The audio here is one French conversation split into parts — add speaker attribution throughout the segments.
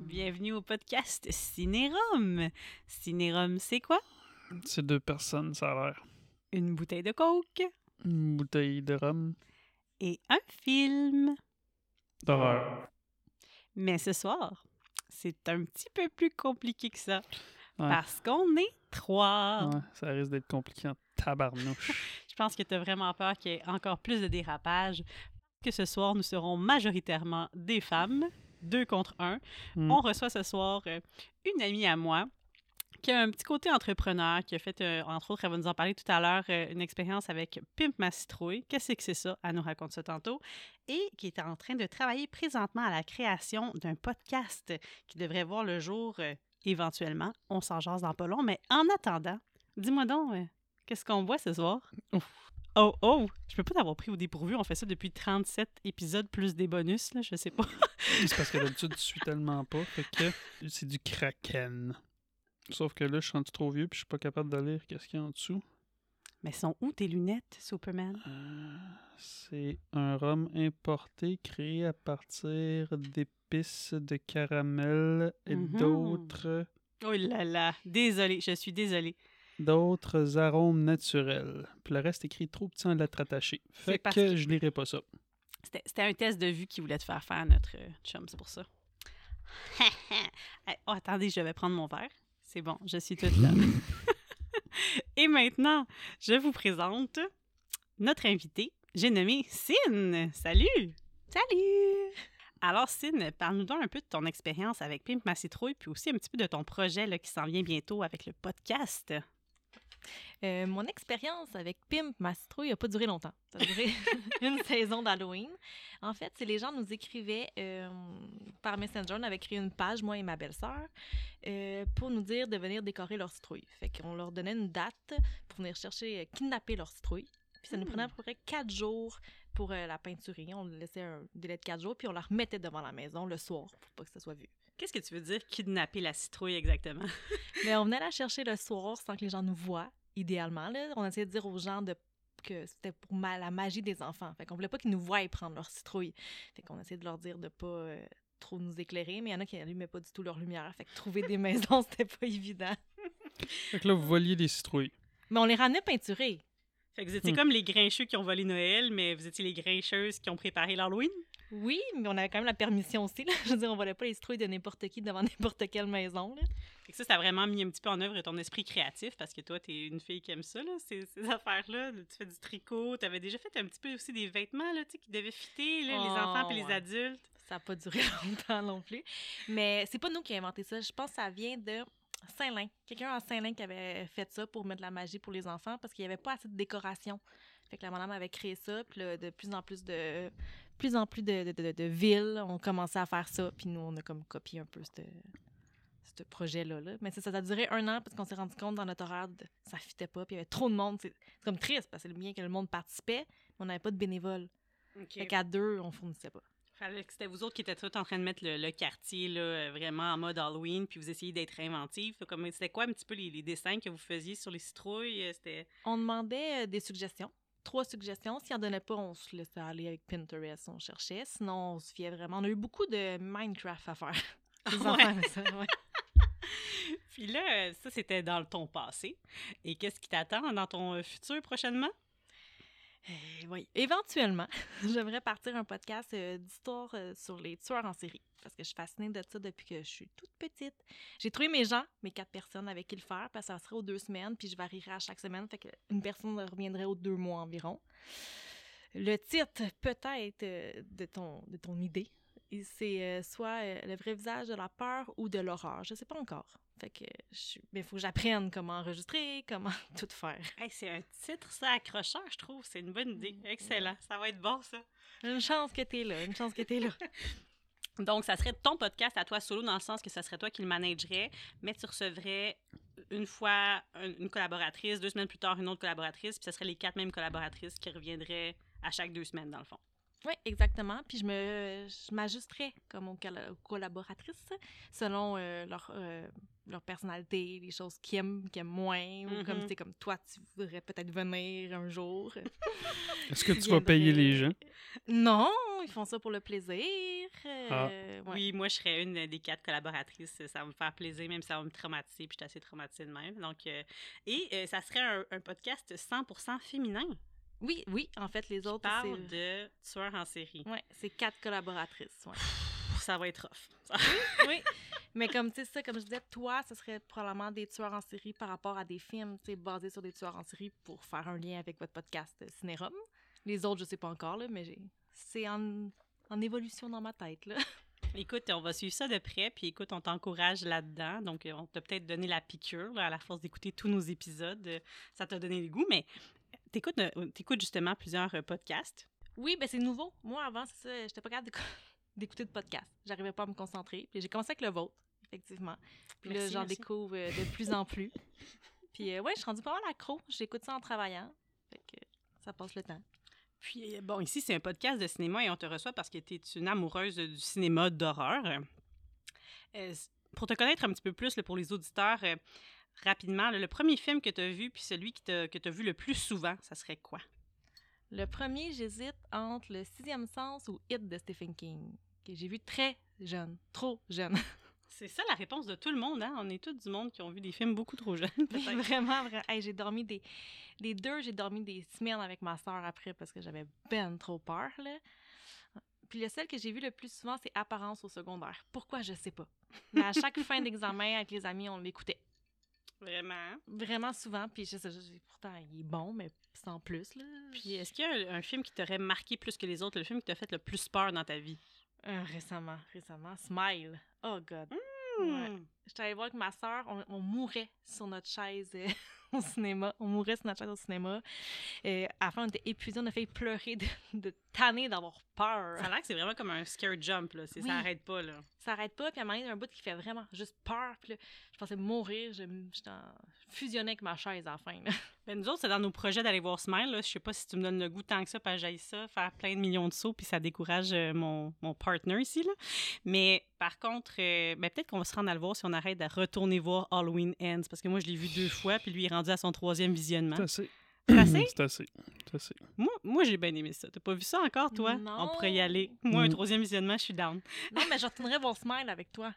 Speaker 1: bienvenue au podcast Cinérum. Cinérum, c'est quoi?
Speaker 2: C'est deux personnes, ça a l'air.
Speaker 1: Une bouteille de coke
Speaker 2: Une bouteille de rhum
Speaker 1: et un film.
Speaker 2: d'horreur.
Speaker 1: Mais ce soir, c'est un petit peu plus compliqué que ça.
Speaker 2: Ouais.
Speaker 1: Parce qu'on est trois.
Speaker 2: Ouais, ça risque d'être compliqué en tabarnouche.
Speaker 1: Je pense que tu as vraiment peur qu'il y ait encore plus de dérapages. Que ce soir, nous serons majoritairement des femmes, deux contre un.
Speaker 2: Mm.
Speaker 1: On reçoit ce soir euh, une amie à moi qui a un petit côté entrepreneur, qui a fait, euh, entre autres, elle va nous en parler tout à l'heure, euh, une expérience avec Pimp Ma Citrouille. Qu'est-ce que c'est ça? Elle nous raconte ça tantôt. Et qui est en train de travailler présentement à la création d'un podcast qui devrait voir le jour euh, éventuellement. On s'en jase dans pas long, mais en attendant, dis-moi donc, euh, qu'est-ce qu'on voit ce soir? Oh, oh! Je peux pas t'avoir pris au dépourvu. On fait ça depuis 37 épisodes plus des bonus, là, je sais pas.
Speaker 2: c'est parce que d'habitude, je suis tellement pas. Fait que c'est du kraken. Sauf que là, je suis rendu trop vieux puis je suis pas capable de lire qu'est-ce qu'il y a en dessous.
Speaker 1: Mais sont où tes lunettes, Superman?
Speaker 2: Euh, c'est un rhum importé créé à partir d'épices de caramel et
Speaker 1: Mhm.
Speaker 2: d'autres
Speaker 1: Oh là là! Désolée, je suis désolée.
Speaker 2: d'autres arômes naturels. Puis le reste écrit trop petit en lettres attachées.
Speaker 1: C'est
Speaker 2: Fait
Speaker 1: parce
Speaker 2: que
Speaker 1: que-
Speaker 2: je lirai pas ça.
Speaker 1: C'était c'était un test de vue qu'il voulait te faire faire, notre euh, chum, c'est pour ça. Eh, oh, attendez, je vais prendre mon verre. C'est bon, je suis toute là. Et maintenant, je vous présente notre invitée. J'ai nommé Cine. Salut! Salut! Alors, Cine, parle-nous donc un peu de ton expérience avec Pimp Ma Citrouille, puis aussi un petit peu de ton projet là, qui s'en vient bientôt avec le podcast.
Speaker 3: Euh, mon expérience avec Pimp Ma Citrouille n'a pas duré longtemps. Ça a duré une saison d'Halloween. En fait, c'est les gens nous écrivaient euh, par Messenger. On avait créé une page, moi et ma belle-sœur, euh, pour nous dire de venir décorer leur citrouille. Fait qu'on leur donnait une date pour venir chercher, euh, kidnapper leur citrouille. Puis ça nous
Speaker 1: Hmm.
Speaker 3: prenait à peu près quatre jours pour euh, la peinturer. On le laissait un délai de quatre jours, puis on la remettait devant la maison le soir pour pas que ça soit vu.
Speaker 1: Qu'est-ce que tu veux dire kidnapper la citrouille exactement?
Speaker 3: Mais on venait la chercher le soir sans que les gens nous voient, idéalement. Là. On essayait de dire aux gens de, que c'était pour ma- la magie des enfants. Fait qu'on voulait pas qu'ils nous voient prendre leur citrouille. Fait qu'on essayait de leur dire de pas euh, trop nous éclairer, mais il y en a qui n'allumaient pas du tout leur lumière. Fait que trouver des maisons, c'était pas évident.
Speaker 2: Fait que là, vous voliez des citrouilles.
Speaker 3: Mais on les ramenait peinturés.
Speaker 1: Fait que vous étiez
Speaker 2: Hmm.
Speaker 1: comme les grincheux qui ont volé Noël, mais vous étiez les grincheuses qui ont préparé l'Halloween.
Speaker 3: Oui, mais on avait quand même la permission aussi. Là. Je veux dire, on volait pas les citrouilles de n'importe qui devant n'importe quelle maison. Là.
Speaker 1: Fait que ça, ça a vraiment mis un petit peu en œuvre ton esprit créatif parce que toi, t'es une fille qui aime ça, là, ces, ces affaires-là. Tu fais du tricot, t'avais déjà fait un petit peu aussi des vêtements là, tu sais, qui devaient fitter là, les
Speaker 3: Oh,
Speaker 1: enfants puis les
Speaker 3: ouais.
Speaker 1: adultes.
Speaker 3: Ça n'a pas duré longtemps non plus. Mais c'est pas nous qui avons inventé ça. Je pense que ça vient de Saint-Lin. Quelqu'un en Saint-Lin qui avait fait ça pour mettre de la magie pour les enfants parce qu'il n'y avait pas assez de décoration. Fait que la madame avait créé ça, puis là, de plus en plus de plus en plus de, de- de- de villes ont commencé à faire ça, puis nous on a comme copié un peu ce ce projet-là. là. Mais c'est ça, ça a duré un an parce qu'on s'est rendu compte dans notre horaire de- ça fitait pas, puis il y avait trop de monde. C'est c'est comme triste parce que c'est bien que le monde participait, mais on n'avait pas de bénévoles. Fait
Speaker 1: Fait
Speaker 3: qu'à deux, on fournissait pas.
Speaker 1: que- fallait que c'était vous autres qui étiez tous en train de mettre le, le quartier là, euh, vraiment en mode Halloween, puis vous essayez d'être inventif. Comme c'était quoi un petit peu les, les dessins que vous faisiez sur les citrouilles euh, C'était
Speaker 3: On demandait euh, des suggestions. Trois suggestions. S'il n'y en donnait pas, on se laissait aller avec Pinterest, on cherchait. Sinon, on se fiait vraiment. On a eu beaucoup de Minecraft à faire. Les
Speaker 1: Ah
Speaker 3: enfants
Speaker 1: ouais?
Speaker 3: aimaient ça, ouais.
Speaker 1: Puis là, euh, ça c'était dans ton passé. Et qu'est-ce qui t'attend dans ton euh, futur prochainement
Speaker 3: Eh oui. Éventuellement, j'aimerais partir un podcast euh, d'histoire euh, sur les tueurs en série. Parce que je suis fascinée de ça depuis que je suis toute petite. J'ai trouvé mes gens, mes quatre personnes avec qui le faire, parce que ça serait aux deux semaines, puis je varierai à chaque semaine. Fait qu'une personne reviendrait aux deux mois environ. Le titre, peut-être, euh, de ton, de ton idée, et c'est euh, soit euh, le vrai visage de la peur ou de l'horreur. Je sais pas encore. Fait que je suis- Mais il faut que j'apprenne comment enregistrer, comment tout faire.
Speaker 1: Hey, c'est un titre, ça, accrocheur, je trouve. C'est une bonne idée. Excellent. Ça va être bon, ça.
Speaker 3: Une chance que t'es là, une chance que t'es là.
Speaker 1: Donc, ça serait ton podcast à toi solo, dans le sens que ça serait toi qui le managerais, mais tu recevrais une fois un- une collaboratrice, deux semaines plus tard, une autre collaboratrice, puis ce serait les quatre mêmes collaboratrices qui reviendraient à chaque deux semaines, dans le fond.
Speaker 3: Oui, exactement. Puis je me je m'ajusterais comme aux, colla- aux collaboratrices selon euh, leur, euh, leur personnalité, les choses qu'ils aiment, qu'ils aiment moins, ou comme
Speaker 1: Mhm.
Speaker 3: c'est comme toi, tu voudrais peut-être venir un jour.
Speaker 2: Est-ce que tu vas payer les gens?
Speaker 3: viendrais. non, ils font ça pour le plaisir.
Speaker 2: Ah.
Speaker 3: euh, ouais.
Speaker 1: Oui, moi, je serais une des quatre collaboratrices. Ça va me faire plaisir, même si ça va me traumatiser, puis je suis assez traumatisée de même. Donc, euh, et euh, ça serait un, un podcast 100% féminin.
Speaker 3: oui, oui, en fait, les
Speaker 1: On
Speaker 3: autres,
Speaker 1: parle
Speaker 3: c'est
Speaker 1: de tueurs en série.
Speaker 3: ouais, c'est quatre collaboratrices. ouais.
Speaker 1: Pff, Ça va être rough. Ça-
Speaker 3: oui. Mais comme tu sais ça, comme je disais, toi, ce serait probablement des tueurs en série par rapport à des films, tu sais, basés sur des tueurs en série pour faire un lien avec votre podcast euh, Cinérum. Les autres, je sais pas encore là, mais j'ai- c'est en... en évolution dans ma tête là.
Speaker 1: Écoute, on va suivre ça de près, puis écoute, on t'encourage là-dedans. Donc, euh, on t'a peut-être donné la piqûre là, à la force d'écouter tous nos épisodes. Euh, Ça t'a donné le goût, mais t'écoutes, euh, t'écoutes justement plusieurs euh, podcasts.
Speaker 3: Oui, ben c'est nouveau. Moi avant, c'est ça, j'étais pas capable d'écou- d'écouter de podcast. J'arrivais pas à me concentrer. Puis j'ai commencé avec le vôtre, effectivement. Puis là,
Speaker 1: Merci,
Speaker 3: j'en
Speaker 1: merci.
Speaker 3: découvre euh, de plus en plus. Puis euh, ouais, je suis rendue pas mal accro. J'écoute ça en travaillant. Fait que ça passe le temps.
Speaker 1: Puis, euh, bon, ici, c'est un podcast de cinéma et on te reçoit parce que tu es une amoureuse euh, du cinéma d'horreur. Euh, c- pour te connaître un petit peu plus là, pour les auditeurs, euh, rapidement, là, le premier film que tu as vu, puis celui qui t'a- que tu as vu le plus souvent, ça serait quoi?
Speaker 3: Le premier, j'hésite entre le sixième sens ou Hit de Stephen King, que j'ai vu très jeune, trop jeune.
Speaker 1: C'est ça la réponse de tout le monde. Hein? On est tous du monde qui ont vu des films beaucoup trop jeunes,
Speaker 3: Mais
Speaker 1: peut-être.
Speaker 3: vraiment, vraiment. Hey, j'ai dormi des, des deux, j'ai dormi des semaines avec ma soeur après parce que j'avais ben trop peur. Là. Puis le seul que j'ai vu le plus souvent, c'est Apparence au secondaire. Pourquoi, je sais pas. Mais à chaque fin d'examen, avec les amis, on l'écoutait.
Speaker 1: Vraiment.
Speaker 3: Vraiment souvent, puis je sais, je sais- pourtant, il est bon, mais sans plus. Là.
Speaker 1: Puis, est-ce qu'il y a un, un film qui t'aurait marqué plus que les autres, le film qui t'a fait le plus peur dans ta vie?
Speaker 3: Euh, récemment, récemment, Smile. Oh, God. Ouais. J'étais allée voir avec ma soeur, on, on mourait sur notre chaise euh, au cinéma. On mourait sur notre chaise au cinéma. Euh, à la fin, on était épuisés, on a failli pleurer de, de tanner d'avoir peur.
Speaker 1: Ça a l'air que c'est vraiment comme un scare jump, là. C'est-
Speaker 3: Oui.
Speaker 1: Ça arrête pas, là.
Speaker 3: Ça arrête pas, puis à un moment donné, il y a un bout qui fait vraiment juste peur. Puis là, je pensais mourir, je, j'étais en- fusionnais avec ma chaise à la fin. là.
Speaker 1: Ben, nous autres, c'est dans nos projets d'aller voir Smile, là. Je sais pas si tu me donnes le goût tant que ça, parce que j'aille ça, faire plein de millions de sauts, puis ça décourage euh, mon, mon partner ici, là. Mais, par contre, euh, ben, peut-être qu'on va se rendre à le voir si on arrête de retourner voir Halloween Ends, parce que moi, je l'ai vu deux fois, puis lui, il est rendu à son troisième visionnement.
Speaker 2: C'est assez.
Speaker 1: C'est assez?
Speaker 2: C'est assez. C'est assez.
Speaker 1: Moi, moi j'ai bien aimé ça. T'as pas vu ça encore, toi? On pourrait y
Speaker 3: Non.
Speaker 1: aller. Moi, un
Speaker 2: Mm.
Speaker 1: troisième visionnement, je suis down.
Speaker 3: Non, mais je retournerais voir Smile avec toi.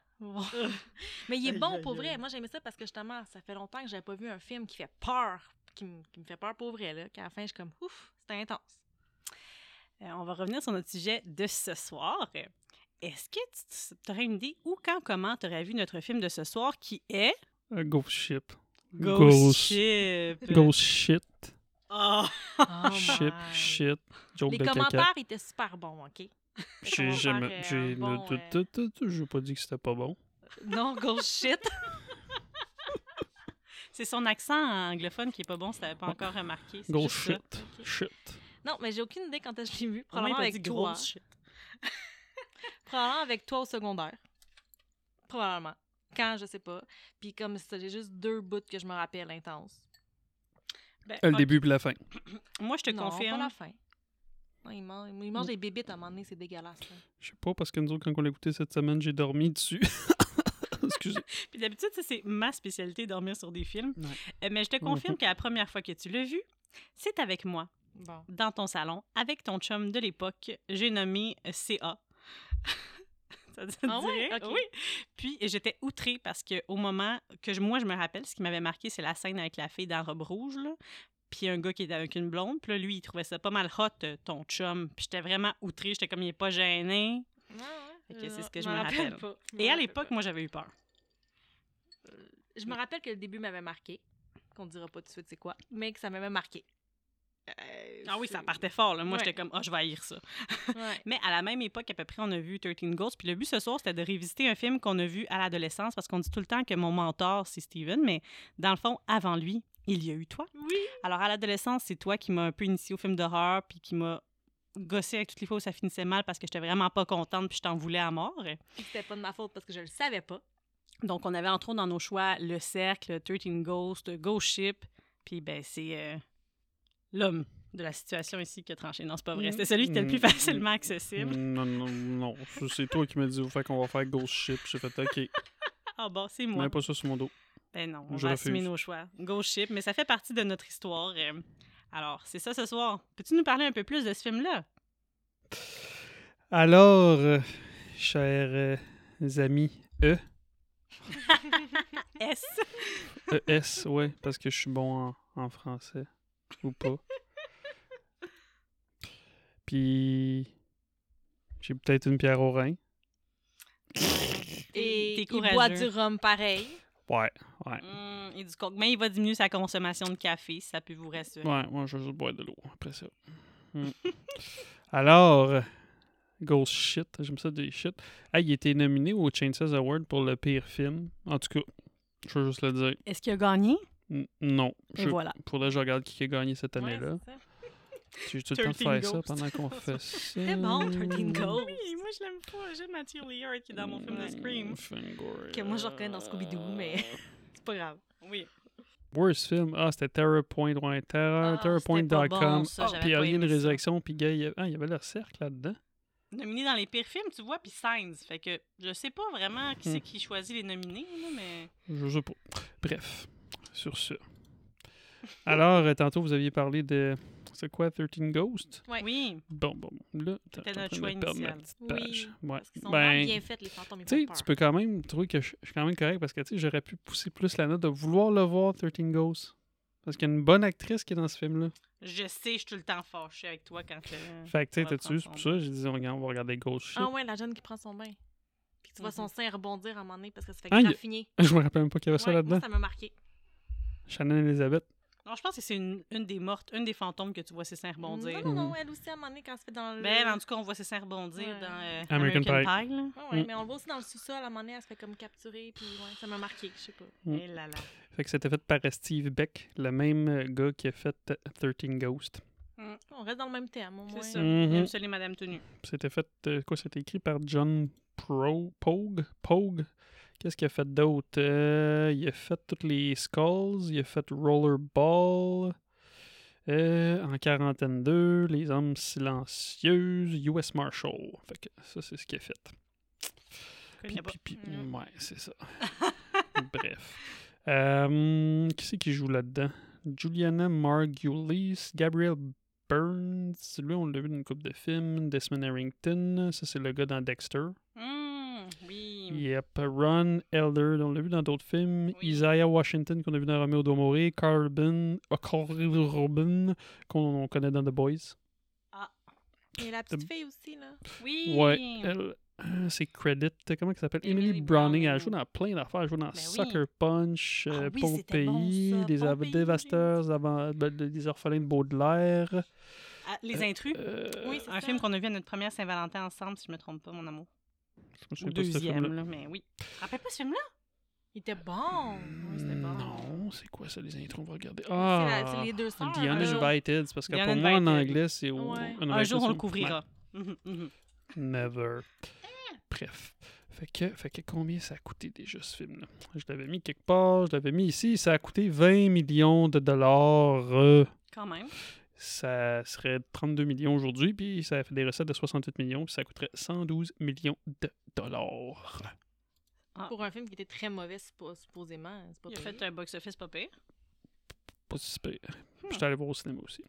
Speaker 3: mais il est
Speaker 1: Aïe,
Speaker 3: bon
Speaker 1: aïe,
Speaker 3: pour
Speaker 1: aïe.
Speaker 3: vrai. Moi, j'aimais ça parce que justement, ça fait longtemps que j'avais pas vu un film qui fait peur, qui, me- qui me fait peur pour vrai. Là, qu'à la fin, je suis comme, ouf, c'était intense.
Speaker 1: Euh, on va revenir sur notre sujet de ce soir. Euh, Est-ce que tu aurais une idée où, quand, comment tu aurais vu notre film de ce soir qui est
Speaker 2: Un Euh, ghost ship.
Speaker 1: Ghost Ship?
Speaker 2: Ghost shit.
Speaker 1: Oh!
Speaker 3: Oh
Speaker 2: ship.
Speaker 3: my.
Speaker 2: Shit. Joke
Speaker 3: Les
Speaker 2: de caca.
Speaker 3: commentaires étaient super bons, OK? on
Speaker 2: J'ai
Speaker 3: va
Speaker 2: jamais.
Speaker 3: faire, euh,
Speaker 2: J'ai
Speaker 3: un bon,
Speaker 2: tu- tu- tu- tu- j'ai pas dit que c'était pas bon.
Speaker 3: Non, ghost shit.
Speaker 1: C'est son accent anglophone qui est pas bon, si t'avais pas
Speaker 2: Ouais.
Speaker 1: encore remarqué. c'est
Speaker 2: Ghost
Speaker 1: juste ça.
Speaker 2: shit. Shit.
Speaker 3: Non, mais j'ai aucune idée quand est-ce que je l'ai vu.
Speaker 1: Au moins,
Speaker 3: Probablement
Speaker 1: t'as
Speaker 3: avec
Speaker 1: dit
Speaker 3: toi.
Speaker 1: Ghost Ship.
Speaker 3: Probablement avec toi au secondaire. Probablement. Quand, je sais pas. Puis comme ça, j'ai juste deux bouts que je me rappelle intenses.
Speaker 1: Ben,
Speaker 2: Euh, Le
Speaker 1: ok.
Speaker 2: début puis la fin.
Speaker 1: Moi, je te Mm.
Speaker 3: non,
Speaker 1: confirme.
Speaker 3: pas la fin. Non, il mange, il mange des bébites à un moment donné, c'est dégueulasse. là.
Speaker 2: Je sais pas, parce que nous autres, quand on l'a écouté cette semaine, j'ai dormi dessus. Excusez.
Speaker 1: Puis d'habitude, ça, c'est ma spécialité, dormir sur des films.
Speaker 2: Ouais.
Speaker 1: Euh, mais je te confirme que la première fois que tu l'as vu, c'est avec moi,
Speaker 3: Bon.
Speaker 1: dans ton salon, avec ton chum de l'époque. J'ai nommé CA. ça te
Speaker 3: Ah ouais?
Speaker 1: dirait?
Speaker 3: Ok.
Speaker 1: Oui. Puis j'étais outrée parce que au moment que je- moi, je me rappelle, ce qui m'avait marqué, c'est la scène avec la fille dans la robe rouge, là. Puis un gars qui était avec une blonde. Puis là, lui, il trouvait ça pas mal hot, euh, ton chum. Puis j'étais vraiment outrée. J'étais comme, il est pas gêné.
Speaker 3: Ouais, ouais.
Speaker 1: Fait que c'est ce que
Speaker 3: Euh,
Speaker 1: je me rappelle.
Speaker 3: pas. Je me
Speaker 1: Et à
Speaker 3: rappelle
Speaker 1: l'époque,
Speaker 3: pas.
Speaker 1: moi, j'avais eu peur.
Speaker 3: Je me rappelle que le début m'avait marqué. Qu'on dira pas tout de suite c'est quoi. Mais que ça m'avait marqué. Euh,
Speaker 1: Ah oui, ça
Speaker 3: c'est-
Speaker 1: partait fort. là. Moi,
Speaker 3: Ouais.
Speaker 1: j'étais comme, ah, je vais haïr ça.
Speaker 3: Ouais.
Speaker 1: Mais à la même époque, à peu près, on a vu 13 Ghosts. Puis le but ce soir, c'était de revisiter un film qu'on a vu à l'adolescence parce qu'on dit tout le temps que mon mentor, c'est Steven. Mais dans le fond, avant lui, il y a eu toi.
Speaker 3: Oui.
Speaker 1: Alors à l'adolescence, c'est toi qui m'as un peu initié au film d'horreur puis qui m'a gossé avec toutes les fois où ça finissait mal parce que j'étais vraiment pas contente puis je t'en voulais à mort.
Speaker 3: Puis C'était pas de ma faute parce que je le savais pas.
Speaker 1: Donc on avait entre autres dans nos choix Le Cercle, 13 Ghosts, Ghost Ship. Puis ben, c'est euh, l'homme de la situation ici qui a tranché. Non, c'est pas vrai.
Speaker 2: Mm.
Speaker 1: C'était celui qui était le plus
Speaker 2: Mm.
Speaker 1: facilement accessible.
Speaker 2: Non, non, non. Ça, C'est toi qui m'as dit, fait qu'on va faire Ghost Ship. J'ai fait, OK,
Speaker 1: Ah bon, c'est moi.
Speaker 2: mets pas ça sur mon dos.
Speaker 1: Ben non, on
Speaker 2: Je
Speaker 1: va
Speaker 2: refuse.
Speaker 1: assumer nos choix. Ghost Ship, mais ça fait partie de notre histoire. euh. Alors, c'est ça ce soir. Peux-tu nous parler un peu plus de ce film-là?
Speaker 2: Alors, euh, chers euh, amis E,
Speaker 1: S.
Speaker 2: ES, E ouais, parce que je suis bon en, en français, ou pas. Puis, j'ai peut-être une pierre au rein.
Speaker 3: Et
Speaker 1: T'es
Speaker 3: il boit
Speaker 1: courageux.
Speaker 3: du rhum pareil.
Speaker 2: Ouais, ouais.
Speaker 1: Mm, et du coke. Mais il va diminuer sa consommation de café, si ça peut vous rassurer.
Speaker 2: Ouais, moi, je vais juste boire de l'eau après ça. Hmm. Alors, Ghost Shit, j'aime ça des shit. Ah, il était nominé au Chainsaws Award pour le pire film. En tout cas, je veux juste le dire.
Speaker 1: Est-ce qu'il a gagné?
Speaker 2: N- non.
Speaker 1: Et
Speaker 2: Je,
Speaker 1: voilà.
Speaker 2: Faudrait que je regarde qui a gagné cette
Speaker 3: Ouais,
Speaker 2: année-là.
Speaker 3: c'est ça.
Speaker 2: J'ai tout le temps de
Speaker 1: 13
Speaker 2: faire ça
Speaker 1: Ghosts.
Speaker 2: pendant qu'on fait ça.
Speaker 3: C'est bon, 13 Ghosts.
Speaker 1: Oui, moi je l'aime pas. J'aime Matthew Lear qui est dans mon
Speaker 3: Mm.
Speaker 1: film euh, de Scream.
Speaker 3: Que moi, je reconnais dans Scooby-Doo, mais- C'est pas grave.
Speaker 1: Oui.
Speaker 2: Worst film. Ah, c'était Terror Point. Ouais, Terror,
Speaker 1: Ah,
Speaker 2: terrorpoint.com.
Speaker 1: c'était pas bon, ça,
Speaker 2: Ah,
Speaker 1: j'avais
Speaker 2: puis
Speaker 1: pas
Speaker 2: Alien
Speaker 1: aimé ça.
Speaker 2: Résurrection. Puis gars, il y avait- ah, il y avait leur cercle là-dedans.
Speaker 1: Nominé dans les pires films, tu vois, puis Signs. Fait que je sais pas vraiment qui
Speaker 2: Hmm.
Speaker 1: c'est
Speaker 3: Mm.
Speaker 1: qui choisit les nominés, là, mais.
Speaker 2: Je sais pas. Bref, sur ce. Alors, euh, tantôt, vous aviez parlé de. C'est quoi 13 Ghosts?
Speaker 3: Ouais.
Speaker 1: Oui.
Speaker 2: Bon, bon, là, t'as
Speaker 1: C'était notre choix initial.
Speaker 3: Oui.
Speaker 2: Ouais.
Speaker 3: Parce qu'ils sont vraiment
Speaker 2: Ben,
Speaker 3: bien faits, les fantômes. Ils
Speaker 2: tu sais,
Speaker 3: font peur.
Speaker 2: tu peux quand même trouver que je je suis quand même correct parce que tu sais, j'aurais pu pousser plus la note de vouloir le voir, 13 Ghosts. Parce qu'il y a une bonne actrice qui est dans ce film-là.
Speaker 1: Je sais, je suis tout le temps fâchée avec toi quand euh, que.
Speaker 2: Fait que tu
Speaker 1: on
Speaker 2: sais,
Speaker 1: va
Speaker 2: t'as-tu vu,
Speaker 1: prendre
Speaker 2: c'est pour
Speaker 1: son
Speaker 2: ça, j'ai dit, on regarde, on va regarder Ghost Ship.
Speaker 3: Ah ouais, la jeune qui prend son bain. Puis tu vois son
Speaker 1: Mhm.
Speaker 3: sein rebondir à un moment donné parce que ça fait
Speaker 2: Ah, il y a-
Speaker 3: graffiner.
Speaker 2: Je me rappelle même pas qu'il y avait ça
Speaker 3: Ouais, moi,
Speaker 2: là-dedans.
Speaker 3: ça m'a marqué.
Speaker 2: Shannon Elizabeth.
Speaker 1: Non, je pense que c'est une, une des mortes, une des fantômes que tu vois ses seins rebondir.
Speaker 3: Mm, Non, non,
Speaker 2: Mhm.
Speaker 3: non, elle aussi, à un moment donné, quand elle se fait dans le...
Speaker 1: Ben, en tout cas, on voit ses seins rebondir
Speaker 3: Ouais.
Speaker 1: dans euh, American,
Speaker 2: American
Speaker 1: Pie. là.
Speaker 3: Ouais, Ah ouais,
Speaker 2: Mm.
Speaker 3: mais on le voit aussi dans le sous-sol, à un moment donné, elle se fait comme capturer, puis ouais, ça m'a marqué, je sais pas.
Speaker 2: Mm.
Speaker 1: Eh là là.
Speaker 2: Fait que c'était fait par Steve Beck, le même euh, gars qui a fait euh, 13 Ghosts.
Speaker 3: On reste dans le même thème, au
Speaker 1: C'est
Speaker 3: moins.
Speaker 1: ça.
Speaker 2: Mhm.
Speaker 1: Même seul et Madame Tenue.
Speaker 2: C'était fait, euh, quoi, c'était écrit par John Pro, Pogue, Pogue. Qu'est-ce qu'il a fait d'autre? Euh, il a fait toutes les Skulls, il a fait Rollerball, euh, en 42, Les Hommes Silencieuses, US Marshal. Fait que ça, c'est ce qu'il a fait.
Speaker 1: Je
Speaker 2: Pi-
Speaker 1: connais pas.
Speaker 2: pi- pi-
Speaker 3: Mm.
Speaker 2: Ouais, c'est ça. Bref. Euh, qui c'est qui joue là-dedans? Juliana Margulies, Gabriel Burns, lui on l'a vu dans une couple de films, Desmond Harrington, ça c'est le gars dans Dexter.
Speaker 1: Hmm, oui.
Speaker 2: Yep, Ron Elder, on l'a vu dans d'autres films,
Speaker 1: Oui.
Speaker 2: Isaiah Washington qu'on a vu dans Romeo doit mourir, Corbin, ah, Corbin qu'on on connaît dans The Boys.
Speaker 3: Et la petite fille aussi, là.
Speaker 1: Oui.
Speaker 2: Ouais, elle, euh, c'est Credit, comment elle s'appelle?
Speaker 1: Emily
Speaker 2: Emily, Browning,
Speaker 1: Browning.
Speaker 2: elle joue dans plein d'affaires, elle joue dans
Speaker 1: Ben oui.
Speaker 2: Sucker Punch,
Speaker 3: Ah
Speaker 2: euh,
Speaker 3: oui, c'était
Speaker 2: Pompéi,
Speaker 3: bon, ça.
Speaker 2: les Av-
Speaker 3: Pompéi,
Speaker 2: Dévasteurs, avant, ben, les Orphelins de Baudelaire.
Speaker 1: Ah, les intrus.
Speaker 2: Euh,
Speaker 3: Oui, c'est
Speaker 1: un
Speaker 3: ça.
Speaker 1: film qu'on a vu à notre première Saint-Valentin ensemble, si je me trompe pas, mon amour.
Speaker 2: je me souviens
Speaker 1: Ou
Speaker 2: pas de ce
Speaker 1: deuxième,
Speaker 2: film-là.
Speaker 1: là, mais oui. Tu te rappelles pas ce film-là?
Speaker 3: Il était bon.
Speaker 1: Oui, c'était bon.
Speaker 2: Non, c'est quoi ça, les intros? On va regarder.
Speaker 3: la-
Speaker 2: Ah!
Speaker 3: c'est les deux sœurs,
Speaker 2: The
Speaker 3: là.
Speaker 2: Uninvited, c'est parce que
Speaker 1: The
Speaker 2: pour moi, en
Speaker 1: Uninvited.
Speaker 2: anglais, c'est... au-
Speaker 3: Ouais.
Speaker 2: Uninvited,
Speaker 1: Un jour, on le
Speaker 2: c'est-
Speaker 1: couvrira. Mhm, mhm.
Speaker 2: Never.
Speaker 1: Eh!
Speaker 2: Bref. Fait que, fait que combien ça a coûté déjà ce film-là? Je l'avais mis quelque part, je l'avais mis ici. Ça a coûté 20 millions de dollars. euh,
Speaker 1: Quand même.
Speaker 2: ça serait 32 millions aujourd'hui, puis ça a fait des recettes de 68 millions, puis ça coûterait 112 millions de dollars.
Speaker 3: Pour un film qui était très mauvais, suppo- supposément. C'est pas
Speaker 1: Il a
Speaker 3: pire.
Speaker 1: fait un box-office pas pire.
Speaker 2: Pas si pire. Puis j'étais allé voir au cinéma aussi.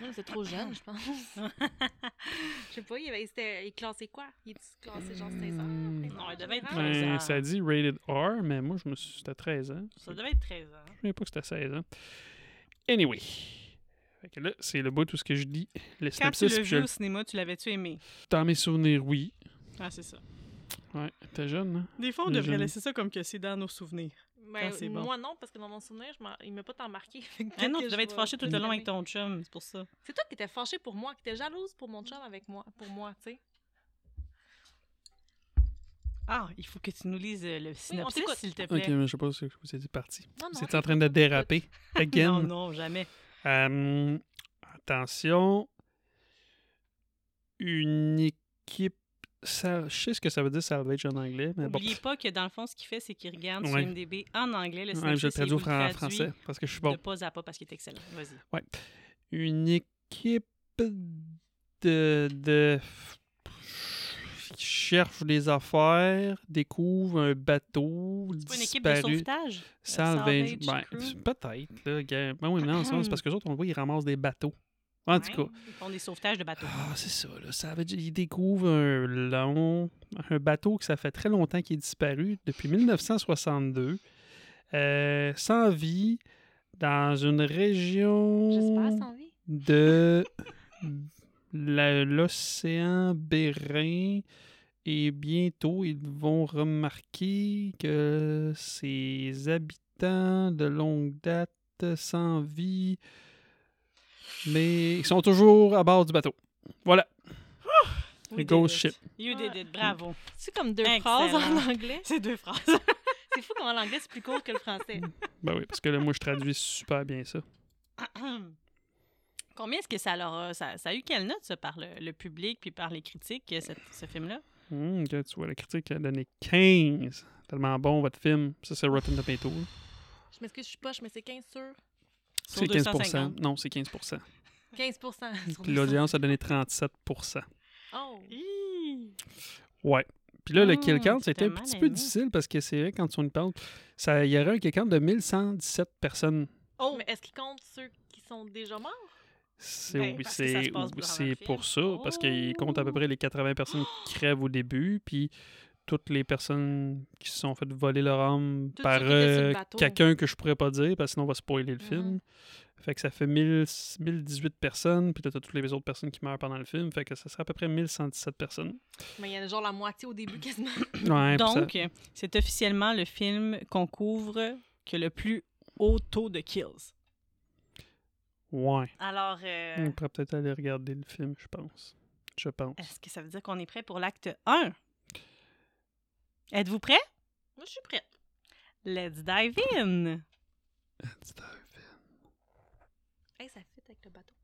Speaker 3: Non, mais c'est trop jeune, je pense. Je sais pas, il, avait, c'était- il classait quoi? Il est classé genre 16 ans?
Speaker 2: Hmm.
Speaker 1: Non, il devait être
Speaker 3: Ah,
Speaker 1: Ouais,
Speaker 2: Ben,
Speaker 1: ça-
Speaker 2: ça dit rated R, mais moi, je me suis... C'était 13 ans.
Speaker 1: Ça devait être 13 ans.
Speaker 2: Je ne pas que c'était 16 ans. Anyway. Fait que là, c'est le bout tout ce que je dis. Le
Speaker 1: Quand tu
Speaker 2: synopsis,
Speaker 1: l'as
Speaker 2: puis je
Speaker 1: vu
Speaker 2: le
Speaker 1: au cinéma, tu l'avais-tu aimé?
Speaker 2: Dans mes souvenirs, oui.
Speaker 1: Ah, c'est ça.
Speaker 2: Ouais, t'es jeune, hein?
Speaker 1: Des fois,
Speaker 2: on devrait J'aime. laisser
Speaker 1: ça comme que c'est dans nos souvenirs.
Speaker 3: Ben,
Speaker 1: Ah, c'est bon.
Speaker 3: Moi non, parce que dans mon souvenir, je m'en- il m'a pas tant marqué.
Speaker 1: Ah non, tu devais être fâché tout le long avec ton chum, c'est pour ça.
Speaker 3: C'est toi qui étais fâchée pour moi, qui étais jalouse pour mon chum avec moi, pour moi, tu sais.
Speaker 1: Ah, il faut que tu nous lises euh, le synopsis,
Speaker 3: t'écoute.
Speaker 1: s'il te plaît.
Speaker 2: Ok, mais je sais pas si vous étiez parti.
Speaker 3: Non,
Speaker 2: Vous étiez en train de déraper.
Speaker 1: Non,
Speaker 2: Again.
Speaker 1: non, jamais.
Speaker 2: Euh, attention. Une équipe ça, je sais ce que ça veut dire salvage en anglais, mais bon.
Speaker 1: N'oubliez pas que dans le fond, ce qu'il fait, c'est qu'il regarde sur
Speaker 2: Ouais.
Speaker 1: IMDb en anglais le
Speaker 2: Ouais,
Speaker 1: synopsis
Speaker 2: je le traduis
Speaker 1: et vous
Speaker 2: au
Speaker 1: le
Speaker 2: fran-
Speaker 1: traduit
Speaker 2: français parce que je suis
Speaker 1: De
Speaker 2: bon.
Speaker 1: pas à pas parce qu'il est excellent. Vas-y.
Speaker 2: Une équipe de, de- qui cherche des affaires, découvre un bateau
Speaker 1: C'est pas une équipe de
Speaker 2: disparu.
Speaker 1: sauvetage.
Speaker 2: Salvage.
Speaker 1: salvage
Speaker 2: ben,
Speaker 1: crew.
Speaker 2: peut-être. là, gars. Ben oui, mais non, c'est parce que les autres, on le voit, ils ramassent des bateaux. En tout cas,
Speaker 1: Ouais, Ils font des sauvetages de bateaux.
Speaker 2: Ah, c'est ça, là. Ça veut dire- il découvre un long, un bateau que ça fait très longtemps qu'il est disparu, depuis 1962, euh, sans vie, dans une
Speaker 3: J'espère,
Speaker 2: région
Speaker 3: sans vie.
Speaker 2: de la- l'océan Bérin. Et bientôt, ils vont remarquer que ses habitants de longue date, sans vie, mais ils sont toujours à bord du bateau. Voilà.
Speaker 1: You did
Speaker 2: ghost
Speaker 1: it.
Speaker 2: ship.
Speaker 1: You did
Speaker 3: Ouais.
Speaker 1: it. Bravo.
Speaker 3: C'est comme deux
Speaker 1: Excellent.
Speaker 3: phrases en anglais.
Speaker 1: C'est deux phrases.
Speaker 3: C'est fou comment l'anglais, c'est plus court que le français.
Speaker 2: Ben oui, parce que là, moi, je traduis super bien ça.
Speaker 1: Combien est-ce que ça leur a... Ça, ça a eu quelle note, ça, par le, le public puis par les critiques, euh, cette- ce film-là?
Speaker 2: Hum, regarde, tu vois, la critique a donné 15. Tellement bon, votre film. Ça, c'est Rotten Tomato.
Speaker 3: Je m'excuse, je suis poche, mais c'est 15 sur
Speaker 1: Sur
Speaker 2: C'est 15
Speaker 1: 250.
Speaker 2: Non, c'est 15
Speaker 3: 15 sur
Speaker 2: Puis
Speaker 3: 200.
Speaker 2: l'audience a donné 37
Speaker 3: Oh!
Speaker 1: Hi!
Speaker 2: Ouais. Puis là, le
Speaker 1: Ah,
Speaker 2: kill count,
Speaker 1: c'est
Speaker 2: c'était un
Speaker 1: tellement
Speaker 2: petit peu
Speaker 1: aimé.
Speaker 2: difficile parce que c'est vrai, quand on y parle, ça, il y aurait un kill count de 1117 personnes.
Speaker 3: Oh! Mais est-ce qu'ils comptent ceux qui sont déjà morts?
Speaker 2: C'est
Speaker 1: Ben,
Speaker 2: oui,
Speaker 1: parce que ça se
Speaker 2: c'est-
Speaker 1: passe durant
Speaker 2: c'est
Speaker 1: le
Speaker 2: pour ça,
Speaker 1: film. Oh!
Speaker 2: parce qu'il compte à peu près les 80 personnes qui crèvent au début, puis toutes les personnes qui se sont fait voler leur âme
Speaker 3: Toutes
Speaker 2: par
Speaker 3: ceux qui étaient sur le
Speaker 2: euh,
Speaker 3: bateau.
Speaker 2: quelqu'un que je pourrais pas dire, parce que sinon on va spoiler le
Speaker 3: Mhm.
Speaker 1: Mmh.
Speaker 2: film. Fait que ça fait 1000 1018 personnes, puis là, t'as toutes les autres personnes qui meurent pendant le film, fait que ça serait à peu près 1117 personnes.
Speaker 3: Mais il y en a genre la moitié au début quasiment.
Speaker 2: Ouais, puis ça-
Speaker 1: Donc, c'est officiellement le film qu'on couvre que le plus haut taux de kills.
Speaker 2: ouais.
Speaker 1: Alors, euh,
Speaker 2: On pourrait peut-être aller regarder le film, je pense. Je pense.
Speaker 1: est-ce que ça veut dire qu'on est prêt pour l'acte 1? Êtes-vous prêts?
Speaker 3: Moi, je suis prête.
Speaker 1: Let's dive in!
Speaker 3: Hey, ça fit avec le bateau.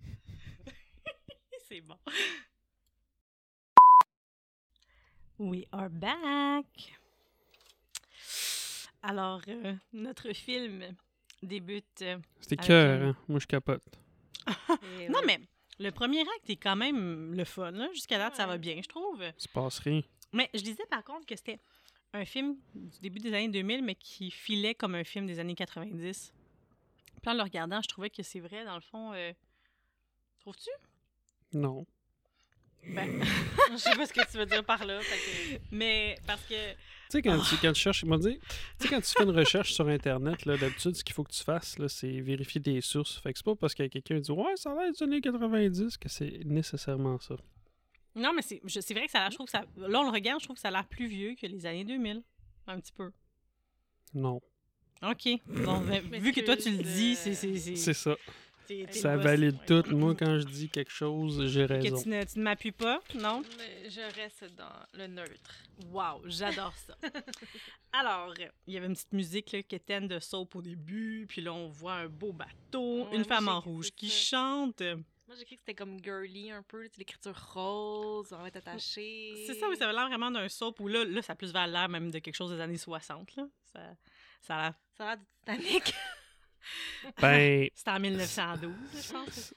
Speaker 1: C'est bon. We are back! Alors, euh, notre film débute... euh,
Speaker 2: C'était
Speaker 1: Avec
Speaker 2: cœur,
Speaker 1: un-
Speaker 2: hein? Moi, je capote.
Speaker 3: Eh
Speaker 1: Non, mais le premier acte est quand même le fun. là. Jusqu'à date, ça va
Speaker 3: Ouais.
Speaker 1: bien, je trouve.
Speaker 2: Il se passe rien.
Speaker 1: Mais je disais par contre que c'était un film du début des années 2000, mais qui filait comme un film des années 90. Puis en le regardant, je trouvais que c'est vrai, dans le fond. euh, Trouves-tu?
Speaker 2: Non.
Speaker 1: Ben,
Speaker 3: je sais pas ce que tu veux dire par là. fait que-
Speaker 1: mais parce que.
Speaker 2: Tu sais, quand, tu, quand tu cherches, il m'a dit, tu sais, quand tu fais une recherche sur Internet, là, d'habitude, ce qu'il faut que tu fasses, là, c'est vérifier des sources. Fait que c'est pas parce que quelqu'un dit, ouais, ça a l'air des années 90 que c'est nécessairement ça.
Speaker 1: Non, mais c'est je- c'est vrai que ça a l'air. Je trouve que ça. Là, on le regarde, je trouve que ça a l'air plus vieux que les années 2000. Un petit peu.
Speaker 2: Non.
Speaker 1: OK. Bon, ben,
Speaker 3: Mais
Speaker 1: vu que toi, tu le
Speaker 3: excuse,
Speaker 1: dis,
Speaker 3: euh,
Speaker 1: c'est. c'est- c'est-
Speaker 2: C'est ça.
Speaker 1: t'es- t'es
Speaker 2: Ça
Speaker 1: le boss.
Speaker 2: valide tout. Moi, quand je dis quelque chose, j'ai
Speaker 1: Que
Speaker 2: raison.
Speaker 1: tu ne, tu ne m'appuies pas, non?
Speaker 3: Mais Je reste dans le neutre.
Speaker 1: Wow, j'adore ça. Alors, il y avait une petite musique là, qui était de soap au début, puis là on voit un beau bateau,
Speaker 3: Ouais,
Speaker 1: une
Speaker 3: moi,
Speaker 1: femme
Speaker 3: j'ai
Speaker 1: en
Speaker 3: cru
Speaker 1: rouge
Speaker 3: ça.
Speaker 1: qui chante.
Speaker 3: Moi, j'ai cru que c'était comme girly un peu, tu sais, l'écriture rose, on va être attaché.
Speaker 1: C'est ça, oui, ça avait l'air vraiment d'un soap où là, là ça a plus vers l'air même de quelque chose des années 60. Là. Ça, ça a l'air.
Speaker 3: Ça a l'air du Titanic.
Speaker 2: Ben,
Speaker 1: C'était en 1912, je pense.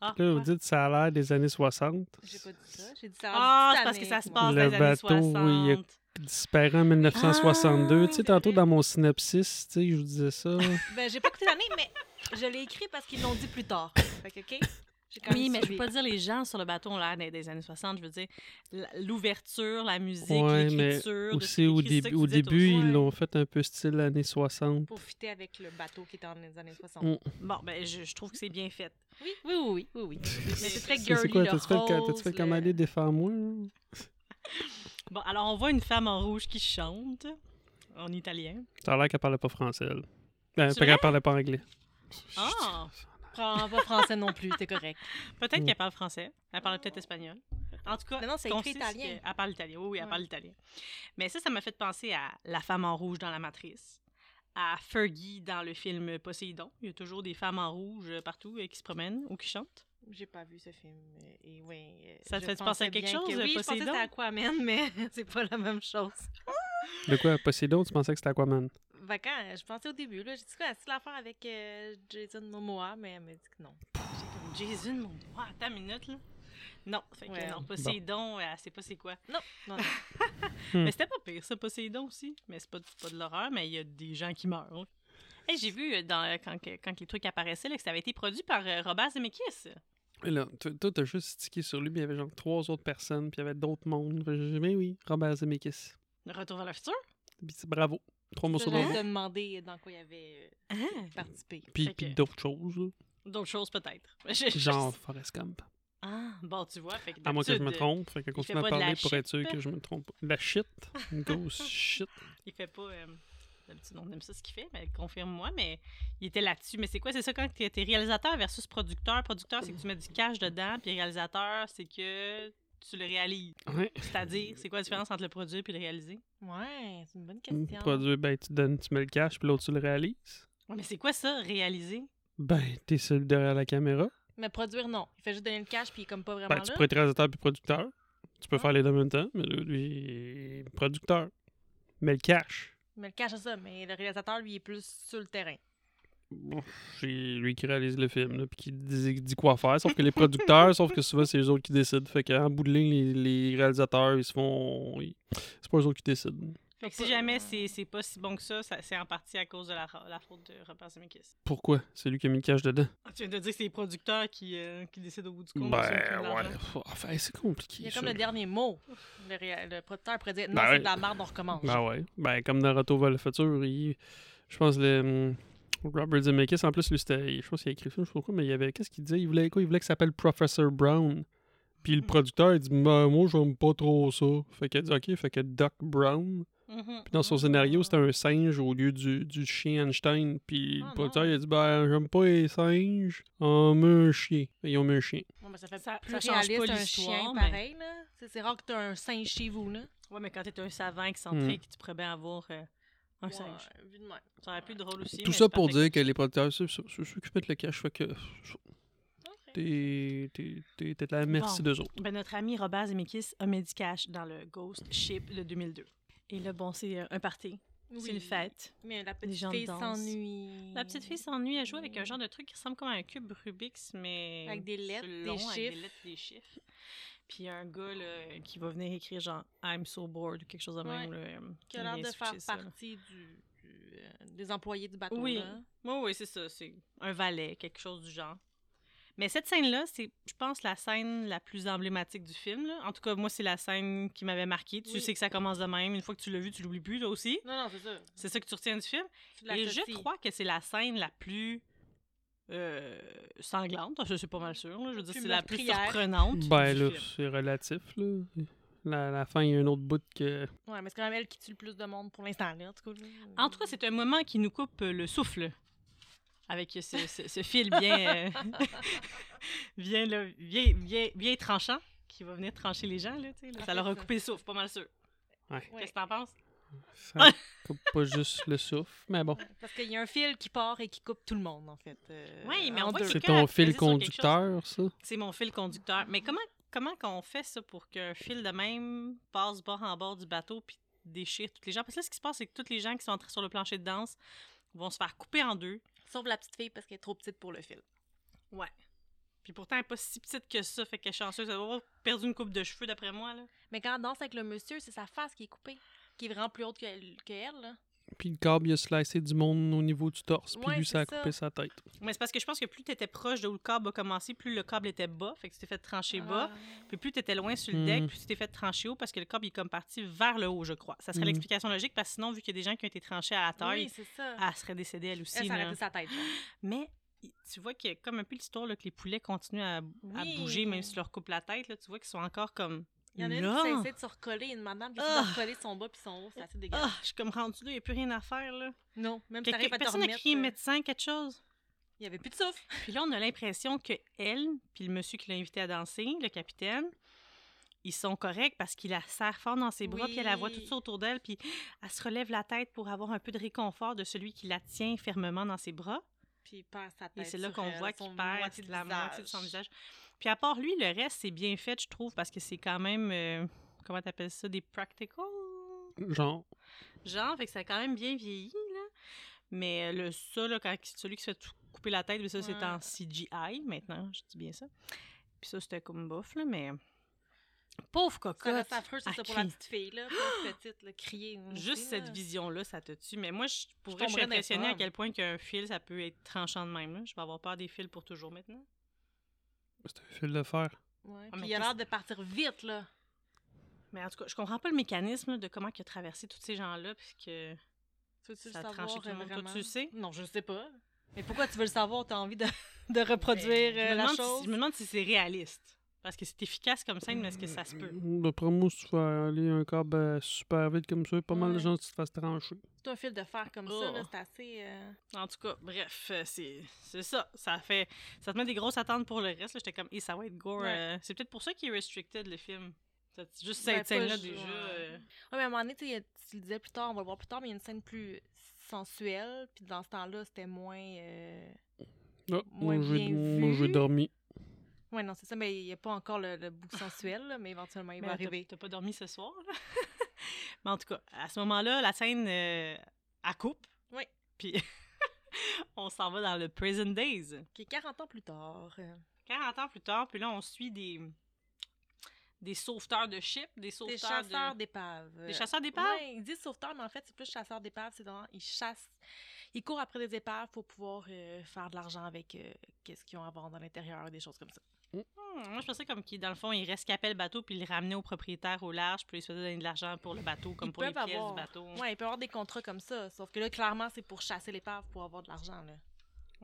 Speaker 1: Ah,
Speaker 2: là, vous
Speaker 1: quoi?
Speaker 2: dites, ça a l'air des années 60.
Speaker 3: J'ai pas dit ça, j'ai dit ça a l'air
Speaker 1: Ah,
Speaker 3: du
Speaker 1: c'est parce que ça
Speaker 3: Titanic,
Speaker 1: se
Speaker 3: moi.
Speaker 1: passe
Speaker 2: Le
Speaker 1: dans les années
Speaker 2: bateau,
Speaker 1: 60.
Speaker 2: oui, il y a- Disparu en
Speaker 1: Ah,
Speaker 2: 1962. tu
Speaker 1: c'est
Speaker 2: sais, tantôt,
Speaker 1: vrai.
Speaker 2: dans mon synopsis, tu sais, je vous disais ça.
Speaker 3: Ben, j'ai pas écouté l'année, mais je l'ai écrit parce qu'ils l'ont dit plus tard. Fait que, OK? J'ai quand
Speaker 1: Oui,
Speaker 3: même
Speaker 1: mais je
Speaker 3: suivi.
Speaker 1: peux pas dire les gens sur le bateau ont l'air des, des années 60. Je veux dire, la- l'ouverture, la musique,
Speaker 2: Ouais, mais
Speaker 1: l'écriture. de-
Speaker 2: Aussi, au,
Speaker 1: c'est ça que
Speaker 2: début,
Speaker 1: tu
Speaker 2: au
Speaker 1: disais
Speaker 2: début,
Speaker 1: tantôt.
Speaker 2: ils l'ont fait un peu style années 60.
Speaker 3: Pour fitter avec le bateau qui était dans les années 60.
Speaker 2: Mm.
Speaker 1: Bon, ben, je, je trouve que c'est bien fait.
Speaker 3: Oui, oui, oui, oui, oui. Mais c'est très
Speaker 2: C'est-
Speaker 3: girly,
Speaker 2: C'est quoi,
Speaker 3: le
Speaker 2: t'as-tu fait, le-
Speaker 3: rose,
Speaker 2: t'as-tu fait comme
Speaker 3: le-
Speaker 2: aller défends-moi? hein?
Speaker 1: Bon, alors on voit une femme en rouge qui chante en italien.
Speaker 2: Ça a l'air qu'elle parlait pas français, elle. Ben,
Speaker 1: C'est
Speaker 2: fait qu'elle parlait pas anglais.
Speaker 1: Ah!
Speaker 3: Prends pas français non plus, t'es correct.
Speaker 1: Peut-être
Speaker 2: Mm.
Speaker 1: qu'elle parle français. Elle parle peut-être espagnol. En tout cas,
Speaker 3: Mais non, c'est
Speaker 1: ce qu'on
Speaker 3: écrit
Speaker 1: sait, c'est
Speaker 3: italien.
Speaker 1: qu'elle parle italien. Oui, oui, elle
Speaker 3: Ouais.
Speaker 1: parle italien. Mais ça, ça m'a fait penser à la femme en rouge dans La Matrice, à Fergie dans le film Poséidon. Il y a toujours des femmes en rouge partout euh, qui se promènent ou qui chantent.
Speaker 3: J'ai pas vu ce film. euh, Et oui. euh,
Speaker 1: Ça te
Speaker 3: je
Speaker 1: fait-tu penser à
Speaker 3: pensais
Speaker 1: quelque
Speaker 3: bien
Speaker 1: chose,
Speaker 3: que-
Speaker 1: euh,
Speaker 3: Oui, je pensais que
Speaker 1: Poséidon?
Speaker 3: c'était Aquaman, mais c'est pas la même chose.
Speaker 2: De quoi Poséidon, tu pensais que c'était Aquaman
Speaker 3: Ben, quand je pensais au début, là, j'ai dit quoi, c'est l'affaire avec euh, Jason Momoa, mais elle m'a dit que non.
Speaker 1: C'est comme Jason, mon doigt. Attends une minute, là. Non, fait que
Speaker 3: Ouais.
Speaker 1: non, Poséidon, elle sait pas euh, c'est quoi.
Speaker 3: Non, non, non.
Speaker 2: Hmm.
Speaker 1: Mais c'était pas pire, ça, Poséidon aussi. Mais c'est pas, c'est pas de l'horreur, mais il y a des gens qui meurent. là. Hey, j'ai vu euh, dans, euh, quand, que- quand les trucs apparaissaient là, que ça avait été produit par euh, Robert Zemeckis.
Speaker 2: Et Là, toi, toi, t'as juste stické sur lui, mais il y avait genre trois autres personnes, puis il y avait d'autres mondes. Fait que j'ai dit, Mais oui, Robert Zemeckis.
Speaker 1: Le Retour vers le futur.
Speaker 2: Puis c'est bravo. Trois mots
Speaker 3: Ça,
Speaker 2: sur
Speaker 3: j'allais
Speaker 2: deux.
Speaker 3: te demander dans quoi il avait
Speaker 1: Ah.
Speaker 3: euh, participé.
Speaker 2: Puis,
Speaker 1: Fait que-
Speaker 2: puis d'autres choses, là.
Speaker 1: D'autres choses, peut-être. Je- je-
Speaker 2: genre Forrest Gump.
Speaker 1: Ah, bon, tu vois. Fait que
Speaker 2: À moins que je me
Speaker 1: d'habitude, euh,
Speaker 2: trompe, fait que continue à
Speaker 1: pas de la
Speaker 2: parler pour être sûr
Speaker 1: shit.
Speaker 2: que je me trompe pas. La shit, une grosse shit.
Speaker 1: euh, Il fait pas. euh, D'habitude, on aime ça ce qu'il fait, mais confirme-moi, mais il était là-dessus. Mais c'est quoi? C'est ça quand t'es t'es réalisateur versus producteur. Producteur, c'est que tu mets du cash dedans, puis réalisateur, c'est que tu le réalises.
Speaker 2: Ouais.
Speaker 1: C'est-à-dire, c'est quoi la différence entre le produire puis le réaliser?
Speaker 3: Ouais, c'est une bonne
Speaker 2: Mm,
Speaker 3: question.
Speaker 2: Produit, ben tu donnes, tu mets le cash, puis l'autre tu le réalises.
Speaker 1: Ouais, Mais c'est quoi ça, réaliser?
Speaker 2: Ben, t'es celui derrière la caméra.
Speaker 3: Mais produire, non. Il fait juste donner le cash, puis il est comme pas vraiment
Speaker 2: Ben, tu
Speaker 3: là.
Speaker 2: pourrais être réalisateur puis producteur. Tu
Speaker 1: Ah.
Speaker 2: peux
Speaker 3: Ouais.
Speaker 2: faire les deux en même temps, mais là, lui, il est producteur. Mais le cash,
Speaker 3: Mais le cash, c'est ça. Mais le réalisateur, lui, il est plus sur le terrain.
Speaker 2: ouf, c'est lui qui réalise le film, là, puis qui dit, dit quoi faire. Sauf que les producteurs, sauf que souvent, c'est les autres qui décident. Fait qu'en bout de ligne, les, les réalisateurs, ils se font. ils- C'est pas eux autres qui décident.
Speaker 1: Fait que
Speaker 3: Faut
Speaker 1: si
Speaker 3: pas-
Speaker 1: jamais c'est c'est pas si bon que ça, ça- c'est en partie à cause de la, ra- la faute de Robert Zemeckis.
Speaker 2: Pourquoi? C'est lui qui a mis le cash dedans.
Speaker 1: Ah, tu viens de dire que c'est les producteurs qui, euh, qui décident au bout du compte.
Speaker 2: Ben,
Speaker 1: ceux qui ont de
Speaker 2: ouais.
Speaker 1: l'argent.
Speaker 2: pff, Enfin, c'est compliqué.
Speaker 3: Il y a
Speaker 2: ça.
Speaker 3: comme le dernier mot. Le, ré- le producteur pourrait dire Non,
Speaker 2: Ben
Speaker 3: c'est
Speaker 2: ouais.
Speaker 3: de la merde, on recommence.
Speaker 2: Ben ouais. Ben, comme dans Retour vers le futur, il- je pense le hum, Robert Zemeckis, en plus, lui, c'était, je pense qu'il a écrit le film, je sais pas pourquoi, mais il y avait, qu'est-ce qu'il disait? Il voulait quoi? Il voulait que ça s'appelle Professor Brown. Puis le
Speaker 3: Hmm.
Speaker 2: producteur, il dit, ben, moi, j'aime pas trop ça. Fait qu'il a dit, OK, fait que Doc Brown.
Speaker 1: Mhm.
Speaker 2: Puis dans son scénario,
Speaker 3: Ah.
Speaker 2: c'était un singe au lieu du, du chien Einstein. Puis
Speaker 1: Ah,
Speaker 2: le producteur, il a dit, ben, j'aime pas les singes, on met un chien. Ils ont mis un chien.
Speaker 3: Ouais, mais ben, ça fait
Speaker 1: Ça-
Speaker 3: plus
Speaker 1: ça change
Speaker 3: réaliste
Speaker 1: pas
Speaker 3: un
Speaker 1: l'histoire,
Speaker 3: chien
Speaker 1: mais-
Speaker 3: pareil, là. C'est c'est rare que t'as un singe chez vous, là.
Speaker 1: Ouais, mais quand t'es un savant
Speaker 2: Hmm.
Speaker 1: excentrique, tu pourrais bien avoir euh, un singe.
Speaker 3: Ouais, vu de même.
Speaker 1: Ça aurait plus drôle aussi.
Speaker 2: Tout
Speaker 1: mais
Speaker 2: ça
Speaker 1: c'est
Speaker 2: pour
Speaker 1: parfait.
Speaker 2: dire que les producteurs, c'est c'est- c'est ceux qui mettent le cash. Fait que t'es t'es- t'es- t'es à la merci
Speaker 1: Bon.
Speaker 2: d'eux autres.
Speaker 1: Ben, notre ami Robert Zemeckis a mis du cash dans le Ghost Ship de 2002. Et là, bon, c'est euh, un party, c'est
Speaker 3: Oui.
Speaker 1: une fête.
Speaker 3: Mais la
Speaker 1: Les
Speaker 3: petite
Speaker 1: gens
Speaker 3: fille
Speaker 1: dansent.
Speaker 3: s'ennuie.
Speaker 1: La petite fille s'ennuie, elle joue avec un genre de truc qui ressemble comme à un cube Rubik's, mais.
Speaker 3: Avec des lettres,
Speaker 1: plus
Speaker 3: des
Speaker 1: long, avec
Speaker 3: chiffres.
Speaker 1: des lettres, des chiffres. Puis il y a un gars là, qui va venir écrire genre I'm so bored ou quelque chose de même. là, euh,
Speaker 3: qui a l'air
Speaker 1: vient
Speaker 3: de
Speaker 1: switcher
Speaker 3: faire
Speaker 1: ça, là.
Speaker 3: partie du, du, euh, des employés du bateau.
Speaker 1: Oui.
Speaker 3: là.
Speaker 1: Oui, oui, c'est ça. C'est un valet, quelque chose du genre. Mais cette scène-là, c'est, je pense, la scène la plus emblématique du film. là. En tout cas, moi, c'est la scène qui m'avait marqué. Tu
Speaker 3: Oui.
Speaker 1: sais que ça commence de même. Une fois que tu l'as vu, tu l'oublies plus, là aussi.
Speaker 3: Non, non, c'est ça.
Speaker 1: C'est ça que tu retiens du film.
Speaker 3: Tu
Speaker 1: Et
Speaker 3: l'associes.
Speaker 1: je crois que c'est la scène la plus euh, sanglante. Je suis pas mal sûre. là. Je veux dire,
Speaker 3: Plus
Speaker 1: c'est la plus
Speaker 3: meurtrière.
Speaker 1: surprenante.
Speaker 2: Ben
Speaker 1: du
Speaker 2: là,
Speaker 1: film.
Speaker 2: c'est relatif. Là. La, la fin, il y a un autre bout que.
Speaker 3: Ouais, mais c'est quand même elle qui tue le plus de monde pour l'instant, là. En tout cas, là.
Speaker 1: En tout cas, c'est un moment qui nous coupe euh, le souffle avec ce, ce- ce fil bien, euh, bien, là, bien, bien, bien tranchant qui va venir trancher les gens. Là, tu sais, là. Ça leur a coupé le souffle, pas mal sûr.
Speaker 2: Ouais.
Speaker 3: Ouais.
Speaker 1: Qu'est-ce que t'en penses?
Speaker 2: Ça coupe pas juste le souffle. Mais bon,
Speaker 3: Parce qu'il y a un fil qui part et qui coupe tout le monde, en fait. euh,
Speaker 1: Ouais, mais on
Speaker 3: en
Speaker 1: voit
Speaker 3: deux.
Speaker 1: que
Speaker 2: c'est
Speaker 1: quand elle
Speaker 2: ton
Speaker 1: pesait sur
Speaker 2: fil
Speaker 1: quelque
Speaker 2: conducteur, ça.
Speaker 1: C'est mon fil conducteur. Mais comment, comment qu'on fait ça pour qu'un fil de même passe bord en bord du bateau puis déchire toutes les gens? Parce que là, ce qui se passe, c'est que toutes les gens qui sont entrés sur le plancher de danse vont se faire couper en deux.
Speaker 3: Sauf la petite fille parce qu'elle est trop petite pour le fil.
Speaker 1: Puis pourtant, elle n'est pas si petite que ça, fait qu'elle est chanceuse. Elle va avoir perdu une coupe de cheveux, d'après moi. Là.
Speaker 3: Mais quand elle danse avec le monsieur, c'est sa face qui est coupée, qui est vraiment plus haute que, que elle, là.
Speaker 2: Puis le câble, il a slicé du monde au niveau du torse. Puis
Speaker 3: Ouais,
Speaker 2: lui, ça a
Speaker 3: c'est ça.
Speaker 2: coupé sa tête.
Speaker 1: Mais c'est parce que je pense que plus tu étais proche de où le câble a commencé, plus le câble était bas. Fait que tu t'es fait trancher
Speaker 3: Ah.
Speaker 1: bas. Puis plus tu étais loin sur le
Speaker 2: Hmm.
Speaker 1: deck, plus tu t'es fait trancher haut parce que le câble il est comme parti vers le haut, je crois. Ça serait
Speaker 2: Hmm.
Speaker 1: l'explication logique parce que sinon, vu qu'il y a des gens qui ont été tranchés à la
Speaker 3: Ah,
Speaker 1: taille,
Speaker 3: Oui, c'est ça.
Speaker 1: elle serait décédée elle aussi.
Speaker 3: elle
Speaker 1: là.
Speaker 3: s'arrête sa tête. genre.
Speaker 1: Mais i- tu vois qu'il y a comme un peu l'histoire là, que les poulets continuent à, à
Speaker 3: Oui.
Speaker 1: bouger même si tu leur coupes la tête. Là, tu vois qu'ils sont encore comme.
Speaker 3: Il y en
Speaker 1: là.
Speaker 3: a une qui essaie de se recoller, une madame qui essaie
Speaker 1: Ah.
Speaker 3: de recoller son bas puis son haut, c'est assez dégueulasse.
Speaker 1: Ah, je suis comme rendue là, il n'y a plus rien à faire. Là.
Speaker 3: Non, même si
Speaker 1: Quelqu'un-
Speaker 3: t'arrives à te
Speaker 1: personne n'a
Speaker 3: remettre,
Speaker 1: crié
Speaker 3: euh,
Speaker 1: médecin, quelque chose.
Speaker 3: il y avait plus de souffle.
Speaker 1: Puis là, on a l'impression que elle, puis le monsieur qui l'a invité à danser, le capitaine, ils sont corrects parce qu'il la serre fort dans ses bras, puis elle la voit
Speaker 3: Oui.
Speaker 1: tout ça autour d'elle, puis elle se relève la tête pour avoir un peu de réconfort de celui qui la tient fermement dans ses bras.
Speaker 3: Puis il perd sa
Speaker 1: Et
Speaker 3: tête.
Speaker 1: c'est là
Speaker 3: sur
Speaker 1: qu'on
Speaker 3: elle,
Speaker 1: voit qu'il
Speaker 3: son
Speaker 1: perd
Speaker 3: moitié de
Speaker 1: la moitié de son visage. Puis à part lui, le reste, c'est bien fait, je trouve, parce que c'est quand même, euh, comment t'appelles ça, des practicals?
Speaker 2: Genre,
Speaker 1: Genre, fait que ça a quand même bien vieilli, là. Mais euh, le ça, là, quand celui qui se fait tout couper la tête, mais ça, c'est
Speaker 3: Ouais.
Speaker 1: en CGI maintenant, je dis bien ça. Puis ça, c'était comme bof, là, mais... Pauvre
Speaker 3: Ça
Speaker 1: cocotte!
Speaker 3: reste affreux, c'est
Speaker 1: elle
Speaker 3: ça, pour la
Speaker 1: crie.
Speaker 3: petite fille, là, pour la petite, là, crier. nous
Speaker 1: Ah, Juste
Speaker 3: aussi,
Speaker 1: cette
Speaker 3: là.
Speaker 1: vision-là, ça te tue. Mais moi, je pourrais, je suis
Speaker 3: tomberais dans les
Speaker 1: impressionnée à
Speaker 3: pommes.
Speaker 1: quel point qu'un fil, ça peut être tranchant de même. Là. Je vais avoir peur des fils pour toujours maintenant.
Speaker 2: c'est un fil de fer.
Speaker 3: Ouais.
Speaker 1: Ah, mais
Speaker 3: Puis il a
Speaker 1: qu'est-ce-
Speaker 3: l'air de partir vite, là.
Speaker 1: Mais en tout cas, je comprends pas le mécanisme là, de comment il a traversé tous ces gens-là, puis que
Speaker 3: Tu veux-tu
Speaker 1: ça a
Speaker 3: le savoir,
Speaker 1: tranché tout le
Speaker 3: euh,
Speaker 1: monde. Toi,
Speaker 3: vraiment?
Speaker 1: tu le sais?
Speaker 3: Non, je sais pas. Mais pourquoi tu veux le savoir? T'as envie de, de reproduire
Speaker 1: Je
Speaker 3: euh,
Speaker 1: me
Speaker 3: la
Speaker 1: demande
Speaker 3: chose?
Speaker 1: si- je me demande si c'est réaliste. Parce que c'est efficace comme scène, mais est-ce que ça se peut?
Speaker 2: D'après moi, si tu fais aller un câble euh, super vite comme ça, pas mal de
Speaker 3: Ouais.
Speaker 2: gens qui se fassent trancher.
Speaker 3: C'est un fil de fer comme
Speaker 1: Oh.
Speaker 3: ça, là, c'est assez... euh,
Speaker 1: En tout cas, bref, euh, c'est c'est ça. Ça fait ça te met des grosses attentes pour le reste. là. J'étais comme, et ça va être gore.
Speaker 3: Ouais.
Speaker 1: euh. C'est peut-être pour ça qu'il est restricted, le film. Ça- Juste cette
Speaker 3: Ben, pas
Speaker 1: scène-là,
Speaker 3: ju-
Speaker 1: déjà.
Speaker 3: ouais.
Speaker 1: euh,
Speaker 3: Ouais, mais à un moment donné, tu sais, il y a- tu le disais plus tard, on va le voir plus tard, mais il y a une scène plus sensuelle, puis dans ce temps-là, c'était moins... euh,
Speaker 2: Ah, moi,
Speaker 3: Moins
Speaker 2: j'ai
Speaker 3: bien
Speaker 2: moi, j'ai
Speaker 3: vu.
Speaker 2: dormi.
Speaker 3: Ouais, non, c'est ça, mais il n'y a pas encore le, le bout sensuel, là, mais éventuellement, il
Speaker 1: Mais
Speaker 3: va
Speaker 1: ben, t'as-
Speaker 3: arriver.
Speaker 1: T'as pas dormi ce soir, là? Mais en tout cas, à ce moment-là, la scène euh, à coupe.
Speaker 3: Oui.
Speaker 1: Puis on s'en va dans le Prison Days.
Speaker 3: Qui est 40 ans plus tard. euh,
Speaker 1: 40 ans plus tard, puis là, on suit des, des sauveteurs de ship, des
Speaker 3: Des
Speaker 1: sauveteurs de-
Speaker 3: chasseurs d'épaves.
Speaker 1: Des chasseurs d'épaves?
Speaker 3: Ouais, ils disent sauveteurs, mais en fait, c'est plus chasseurs d'épaves. C'est dans... Ils chassent... Ils courent après des épaves pour pouvoir euh, faire de l'argent avec euh, qu'est-ce qu'ils ont à vendre à l'intérieur, des choses comme ça.
Speaker 1: Hmm, moi, je pensais comme qu'ils, dans le fond, ils rescapaient le bateau, puis ils le ramenaient au propriétaire au large, puis ils se faisaient donner de l'argent pour le bateau, comme
Speaker 3: Ils
Speaker 1: pour les
Speaker 3: peuvent
Speaker 1: pièces
Speaker 3: avoir-
Speaker 1: du bateau.
Speaker 3: Ouais, il peut y avoir des contrats comme ça. Sauf que là, clairement, c'est pour chasser l'épave pour avoir de l'argent, là.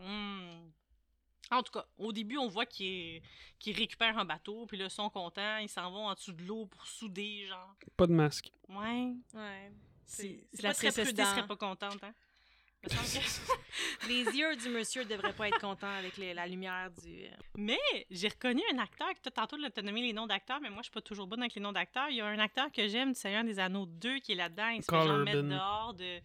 Speaker 1: Hmm. En tout cas, au début, on voit qu'ils qu'ils récupèrent un bateau, puis là, ils sont contents, ils s'en vont en dessous de l'eau pour souder, genre.
Speaker 2: Pas de masque.
Speaker 1: Ouais.
Speaker 3: Ouais.
Speaker 1: Si,
Speaker 3: C'est-
Speaker 1: si
Speaker 3: c'est
Speaker 1: la
Speaker 3: pas très
Speaker 1: CSST serait
Speaker 3: prudent.
Speaker 1: pas contente, hein? Me semble que-
Speaker 3: Les yeux du monsieur devraient pas être contents avec les- la lumière du... euh,
Speaker 1: mais j'ai reconnu un acteur, que toi, tantôt là, t'as nommé les noms d'acteurs, mais moi je suis pas toujours bonne avec les noms d'acteurs. Il y a un acteur que j'aime du Seigneur des Anneaux 2 qui est là-dedans, il se fait
Speaker 2: Carl
Speaker 1: genre
Speaker 2: Urban.
Speaker 1: mettre dehors de,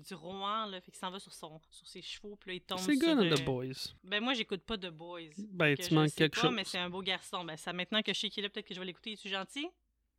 Speaker 1: du Rouen, là, fait qu'il s'en va sur, son, sur ses chevaux, puis là il tombe
Speaker 2: C'est
Speaker 1: sur...
Speaker 2: good dans
Speaker 1: euh,
Speaker 2: The Boys.
Speaker 1: Ben moi j'écoute pas de Boys.
Speaker 2: Ben,
Speaker 1: que
Speaker 2: tu
Speaker 1: je
Speaker 2: manques
Speaker 1: sais
Speaker 2: quelque
Speaker 1: pas,
Speaker 2: chose.
Speaker 1: mais c'est un beau garçon. Ben ça, maintenant que je sais qu'il est là, peut-être que je vais l'écouter. Es-tu gentil?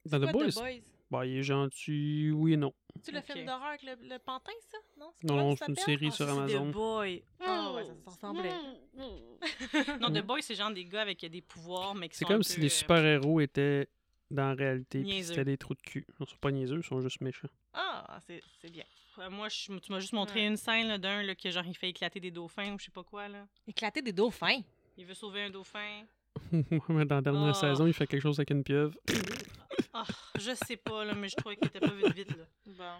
Speaker 2: Dans The
Speaker 3: Quoi,
Speaker 2: Boys? Ben, il est gentil, oui et non.
Speaker 3: Tu le
Speaker 1: Ok.
Speaker 3: film d'horreur avec le, le pantin, ça? Non,
Speaker 2: Non,
Speaker 3: pas
Speaker 2: non,
Speaker 3: ça
Speaker 2: c'est une
Speaker 3: s'appelle?
Speaker 2: série
Speaker 3: Ah,
Speaker 2: sur
Speaker 3: c'est-
Speaker 2: Amazon.
Speaker 1: The Boy.
Speaker 3: Ah ouais, ça se ressemblait.
Speaker 1: Hmm. Non,
Speaker 2: Ouais.
Speaker 1: The Boys, c'est genre des gars avec des pouvoirs, mais qui
Speaker 2: C'est
Speaker 1: sont
Speaker 2: comme
Speaker 1: un
Speaker 2: si
Speaker 1: peu,
Speaker 2: les
Speaker 1: euh,
Speaker 2: super-héros étaient dans la réalité, puis
Speaker 1: Niaiseux.
Speaker 2: c'était des trous de cul. Ils sont pas niaiseux, ils sont juste méchants.
Speaker 3: Ah, c'est c'est bien.
Speaker 1: Ouais, Moi, je- tu m'as juste montré
Speaker 3: Ouais.
Speaker 1: une scène là, d'un là, que genre il fait éclater des dauphins ou je sais pas quoi là.
Speaker 3: Éclater des dauphins.
Speaker 1: Il veut sauver un dauphin.
Speaker 2: Ouais, mais dans la dernière
Speaker 1: Ah.
Speaker 2: saison, il fait quelque chose avec une pieuvre.
Speaker 1: Ah, je sais pas là, mais je trouvais qu'il était pas vite vite là.
Speaker 3: Bon.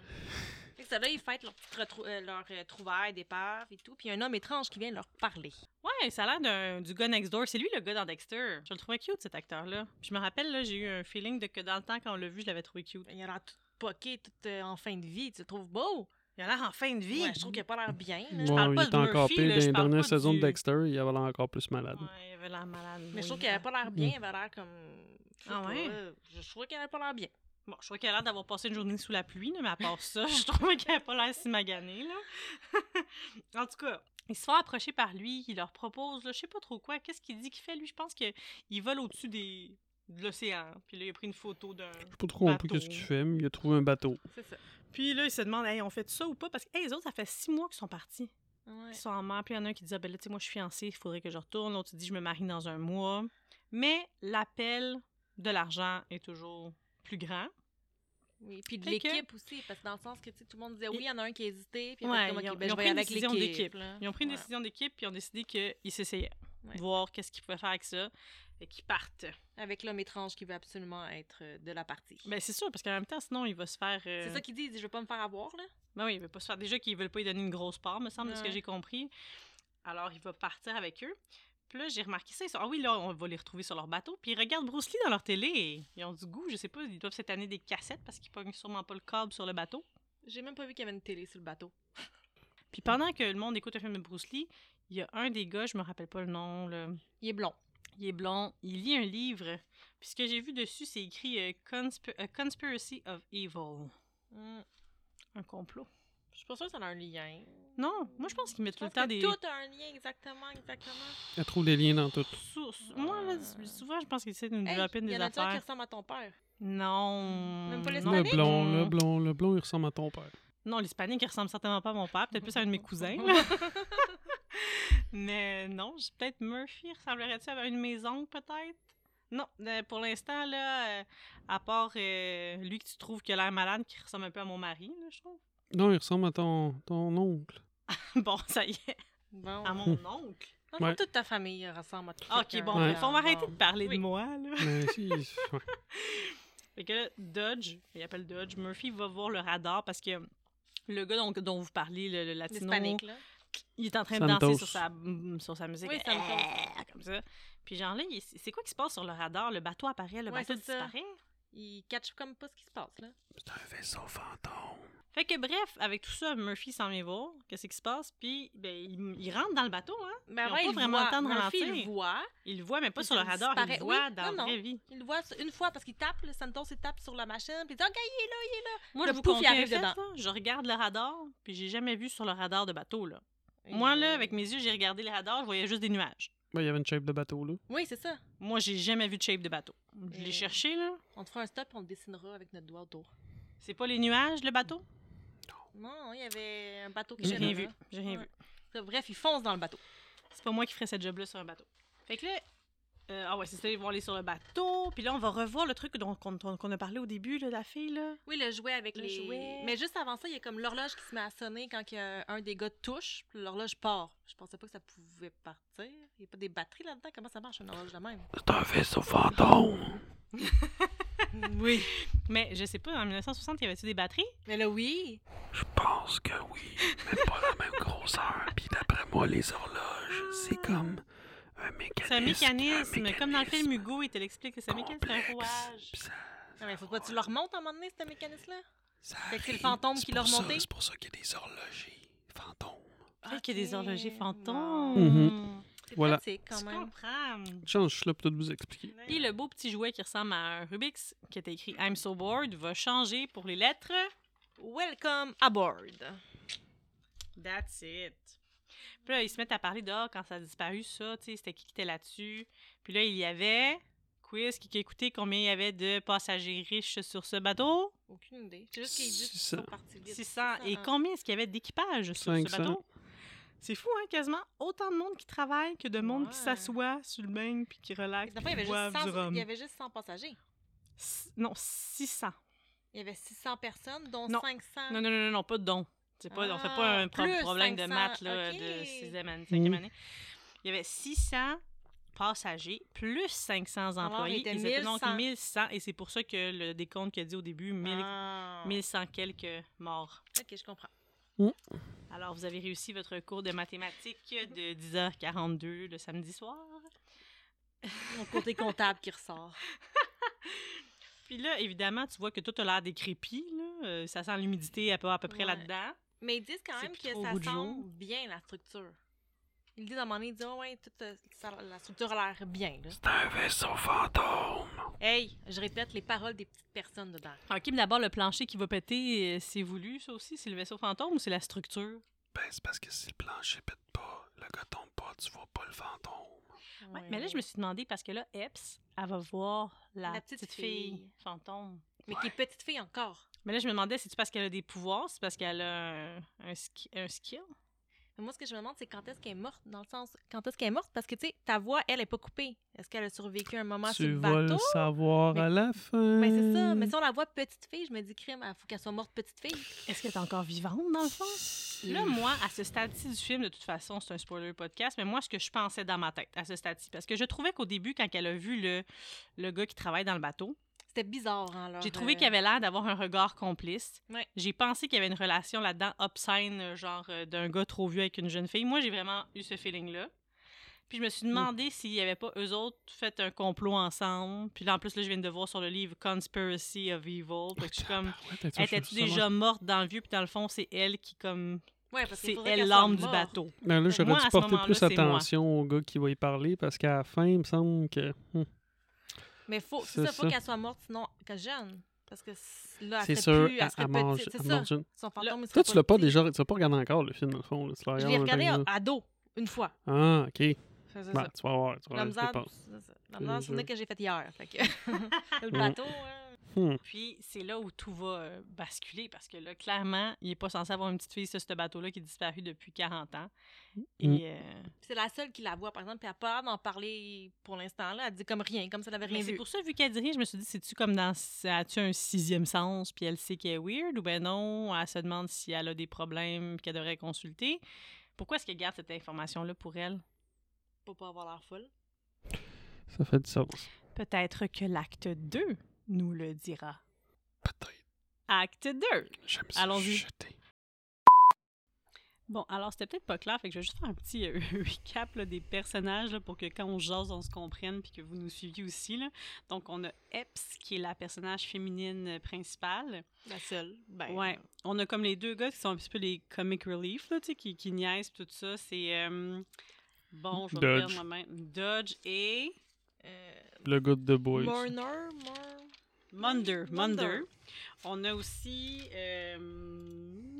Speaker 3: Fait que ça, là, ils fêtent leur, petite retrou- euh, leur euh, trouvaille, départ et tout. Puis il y a un homme étrange qui vient leur parler.
Speaker 1: Ouais, ça a l'air d'un- du gars next door. C'est lui le gars dans Dexter. Je le trouvais cute cet acteur là. Je me rappelle là, j'ai eu un feeling de que dans le temps quand on l'a vu, je l'avais trouvé cute.
Speaker 3: Il a l'air tout poqué, tout euh, en fin de vie. Tu le trouves beau?
Speaker 1: Il a l'air en fin de vie.
Speaker 3: Ouais, je trouve qu'il a pas l'air bien. là.
Speaker 2: Ouais,
Speaker 1: parle
Speaker 2: il
Speaker 1: pas
Speaker 2: était
Speaker 1: de Murphy,
Speaker 2: encore
Speaker 1: là,
Speaker 2: pire dans
Speaker 1: je
Speaker 2: les
Speaker 1: parle
Speaker 2: dernières
Speaker 1: pas
Speaker 2: saison
Speaker 1: du-
Speaker 2: de Dexter, il avait l'air encore plus malade.
Speaker 1: Ouais, il avait l'air malade. oui.
Speaker 3: Mais je trouve qu'il avait pas l'air bien. Il avait l'air comme. je sais
Speaker 1: Ah
Speaker 3: pas,
Speaker 1: ouais?
Speaker 3: euh, Je trouvais qu'il avait pas l'air bien.
Speaker 1: Bon, je trouvais qu'il a l'air d'avoir passé une journée sous la pluie, là, mais à part ça, je trouvais qu'il avait pas l'air si magané, là. en tout cas, ils se font approcher par lui, il leur propose, là, je sais pas trop quoi, qu'est-ce qu'il dit qu'il fait, lui? Je pense qu'il vole au-dessus des... de l'océan. Puis là, il a pris une photo d'un...
Speaker 2: Je sais pas trop compris
Speaker 1: Bateau.
Speaker 2: qu'est-ce qu'il fait, mais il a trouvé un bateau.
Speaker 3: C'est ça.
Speaker 1: Puis là, il se demande, hey, on fait ça ou pas? Parce que, hey, les autres, ça fait six mois qu'ils sont partis.
Speaker 3: Ouais.
Speaker 1: Ils sont en mer, puis il y en a un qui dit, ah, ben là, tu sais, moi, je suis fiancée, il faudrait que je retourne. L'autre, il dit, je me marie dans un mois. Mais l'appel de l'argent est toujours plus grand.
Speaker 3: Oui, puis de
Speaker 1: Fait que-
Speaker 3: l'équipe aussi, parce que dans le sens que tu sais, tout le monde disait oui, il y en a un qui hésitait, puis
Speaker 1: Ouais,
Speaker 3: après, comme,
Speaker 1: ils
Speaker 3: OK,
Speaker 1: ont-
Speaker 3: ben,
Speaker 1: ils ont
Speaker 3: je vais
Speaker 1: pris
Speaker 3: y
Speaker 1: une
Speaker 3: aller avec
Speaker 1: décision d'équipe.
Speaker 3: l'équipe. là.
Speaker 1: Ils ont pris une
Speaker 3: Ouais.
Speaker 1: décision d'équipe, puis ils ont décidé qu'ils s'essayaient.
Speaker 3: Ouais.
Speaker 1: Voir qu'est-ce qu'ils pouvaient faire avec ça. Et qu'ils partent.
Speaker 3: Avec l'homme étrange qui veut absolument être euh, de la partie.
Speaker 1: Ben, c'est sûr, parce qu'en même temps, sinon, il va se faire. euh,
Speaker 3: C'est ça qu'il dit, il dit, je veux pas me faire avoir, là.
Speaker 1: Ben oui, il veut pas se faire. Déjà qu'ils veulent pas lui donner une grosse part, me semble, de ce que
Speaker 3: Ouais.
Speaker 1: j'ai compris. Alors, il va partir avec eux. Puis là, j'ai remarqué ça. Ils sont. Ah oui, là, on va les retrouver sur leur bateau. Puis ils regardent Bruce Lee dans leur télé. et Ils ont du goût, je sais pas. Ils doivent cette année des cassettes parce qu'ils pognent sûrement pas le câble sur le bateau.
Speaker 3: J'ai même pas vu qu'il y avait une télé sur le bateau.
Speaker 1: Puis pendant que le monde écoute un film de Bruce Lee, il y a un des gars, je me rappelle pas le nom, là.
Speaker 3: Il est blond.
Speaker 1: Il est blond, il lit un livre. Puis ce que j'ai vu dessus, c'est écrit euh, Consp- A Conspiracy of euh, Evil.
Speaker 3: Mm.
Speaker 1: Un complot.
Speaker 3: Je suis pas sûre que ça a un lien.
Speaker 1: Non, moi, je pense qu'ils mettent
Speaker 3: Je
Speaker 1: tout le
Speaker 3: pense
Speaker 1: temps
Speaker 3: que
Speaker 1: des.
Speaker 3: Tout a un lien, exactement, exactement.
Speaker 2: Elle trouve des liens dans tout.
Speaker 1: Sou- sou- Moi, là, s- souvent, je pense qu'ils essaient de nous
Speaker 3: Ah. Hey,
Speaker 1: développer
Speaker 3: il
Speaker 1: des
Speaker 3: y en a un qui
Speaker 1: affaires.
Speaker 3: ressemble à ton père.
Speaker 1: Non.
Speaker 3: Même
Speaker 1: non.
Speaker 3: pas
Speaker 2: Le
Speaker 3: l'Hispanique?
Speaker 2: blond, le blond, le blond, il ressemble à ton père.
Speaker 1: Non, l'hispanique, il ressemble certainement pas à mon père, peut-être plus à un de mes cousins. là. Mais non, j'ai peut-être Murphy, ressemblerait-tu à une maison, peut-être? Non, euh, pour l'instant, là, euh, à part euh, lui que tu trouves qu'il a l'air malade, qui ressemble un peu à mon mari, là, je trouve.
Speaker 2: Non, il ressemble à ton, ton oncle.
Speaker 1: Bon, ça y est,
Speaker 3: Bon.
Speaker 1: à mon oncle.
Speaker 3: Dans le fond,
Speaker 2: Ouais.
Speaker 3: Toute ta famille ressemble à tout
Speaker 1: Ok, bon,
Speaker 2: Ouais.
Speaker 1: il faut m'arrêter de parler
Speaker 3: euh, Oui.
Speaker 1: de moi, là.
Speaker 2: Mais si, ouais.
Speaker 1: Fait que là, Dodge, il appelle Dodge, Murphy va voir le radar parce que le gars dont, dont vous parlez, le, le latino,
Speaker 3: Hispanique, là.
Speaker 1: il est en train de
Speaker 2: Santos.
Speaker 1: danser sur sa, mm, sur sa musique. Eh,
Speaker 3: Oui, Santos.
Speaker 1: Comme ça. Puis genre là, il- c'est quoi qui se passe sur le radar? Le bateau apparaît, le
Speaker 3: Ouais,
Speaker 1: bateau
Speaker 3: c'est ça.
Speaker 1: disparaît.
Speaker 3: Il catch comme pas ce qui se passe, là.
Speaker 2: C'est un vaisseau fantôme.
Speaker 1: Fait que bref, avec tout ça, Murphy s'en vient voir. Qu'est-ce qui se passe? Puis ben, il, il rentre dans le bateau, hein?
Speaker 3: Mais
Speaker 1: Ils ont
Speaker 3: avant,
Speaker 1: pas
Speaker 3: il le
Speaker 1: vraiment le
Speaker 3: voit.
Speaker 1: temps de
Speaker 3: Murphy, il
Speaker 1: ralentir.
Speaker 3: le voit.
Speaker 1: Il le voit, mais pas
Speaker 3: Puis
Speaker 1: sur le
Speaker 3: ça
Speaker 1: radar. Il
Speaker 3: disparaît.
Speaker 1: le voit
Speaker 3: Oui,
Speaker 1: dans
Speaker 3: non,
Speaker 1: la
Speaker 3: non.
Speaker 1: vraie vie.
Speaker 3: Il le voit une fois parce qu'il tape, le Santos, il tape sur la machine, puis il dit OK, il est là, il est là.
Speaker 1: Moi,
Speaker 3: Le
Speaker 1: je vous
Speaker 3: pouf, il
Speaker 1: confie un
Speaker 3: arrive
Speaker 1: fait,
Speaker 3: dedans.
Speaker 1: là. Je regarde le radar, puis j'ai jamais vu sur le radar de bateau, là.
Speaker 3: Et
Speaker 1: Moi,
Speaker 3: il-
Speaker 1: là, avec mes yeux, j'ai regardé les radars, je voyais juste des nuages.
Speaker 2: Ben, il y avait une shape de bateau, là.
Speaker 3: Oui, c'est ça.
Speaker 1: Moi, j'ai jamais vu de shape de bateau. Je l'ai
Speaker 3: Euh.
Speaker 1: cherché, là.
Speaker 3: On te fera un stop et on le dessinera avec notre doigt autour.
Speaker 1: C'est pas les nuages, le bateau?
Speaker 3: Non, il y avait un bateau qui
Speaker 1: J'ai rien
Speaker 3: gênait,
Speaker 1: vu.
Speaker 3: là.
Speaker 1: J'ai rien vu.
Speaker 3: Bref, il fonce dans le bateau.
Speaker 1: C'est pas moi qui ferais ce job-là sur un bateau. Fait que là, euh, ah ouais, c'est ça, ils vont aller sur le bateau. Puis là, on va revoir le truc dont qu'on qu'on a parlé au début, là, la fille, là.
Speaker 3: Oui, le jouet avec
Speaker 1: Le
Speaker 3: les.
Speaker 1: jouet.
Speaker 3: Mais juste avant ça, il y a comme l'horloge qui se met à sonner quand il y a un des gars touche, puis l'horloge part. Je pensais pas que ça pouvait partir. Il n'y a pas des batteries là-dedans. Comment ça marche une horloge de même?
Speaker 2: C'est un vaisseau fantôme.
Speaker 3: oui.
Speaker 1: Mais je sais pas, en 1960, il y avait-tu des batteries?
Speaker 3: Mais là, oui.
Speaker 2: Je pense que oui, mais pas la même grosseur. Puis d'après moi, les horloges, c'est comme un mécanisme.
Speaker 1: C'est un mécanisme, comme dans le film
Speaker 2: mécanisme
Speaker 1: Hugo, il te l'explique que c'est un mécanisme, c'est un
Speaker 2: complexe.
Speaker 1: rouage.
Speaker 2: Puis ça-
Speaker 3: Non, mais faut pas que tu le remontes à un moment donné, ce mécanisme-là.
Speaker 2: ça
Speaker 3: Fait que c'est le
Speaker 2: arrive.
Speaker 3: fantôme
Speaker 2: C'est
Speaker 3: qui l'a
Speaker 2: pour ça-
Speaker 3: remonté?
Speaker 2: C'est pour ça qu'il y a des horlogers fantômes.
Speaker 1: Peut-être qu'il y a des
Speaker 3: Ah, Ok,
Speaker 1: horlogers
Speaker 3: bon.
Speaker 1: fantômes.
Speaker 3: C'est
Speaker 2: Voilà.
Speaker 3: pratique quand
Speaker 1: Tu
Speaker 3: même.
Speaker 1: comprends?
Speaker 2: Chance, je suis là pour tout vous expliquer.
Speaker 1: Puis le beau petit jouet qui ressemble à un Rubik's, qui était écrit I'm so bored, va changer pour les lettres.
Speaker 3: Welcome aboard.
Speaker 1: That's it. Puis là, ils se mettent à parler de Ah, quand ça a disparu, ça, tu sais, c'était qui qui était là-dessus. Puis là, il y avait, quiz, qui qui a écouté combien il y avait de passagers riches sur ce bateau?
Speaker 3: Aucune idée. C'est juste qu'ils disent qu'ils
Speaker 2: 600.
Speaker 3: sont partis vite.
Speaker 1: 600. Et
Speaker 3: hein.
Speaker 1: combien est-ce qu'il y avait d'équipage sur
Speaker 2: 500.
Speaker 1: ce bateau? C'est fou, hein, quasiment autant de monde qui travaille que de monde qui
Speaker 3: Ouais.
Speaker 1: s'assoit sur le bain puis qui
Speaker 3: Fait
Speaker 1: relaxe,
Speaker 3: que dans le fond,
Speaker 1: puis
Speaker 3: il y avait
Speaker 1: boivent
Speaker 3: juste
Speaker 1: du
Speaker 3: 100
Speaker 1: rhum.
Speaker 3: il y avait juste 100 passagers.
Speaker 1: S- Non, 600.
Speaker 3: Il y avait 600 personnes, dont
Speaker 1: Non.
Speaker 3: 500.
Speaker 1: Non, non, non, non, non, pas de don. C'est pas, on fait pas
Speaker 3: Ah,
Speaker 1: un pro-
Speaker 3: plus
Speaker 1: problème de
Speaker 3: 500,
Speaker 1: maths là,
Speaker 3: ok.
Speaker 1: de sixième année, cinquième
Speaker 2: Mm.
Speaker 1: année. Il y avait 600 passagers plus 500
Speaker 3: Alors, il
Speaker 1: employés.
Speaker 3: Ah, était
Speaker 1: ils étaient donc
Speaker 3: 1100.
Speaker 1: 1100 et c'est pour ça que le décompte qu'il a dit au début, 1000
Speaker 3: Ah.
Speaker 1: 1100 quelques morts.
Speaker 3: Ok, je comprends.
Speaker 1: Alors, vous avez réussi votre cours de mathématiques de 10h42 le samedi soir.
Speaker 3: Mon côté comptable qui ressort.
Speaker 1: Puis là, évidemment, tu vois que tout a l'air décrépit. Là. Euh, ça sent l'humidité à peu, à peu près
Speaker 3: Ouais.
Speaker 1: là-dedans.
Speaker 3: Mais ils disent quand
Speaker 1: C'est
Speaker 3: même
Speaker 1: plus
Speaker 3: que
Speaker 1: trop
Speaker 3: ça
Speaker 1: au goût du
Speaker 3: sent
Speaker 1: jour.
Speaker 3: bien la structure. Ils disent à un moment donné, ils disent Ah ouais, toute, euh, ça- la structure a l'air bien. Là.
Speaker 2: C'est un vaisseau fantôme.
Speaker 3: Hey, je répète les paroles des petites personnes dedans.
Speaker 1: OK, mais d'abord, le plancher qui va péter, euh, c'est voulu, ça aussi? C'est le vaisseau fantôme ou c'est la structure?
Speaker 2: Ben, c'est parce que si le plancher pète pas, le gars tombe pas, tu vois pas le fantôme.
Speaker 1: Ouais, Mais là, je me suis demandé, parce que là, Epps, elle va voir la,
Speaker 3: La
Speaker 1: petite,
Speaker 3: petite
Speaker 1: fille.
Speaker 3: fille.
Speaker 1: fantôme.
Speaker 3: Mais qui est petite fille encore.
Speaker 1: Mais là, je me demandais, c'est-tu parce qu'elle a des pouvoirs? C'est parce qu'elle a un, un ski- un skill?
Speaker 3: Mais moi, ce que je me demande, c'est quand est-ce qu'elle est morte, dans le sens, quand est-ce qu'elle est morte, parce que, tu sais, ta voix, elle, est pas coupée. Est-ce qu'elle a survécu un moment sur
Speaker 2: tu
Speaker 3: le
Speaker 2: vas le
Speaker 3: bateau?
Speaker 2: savoir
Speaker 3: Mais-
Speaker 2: à la fin.
Speaker 3: Ben, c'est
Speaker 1: Hmm.
Speaker 3: ça. Mais si on la voit petite fille, je me dis, crime, il faut qu'elle soit morte petite fille.
Speaker 1: Est-ce qu'elle est encore vivante, dans le fond? Là, moi, à ce stade-ci du film, de toute façon, c'est un spoiler podcast, mais moi, ce que je pensais dans ma tête, à ce stade-ci, parce que je trouvais qu'au début, quand elle a vu le, le gars qui travaille dans le bateau,
Speaker 3: C'était bizarre, hein, leur,
Speaker 1: J'ai trouvé
Speaker 3: euh,
Speaker 1: qu'il avait l'air d'avoir un regard complice.
Speaker 3: Ouais.
Speaker 1: J'ai pensé qu'il y avait une relation là-dedans obscène, euh, genre euh, d'un gars trop vieux avec une jeune fille. Moi, j'ai vraiment eu ce feeling-là. Puis je me suis demandé s'il n'y avait pas eux autres fait un complot ensemble. Puis là, en plus, là, je viens de voir sur le livre Conspiracy of Evil. Fait que je suis comme, était-tu déjà morte dans le vieux? Puis dans le fond, c'est elle qui, comme,
Speaker 3: Ouais, parce
Speaker 1: c'est
Speaker 3: qu'il faudrait
Speaker 1: elle
Speaker 3: qu'elle soit
Speaker 1: l'âme du
Speaker 3: morte.
Speaker 1: bateau.
Speaker 2: Ben là,
Speaker 1: Fait que moi,
Speaker 2: j'aurais
Speaker 1: à
Speaker 2: dû
Speaker 1: ce
Speaker 2: porter
Speaker 1: moment-là,
Speaker 2: plus
Speaker 1: c'est moi.
Speaker 2: attention au gars qui va y parler parce qu'à la fin, il me semble que. hmm,
Speaker 3: Mais faut,
Speaker 2: C'est
Speaker 3: c'est ça, faut
Speaker 2: ça.
Speaker 3: qu'elle soit morte, sinon, que jeune. Parce que c- là,
Speaker 2: C'est
Speaker 3: elle
Speaker 2: sûr,
Speaker 3: serait
Speaker 2: elle,
Speaker 3: plus, elle serait
Speaker 2: elle mange,
Speaker 3: petite.
Speaker 2: elle
Speaker 3: C'est ça.
Speaker 2: mange une-
Speaker 3: Son fantôme, il serait
Speaker 2: Toi, tu l'as pas
Speaker 3: petit.
Speaker 2: déjà, tu l'as pas regardé encore le film, dans le fond. là. Tu l'as
Speaker 3: Je
Speaker 2: regardé
Speaker 3: l'ai
Speaker 2: en
Speaker 3: regardé
Speaker 2: même
Speaker 3: à
Speaker 2: temps
Speaker 3: ado, une fois.
Speaker 2: que là. Ah, ok.
Speaker 3: C'est
Speaker 2: Ben,
Speaker 3: ça.
Speaker 2: tu vas voir. Tu vas voir, je
Speaker 3: La misère,
Speaker 2: pense.
Speaker 3: c'est ça. La misère,
Speaker 2: C'est
Speaker 3: c'est une
Speaker 2: sûr.
Speaker 3: que j'ai faite hier. fait que- le plateau, hein.
Speaker 2: Hmm.
Speaker 1: Puis c'est là où tout va euh, basculer parce que là, clairement, il n'est pas censé avoir une petite fille sur ce bateau-là qui est disparu depuis 40 ans. Et
Speaker 2: Mm.
Speaker 1: euh,
Speaker 3: c'est la seule qui la voit, par exemple, puis elle a peur d'en parler pour l'instant. là. Elle dit comme rien, comme ça n'avait rien
Speaker 1: mais c'est
Speaker 3: vu.
Speaker 1: pour ça, vu qu'elle dit rien, je me suis dit, c'est-tu comme dans. As-tu un sixième sens, puis elle sait qu'elle est weird, ou ben non, elle se demande si elle a des problèmes qu'elle devrait consulter. Pourquoi est-ce qu'elle garde cette information-là pour elle?
Speaker 3: Pour pas avoir l'air folle.
Speaker 2: Ça fait du sens.
Speaker 1: Peut-être que l'acte 2 nous le dira.
Speaker 2: Peut-être.
Speaker 1: Acte 2!
Speaker 2: J'aime ça.
Speaker 1: Allons-y.
Speaker 2: chuchoter.
Speaker 1: Bon, alors c'était peut-être pas clair, fait que je vais juste faire un petit euh, recap là, des personnages là, pour que quand on jase, on se comprenne puis que vous nous suiviez aussi. Là. Donc, on a Epps, qui est la personnage féminine euh, principale.
Speaker 3: La seule. Ben,
Speaker 1: Ouais. On a comme les deux gars qui sont un petit peu les comic relief, là, tu sais, qui, qui niaisent pis tout ça. C'est. euh, bon, je vais
Speaker 2: Dodge.
Speaker 1: le dire moi-même. Dodge et.
Speaker 3: euh,
Speaker 2: Le good de boys.
Speaker 3: Marner, Mar-
Speaker 1: Munder.
Speaker 3: Munder.
Speaker 1: Munder. On a aussi. euh,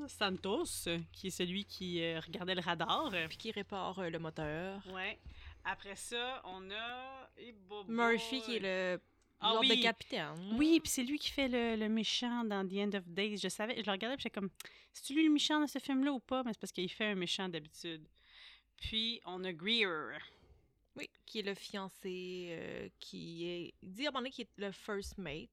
Speaker 1: Santos, qui est celui qui euh, regardait le radar.
Speaker 3: puis qui répare euh, le moteur.
Speaker 1: Ouais. Après ça, on a eh, bobo,
Speaker 3: Murphy, qui est
Speaker 1: euh,
Speaker 3: le
Speaker 1: Ah
Speaker 3: genre
Speaker 1: oui.
Speaker 3: de capitaine.
Speaker 1: Oui, puis c'est lui qui fait le, le méchant dans The End of Days. Je savais, je le regardais, puis j'étais comme, c'est lui le méchant dans ce film-là ou pas Mais c'est parce qu'il fait un méchant d'habitude. Puis on a Greer.
Speaker 3: Oui, qui est le fiancé, euh, qui est... Il dit à un moment donné qu'il est le first mate.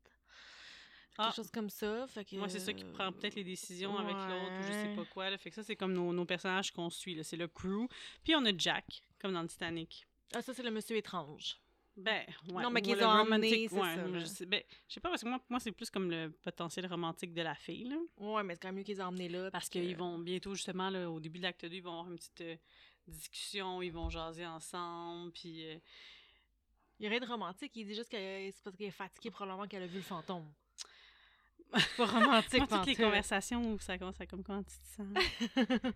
Speaker 1: Ah.
Speaker 3: Quelque chose comme ça. Fait que...
Speaker 1: Moi, c'est ça qui prend peut-être les décisions avec
Speaker 3: ouais.
Speaker 1: l'autre ou je sais pas quoi. là. Fait que ça, c'est comme nos, nos personnages qu'on suit. là. C'est le crew. Puis on a Jack, comme dans le Titanic.
Speaker 3: Ah, ça, c'est le monsieur étrange.
Speaker 1: Ben, ouais.
Speaker 3: Non, mais
Speaker 1: ou
Speaker 3: qu'ils
Speaker 1: le
Speaker 3: ont
Speaker 1: romantic-
Speaker 3: emmené, c'est
Speaker 1: ouais,
Speaker 3: ça,
Speaker 1: Je
Speaker 3: là.
Speaker 1: sais, ben, je sais pas, parce que moi, moi c'est plus comme le potentiel romantique de la fille. Là.
Speaker 3: Ouais, mais c'est quand même mieux qu'ils aient emmené là.
Speaker 1: Parce
Speaker 3: puis
Speaker 1: qu'ils vont bientôt, justement, là, au début de l'acte 2, ils vont avoir une petite euh, discussion, ils vont jaser ensemble, puis... euh,
Speaker 3: Il y a rien de romantique. Il dit juste que euh, c'est parce qu'elle est fatiguée, probablement qu'elle a vu le fantôme. C'est pas romantique,
Speaker 1: moi, toutes les
Speaker 3: pantoute.
Speaker 1: conversations où ça commence à comme comment tu te sens,
Speaker 3: Ben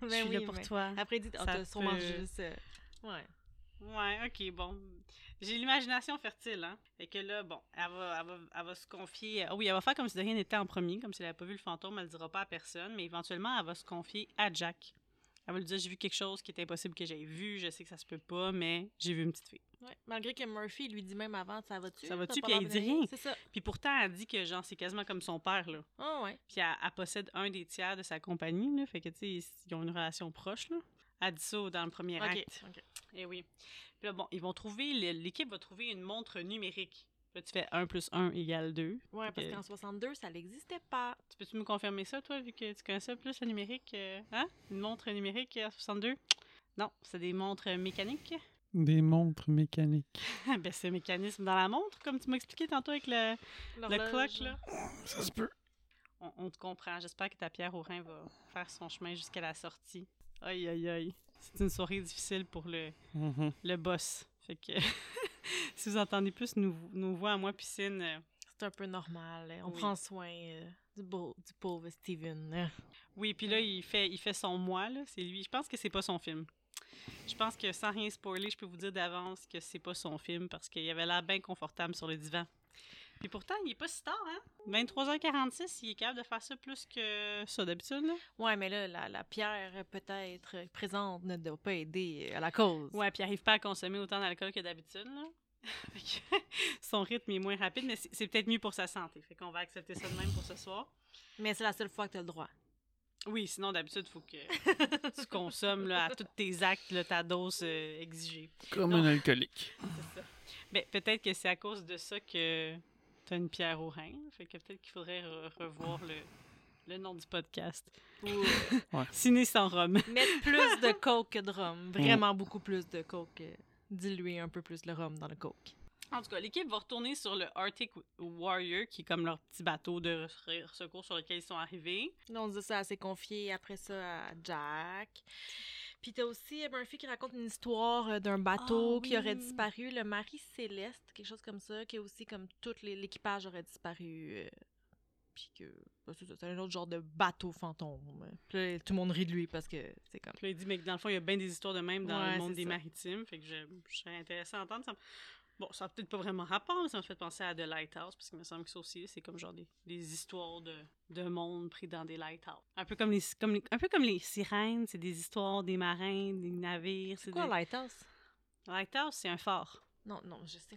Speaker 1: je suis
Speaker 3: oui,
Speaker 1: là pour
Speaker 3: mais-
Speaker 1: toi.
Speaker 3: Après, il dit, on
Speaker 1: Ça
Speaker 3: t'a sûrement
Speaker 1: peut-
Speaker 3: juste... euh, Ouais.
Speaker 1: Ouais, ok, bon. J'ai l'imagination fertile, hein. Fait que là, bon, elle va, elle va, elle va se confier. Ah oui, elle va faire comme si de rien n'était en premier, comme si elle n'avait pas vu le fantôme, elle le dira pas à personne, mais éventuellement, elle va se confier à Jack. Elle va lui dire J'ai vu quelque chose qui est impossible que j'aie vu, je sais que ça se peut pas, mais j'ai vu une petite fille.
Speaker 3: Ouais, Malgré que Murphy lui dit même avant, ça va-tu?
Speaker 1: Ça va-tu?
Speaker 3: T'as pas
Speaker 1: Puis
Speaker 3: l'air
Speaker 1: elle
Speaker 3: de
Speaker 1: dit rien.
Speaker 3: C'est ça.
Speaker 1: Puis pourtant, elle dit que, genre, c'est quasiment comme son père, là.
Speaker 3: Ah ouais.
Speaker 1: Puis elle, elle possède un des tiers de sa compagnie, là. Fait que, tu sais, ils- ils ont une relation proche, là. Elle dit ça dans le premier
Speaker 3: Ok.
Speaker 1: acte. Eh oui. Puis là, bon, ils vont trouver... le- L'équipe va trouver une montre numérique. Là, tu fais 1 plus 1 égale 2.
Speaker 3: Ouais, parce
Speaker 1: Euh,
Speaker 3: qu'en 62, ça n'existait pas.
Speaker 1: Tu peux-tu me confirmer ça, toi, vu que tu connais ça plus, le numérique? euh, hein? Une montre numérique à 62? Non, c'est des montres mécaniques.
Speaker 2: Des montres mécaniques.
Speaker 1: ben, c'est mécanisme dans la montre, comme tu m'as expliqué tantôt avec le, le clock,
Speaker 3: L'horloge.
Speaker 1: là.
Speaker 2: Ça se peut.
Speaker 1: On, on te comprend. J'espère que ta pierre au rein va faire son chemin jusqu'à la sortie. Aïe, aïe, aïe. C'est une soirée difficile pour le,
Speaker 2: Mhm.
Speaker 1: le boss. Fait que si vous entendez plus nos, nos voix à moi, piscine. euh,
Speaker 3: C'est un peu normal. hein. On
Speaker 1: Oui.
Speaker 3: prend soin euh, du, beau, du pauvre Steven. hein.
Speaker 1: Oui, puis là, il fait, il fait son moi, là. C'est lui. Je pense que c'est pas son film. Je pense que sans rien spoiler, je peux vous dire d'avance que c'est pas son film parce qu'il avait l'air bien confortable sur le divan. Puis pourtant, il est pas si tard, hein? 23h46, il est capable de faire ça plus que ça d'habitude, là.
Speaker 3: Ouais, mais là, la, la pierre euh, peut-être euh, présente ne doit pas aider euh, à la cause.
Speaker 1: Ouais, puis il arrive pas à consommer autant d'alcool que d'habitude, là. Fait que Son rythme est moins rapide, mais c'est c'est peut-être mieux pour sa santé. Fait qu'on va accepter ça de même pour ce soir.
Speaker 3: Mais c'est la seule fois que tu as le droit.
Speaker 1: Oui, sinon d'habitude, faut que tu consommes là, à tous tes actes là, ta dose euh, exigée.
Speaker 2: Comme
Speaker 1: Non.
Speaker 2: un alcoolique.
Speaker 1: C'est ça. Mais peut-être que c'est à cause de ça que t'as une pierre au rein. Fait que peut-être qu'il faudrait re- revoir le, le nom du podcast.
Speaker 3: Ou, euh,
Speaker 1: Ciné sans rhum.
Speaker 3: mettre plus de coke que de rhum. Vraiment beaucoup plus de coke. euh, diluer un peu plus le rhum dans le coke.
Speaker 1: En tout cas, l'équipe va retourner sur le Arctic Warrior, qui est comme leur petit bateau de re- secours sur lequel ils sont arrivés.
Speaker 3: Là, on se dit ça assez confié après ça à Jack. Puis t'as aussi euh, Murphy qui raconte une histoire euh, d'un bateau
Speaker 1: Ah
Speaker 3: qui aurait
Speaker 1: oui.
Speaker 3: disparu, le Marie Céleste, quelque chose comme ça, qui est aussi comme tout les- l'équipage aurait disparu. euh, Puis que bah, c'est ça, c'est un autre genre de bateau fantôme. Puis là, tout le monde rit de lui parce que c'est comme.
Speaker 1: Puis là, il dit, mais que dans le fond, il y a bien des histoires de même dans
Speaker 3: Ouais,
Speaker 1: le monde
Speaker 3: c'est
Speaker 1: des
Speaker 3: ça.
Speaker 1: maritimes. Fait que je, je serais intéressé à entendre ça. Bon, ça n'a peut-être pas vraiment rapport, mais ça me fait penser à The Lighthouse, parce qu'il me semble que ça aussi, c'est comme genre des, des histoires de, de monde pris dans des lighthouses. Un peu comme les, comme les- un peu comme les sirènes, c'est des histoires des marins, des navires.
Speaker 3: C'est quoi
Speaker 1: des-
Speaker 3: Lighthouse?
Speaker 1: Lighthouse, c'est un phare.
Speaker 3: Non, non, je sais.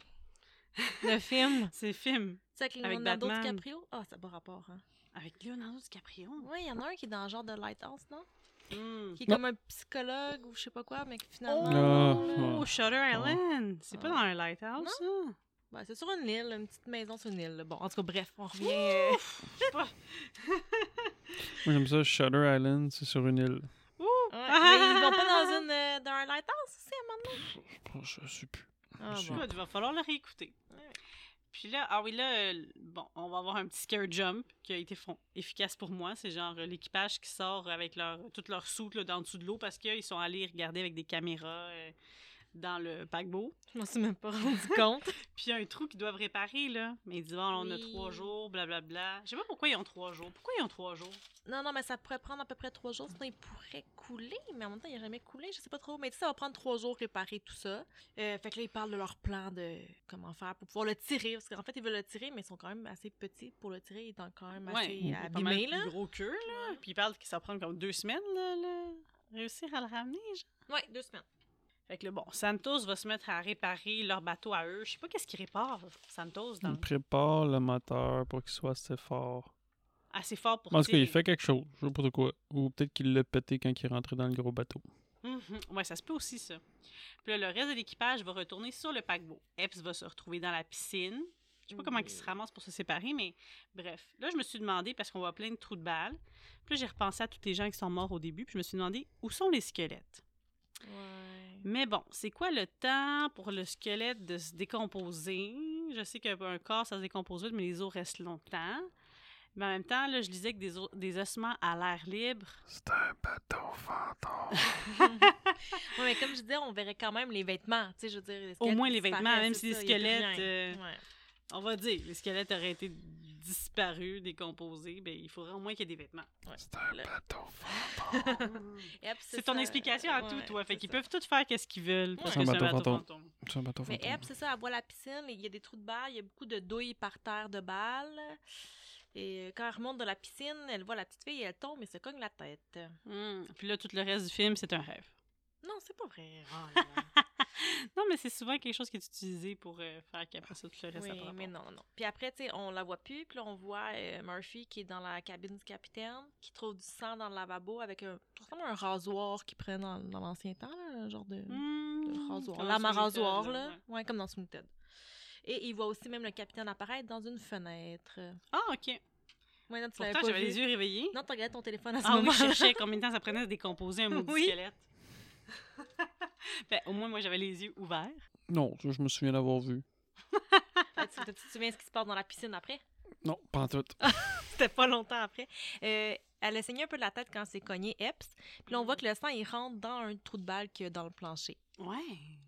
Speaker 3: Le film.
Speaker 1: C'est le film
Speaker 3: C'est avec
Speaker 1: Avec
Speaker 3: Leonardo
Speaker 1: Batman.
Speaker 3: DiCaprio? Ah, ça n'a pas rapport, hein.
Speaker 1: avec Leonardo DiCaprio.
Speaker 3: Oui, il y en a un qui est dans le genre de Lighthouse, non?
Speaker 1: Hmm.
Speaker 3: Qui est
Speaker 2: Non.
Speaker 3: comme un psychologue ou je sais pas quoi, mais qui
Speaker 1: Oh,
Speaker 3: finalement...
Speaker 2: Ah, ouais.
Speaker 1: Shutter Island! C'est pas
Speaker 3: Ah.
Speaker 1: dans un lighthouse, ça?
Speaker 3: Ben, c'est sur une île, une petite maison sur une île. là. Bon, en tout cas, bref, on revient. euh,
Speaker 2: Moi, j'aime ça. Shutter Island, c'est sur une île.
Speaker 1: Ouh!
Speaker 3: ouais, mais ils vont pas dans, une, euh, dans un lighthouse Ah, aussi,
Speaker 2: Oh, Je sais plus.
Speaker 3: à un moment
Speaker 2: Je-
Speaker 3: donné?
Speaker 1: Écoute, il va falloir le réécouter.
Speaker 3: Ouais.
Speaker 1: Puis là, ah oui, là, euh, bon, on va avoir un petit scare jump qui a été fon- efficace pour moi. C'est genre euh, l'équipage qui sort avec leur, toutes leurs soutes là, dans le dessous de l'eau parce qu'ils sont allés regarder avec des caméras euh, dans le paquebot.
Speaker 3: Je m'en suis même pas rendu compte.
Speaker 1: Puis il y a un trou qu'ils doivent réparer, là. Mais ils disent, bon, on a
Speaker 3: Oui.
Speaker 1: trois jours, blablabla. Je sais pas pourquoi ils ont trois jours. Pourquoi ils ont trois jours?
Speaker 3: non, non, mais ça pourrait prendre à peu près trois jours, sinon il pourrait couler, mais en même temps, il a jamais coulé, je sais pas trop. Mais tu sais, ça va prendre trois jours réparer tout ça. Euh, fait que là, ils parlent de leur plan de comment faire pour pouvoir le tirer, parce qu'en fait, ils veulent le tirer, mais ils sont quand même assez petits pour le tirer, ils sont quand même
Speaker 1: Ouais,
Speaker 3: assez
Speaker 2: il est
Speaker 1: C'est pas mal
Speaker 3: abîmés, là.
Speaker 1: plus gros qu'eux, là. Puis ils parlent que ça prend comme deux semaines, là, là, réussir à le ramener, genre.
Speaker 3: Ouais, deux semaines.
Speaker 1: Fait que là, bon, Santos va se mettre à réparer leur bateau à eux. Je sais pas qu'est-ce qu'il répare, Santos, dans...
Speaker 2: Il prépare le moteur pour qu'il soit assez fort.
Speaker 1: assez fort pour
Speaker 2: En tout cas, il
Speaker 1: tirer.
Speaker 2: fait quelque chose. Je sais pas de quoi. Ou peut-être qu'il l'a pété quand il est rentré dans le gros bateau.
Speaker 1: Mhm. Ouais, ça se peut aussi, ça. Puis là, le reste de l'équipage va retourner sur le paquebot. Epps va se retrouver dans la piscine. Je sais pas comment ils se ramassent pour se séparer, mais bref. Là, je me suis demandé, parce qu'on voit plein de trous de balles, puis là, j'ai repensé à tous les gens qui sont morts au début, puis je me suis demandé où sont les squelettes.
Speaker 3: Ouais.
Speaker 1: Mais bon, c'est quoi le temps pour le squelette de se décomposer? Je sais qu'un corps, ça se décompose vite, mais les os restent longtemps. Mais en même temps, là, je disais que des, os- des ossements à l'air libre,
Speaker 2: C'est un bateau fantôme.
Speaker 3: Ouais, mais comme je disais, on verrait quand même les vêtements, tu sais, je veux dire. les
Speaker 1: Au
Speaker 3: squelettes
Speaker 1: moins
Speaker 3: qui
Speaker 1: les vêtements,
Speaker 3: disparaissent,
Speaker 1: même
Speaker 3: c'est
Speaker 1: si les
Speaker 3: ça, y a plus
Speaker 1: squelettes,
Speaker 3: rien.
Speaker 1: euh,
Speaker 3: Ouais.
Speaker 1: on va dire, les squelettes auraient été disparus, décomposés, ben il faudrait au moins qu'il y ait des vêtements.
Speaker 2: C'est un
Speaker 3: Le-
Speaker 2: bateau
Speaker 3: Et hop,
Speaker 1: C'est ton
Speaker 3: ça,
Speaker 1: explication à
Speaker 3: ouais,
Speaker 1: tout, toi. Fait
Speaker 3: c'est
Speaker 1: qu'ils
Speaker 3: ça.
Speaker 1: peuvent tout faire qu'est-ce qu'ils veulent parce
Speaker 2: Ouais.
Speaker 1: que
Speaker 2: C'est un
Speaker 1: c'est un
Speaker 2: bateau
Speaker 1: bateau
Speaker 2: fantôme.
Speaker 1: fantôme.
Speaker 2: C'est un bateau
Speaker 3: Mais
Speaker 2: fantôme.
Speaker 3: Ep, c'est ça, elle voit la piscine, il y a des trous de balles, il y a beaucoup de douilles par terre de balles. Et euh, quand elle remonte de la piscine, elle voit la petite fille, elle tombe et se cogne la tête.
Speaker 1: Mm. Puis là, tout le reste du film, c'est un rêve.
Speaker 3: Non, c'est pas vrai.
Speaker 1: hein, Non, mais c'est souvent quelque chose qui est utilisé pour euh, faire qu'après ça, tout le reste, ça
Speaker 3: oui,
Speaker 1: prend
Speaker 3: mais
Speaker 1: pas.
Speaker 3: non, non. Puis après, tu sais, on la voit plus, puis là, on voit euh, Murphy qui est dans la cabine du capitaine, qui trouve du sang dans le lavabo avec un, ça ressemble à un rasoir qu'ils prennent dans, dans l'ancien temps, là, un genre de...
Speaker 1: Mm.
Speaker 3: Le rasoir.
Speaker 1: Comme
Speaker 3: Lame à
Speaker 1: sur les
Speaker 3: rasoir,
Speaker 1: tables,
Speaker 3: là.
Speaker 1: ouais.
Speaker 3: Ouais. comme dans Sweeney Todd. Et il voit aussi même le capitaine apparaître dans une fenêtre.
Speaker 1: Ah, OK.
Speaker 3: Ouais, non, tu l'avais
Speaker 1: Pourtant,
Speaker 3: pas
Speaker 1: j'avais
Speaker 3: vu.
Speaker 1: les yeux réveillés.
Speaker 3: Non, tu regardais ton téléphone à ce
Speaker 1: ah oui,
Speaker 3: moment
Speaker 1: je cherchais combien de temps ça prenait de décomposer un maudit
Speaker 3: Oui.
Speaker 1: squelette. ben, au moins, moi, j'avais les yeux ouverts.
Speaker 2: Non, ça, je me souviens d'avoir vu.
Speaker 3: tu, tu te souviens ce qui se passe dans la piscine après?
Speaker 2: Non, pas en tout.
Speaker 1: Ah.
Speaker 3: C'était pas longtemps après. Euh, elle a saigné un peu de la tête quand c'est cogné Epps. Puis là, on voit que le sang, il rentre dans un trou de balle qu'il y a dans le plancher.
Speaker 1: Ouais,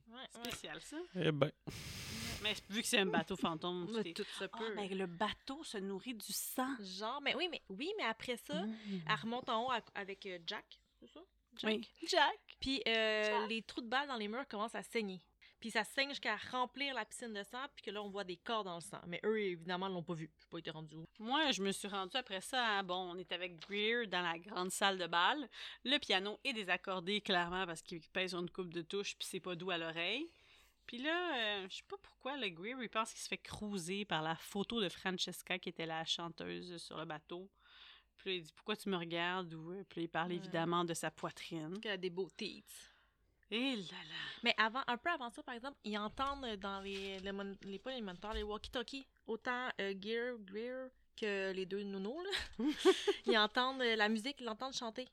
Speaker 3: Ouais,
Speaker 1: spécial ça.
Speaker 2: Eh ben,
Speaker 1: Mais vu que c'est un bateau fantôme, tu t'es-
Speaker 3: Tout ça
Speaker 1: Ah,
Speaker 3: peut.
Speaker 1: ben, le bateau se nourrit du sang.
Speaker 3: Genre, mais oui, mais oui, mais après ça, elle remonte en haut à- avec euh, Jack. C'est ça? Jack.
Speaker 1: Oui.
Speaker 3: Jack. Puis euh, les trous de balle dans les murs commencent à saigner. Puis ça saigne jusqu'à remplir la piscine de sang, puis que là, on voit des corps dans le sang. Mais eux, évidemment, l'ont pas vu. Ils n'ont pas été rendus où.
Speaker 1: Moi, je me suis rendue après ça. à- Bon, on est avec Greer dans la grande salle de bal. Le piano est désaccordé, clairement, parce qu'il pèse sur une coupe de touche, puis c'est pas doux à l'oreille. Puis là, euh, je sais pas pourquoi, le Greer, il pense qu'il se fait cruiser par la photo de Francesca, qui était la chanteuse sur le bateau. Puis là, il dit Pourquoi tu me regardes Ou, euh, Puis là, il parle
Speaker 3: Ouais.
Speaker 1: évidemment de sa poitrine.
Speaker 3: Qu'elle a euh, des beaux teats.
Speaker 1: Et là là.
Speaker 3: Mais avant, un peu avant ça, par exemple, ils entendent dans les, le mon- les pas les moniteurs, les walkie-talkies, autant euh, Gear, Greer que les deux nounous, là. ils entendent euh, la musique, ils l'entendent chanter.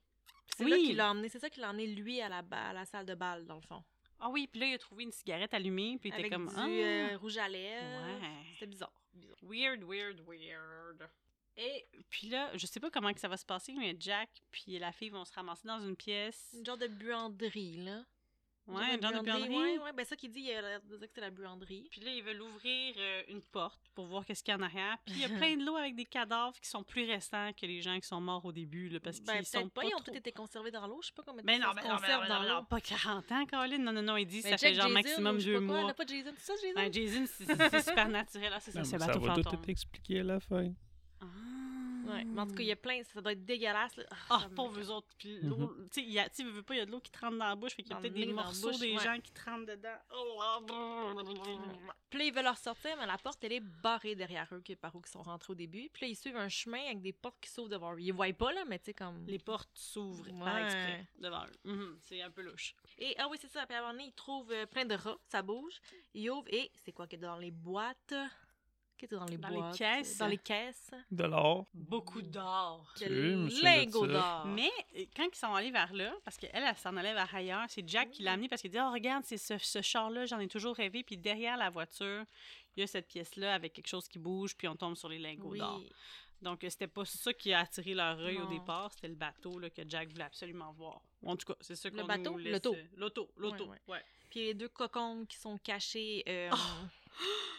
Speaker 3: Puis C'est là
Speaker 1: Oui.
Speaker 3: qu'il l'a emmené, c'est ça qu'il l'a emmené, lui, à la, ba- à la salle de bal, dans le fond.
Speaker 1: Ah oui, puis là, il a trouvé une cigarette allumée, puis il était
Speaker 3: Avec
Speaker 1: comme
Speaker 3: du
Speaker 1: Ah,
Speaker 3: euh, rouge à lèvres.
Speaker 1: ouais.
Speaker 3: C'était bizarre. bizarre.
Speaker 1: Weird, weird, weird. Et puis là, je sais pas comment que ça va se passer, mais Jack puis la fille vont se ramasser dans une pièce.
Speaker 3: Une genre de buanderie, là.
Speaker 1: Ouais, John de Buanderie.
Speaker 3: Ouais, ouais, ben ça qu'il dit, il a l'air de dire que c'est la buanderie.
Speaker 1: Puis là, ils veulent ouvrir euh, une porte pour voir qu'est-ce qu'il y a en arrière. Puis il y a plein de lots avec des cadavres qui sont plus récents que les gens qui sont morts au début, là, parce qu'ils
Speaker 3: ben,
Speaker 1: sont
Speaker 3: peut-être
Speaker 1: pas,
Speaker 3: pas, ils ont
Speaker 1: trop-
Speaker 3: tous été conservés dans l'eau, je sais pas comment
Speaker 1: Ben non,
Speaker 3: ça
Speaker 1: ben
Speaker 3: se
Speaker 1: non, ben non,
Speaker 3: conserve
Speaker 1: ben
Speaker 3: dans
Speaker 1: non,
Speaker 3: l'eau.
Speaker 1: pas 40 ans, Caroline. Non, non, non, ils disent ça
Speaker 3: Ben,
Speaker 1: fait
Speaker 3: Jack
Speaker 1: genre
Speaker 3: Jason, ou
Speaker 1: maximum
Speaker 3: je sais
Speaker 1: deux
Speaker 3: pas quoi,
Speaker 1: mois.
Speaker 3: là, pas Jason, c'est ça Jason?
Speaker 1: Ben, Jason, c'est- c'est c'est super naturel, là, c'est ça,
Speaker 2: Non,
Speaker 1: c'est
Speaker 2: mais
Speaker 1: le
Speaker 2: ça
Speaker 1: bateau
Speaker 2: va tout
Speaker 1: fantôme.
Speaker 2: être expliqué à la fin.
Speaker 1: Ah.
Speaker 3: Ouais, mais en tout cas, il y a plein, ça doit être dégueulasse. là.
Speaker 1: Ah,
Speaker 3: ça me-
Speaker 1: pauvres eux autres. Puis l'eau, tu sais, il y a- tu sais, veux, veux pas, il y a de l'eau qui trempe dans la bouche, fait qu'il y a
Speaker 3: Dans
Speaker 1: peut-être
Speaker 3: le
Speaker 1: des
Speaker 3: nez, dans la
Speaker 1: morceaux
Speaker 3: bouche,
Speaker 1: des
Speaker 3: ouais.
Speaker 1: gens qui tremblent dedans. Oh, ah, brrr.
Speaker 3: Puis là, ils veulent leur sortir, mais la porte, elle est barrée derrière eux, que- par où ils sont rentrés au début. Puis là, ils suivent un chemin avec des portes qui s'ouvrent devant eux. Ils voient pas, là, mais tu sais, comme.
Speaker 1: Les portes s'ouvrent par
Speaker 3: Ouais. Mm-hmm.
Speaker 1: exprès devant eux. Mhm, c'est un peu louche.
Speaker 3: Et ah oui, c'est ça. Puis à un moment donné, ils trouvent euh, plein de rats, ça bouge. Ils ouvrent et c'est quoi que dans les boîtes Qu'est-ce que dans les
Speaker 1: Dans les
Speaker 3: boîtes
Speaker 1: caisses.
Speaker 3: Dans les caisses.
Speaker 1: Ah.
Speaker 2: De l'or.
Speaker 1: Beaucoup d'or.
Speaker 3: De
Speaker 2: Tu, monsieur
Speaker 3: lingots
Speaker 2: Lotso.
Speaker 3: d'or.
Speaker 1: Mais euh, quand ils sont allés vers là, parce qu'elle, elle s'en allait vers ailleurs, c'est Jack qui l'a
Speaker 3: Mm-hmm.
Speaker 1: amené parce qu'il dit Oh, regarde, c'est ce, ce char-là, j'en ai toujours rêvé. Puis derrière la voiture, il y a cette pièce-là avec quelque chose qui bouge, puis on tombe sur les lingots
Speaker 3: oui.
Speaker 1: d'or. Donc, euh, c'était pas ça qui a attiré leur œil au
Speaker 3: Non.
Speaker 1: départ, c'était le bateau là, que Jack voulait absolument voir. En tout cas, c'est ça qu'on
Speaker 3: Le bateau?
Speaker 1: nous laisse- euh,
Speaker 3: L'auto.
Speaker 1: L'auto, l'auto,
Speaker 3: Ouais,
Speaker 1: ouais.
Speaker 3: Puis les deux cocombes qui sont cachés euh,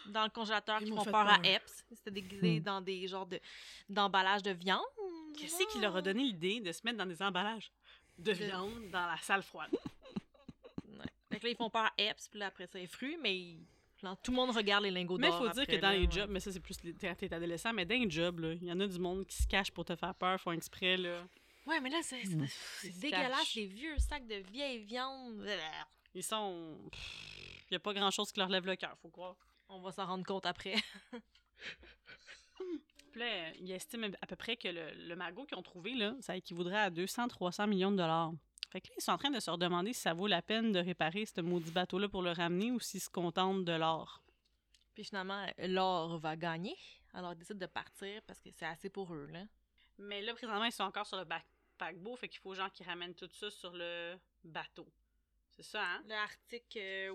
Speaker 3: dans le congélateur
Speaker 1: Oh! Ils
Speaker 3: qui
Speaker 1: m'ont
Speaker 3: font
Speaker 1: fait
Speaker 3: peur, à
Speaker 1: peur.
Speaker 3: Epps. C'était déguisé
Speaker 2: Hmm.
Speaker 3: dans des genres de- d'emballages de, viande.
Speaker 1: Qu'est-ce qui leur a donné l'idée de se mettre dans des emballages de
Speaker 3: Je-
Speaker 1: viande dans la salle froide?
Speaker 3: Fait que là, ils font peur à Epps, puis là, après ça, ils fruits, mais ils- là, tout le monde regarde les lingots
Speaker 1: Mais il
Speaker 3: d'or.
Speaker 1: faut dire que
Speaker 3: après,
Speaker 1: dans
Speaker 3: là,
Speaker 1: les
Speaker 3: ouais.
Speaker 1: jobs, mais ça c'est plus quand t'es adolescent, mais dans les jobs, là, il y en a du monde qui se cache pour te faire peur, font exprès, là.
Speaker 3: Ouais, mais là, c'est c'est-
Speaker 2: Mm.
Speaker 3: c'est
Speaker 1: se
Speaker 3: dégueulasse,
Speaker 1: cache.
Speaker 3: les vieux sacs de vieilles viandes.
Speaker 1: Ils sont... Il y a pas grand-chose qui leur lève le cœur, faut croire.
Speaker 3: On va s'en rendre compte après.
Speaker 1: Puis là, ils estiment à peu près que le, le magot qu'ils ont trouvé, là, ça équivaudrait à 200-300 millions de dollars. Fait que là, ils sont en train de se demander si ça vaut la peine de réparer ce maudit bateau-là pour le ramener ou s'ils se contentent de l'or.
Speaker 3: Puis finalement, l'or va gagner. Alors, ils décident de partir parce que c'est assez pour eux, là.
Speaker 1: Mais là, présentement, ils sont encore sur le ba- paquebot, fait qu'il faut genre qu'ils ramènent tout ça sur le bateau. C'est ça, hein?
Speaker 3: L'Arctic euh,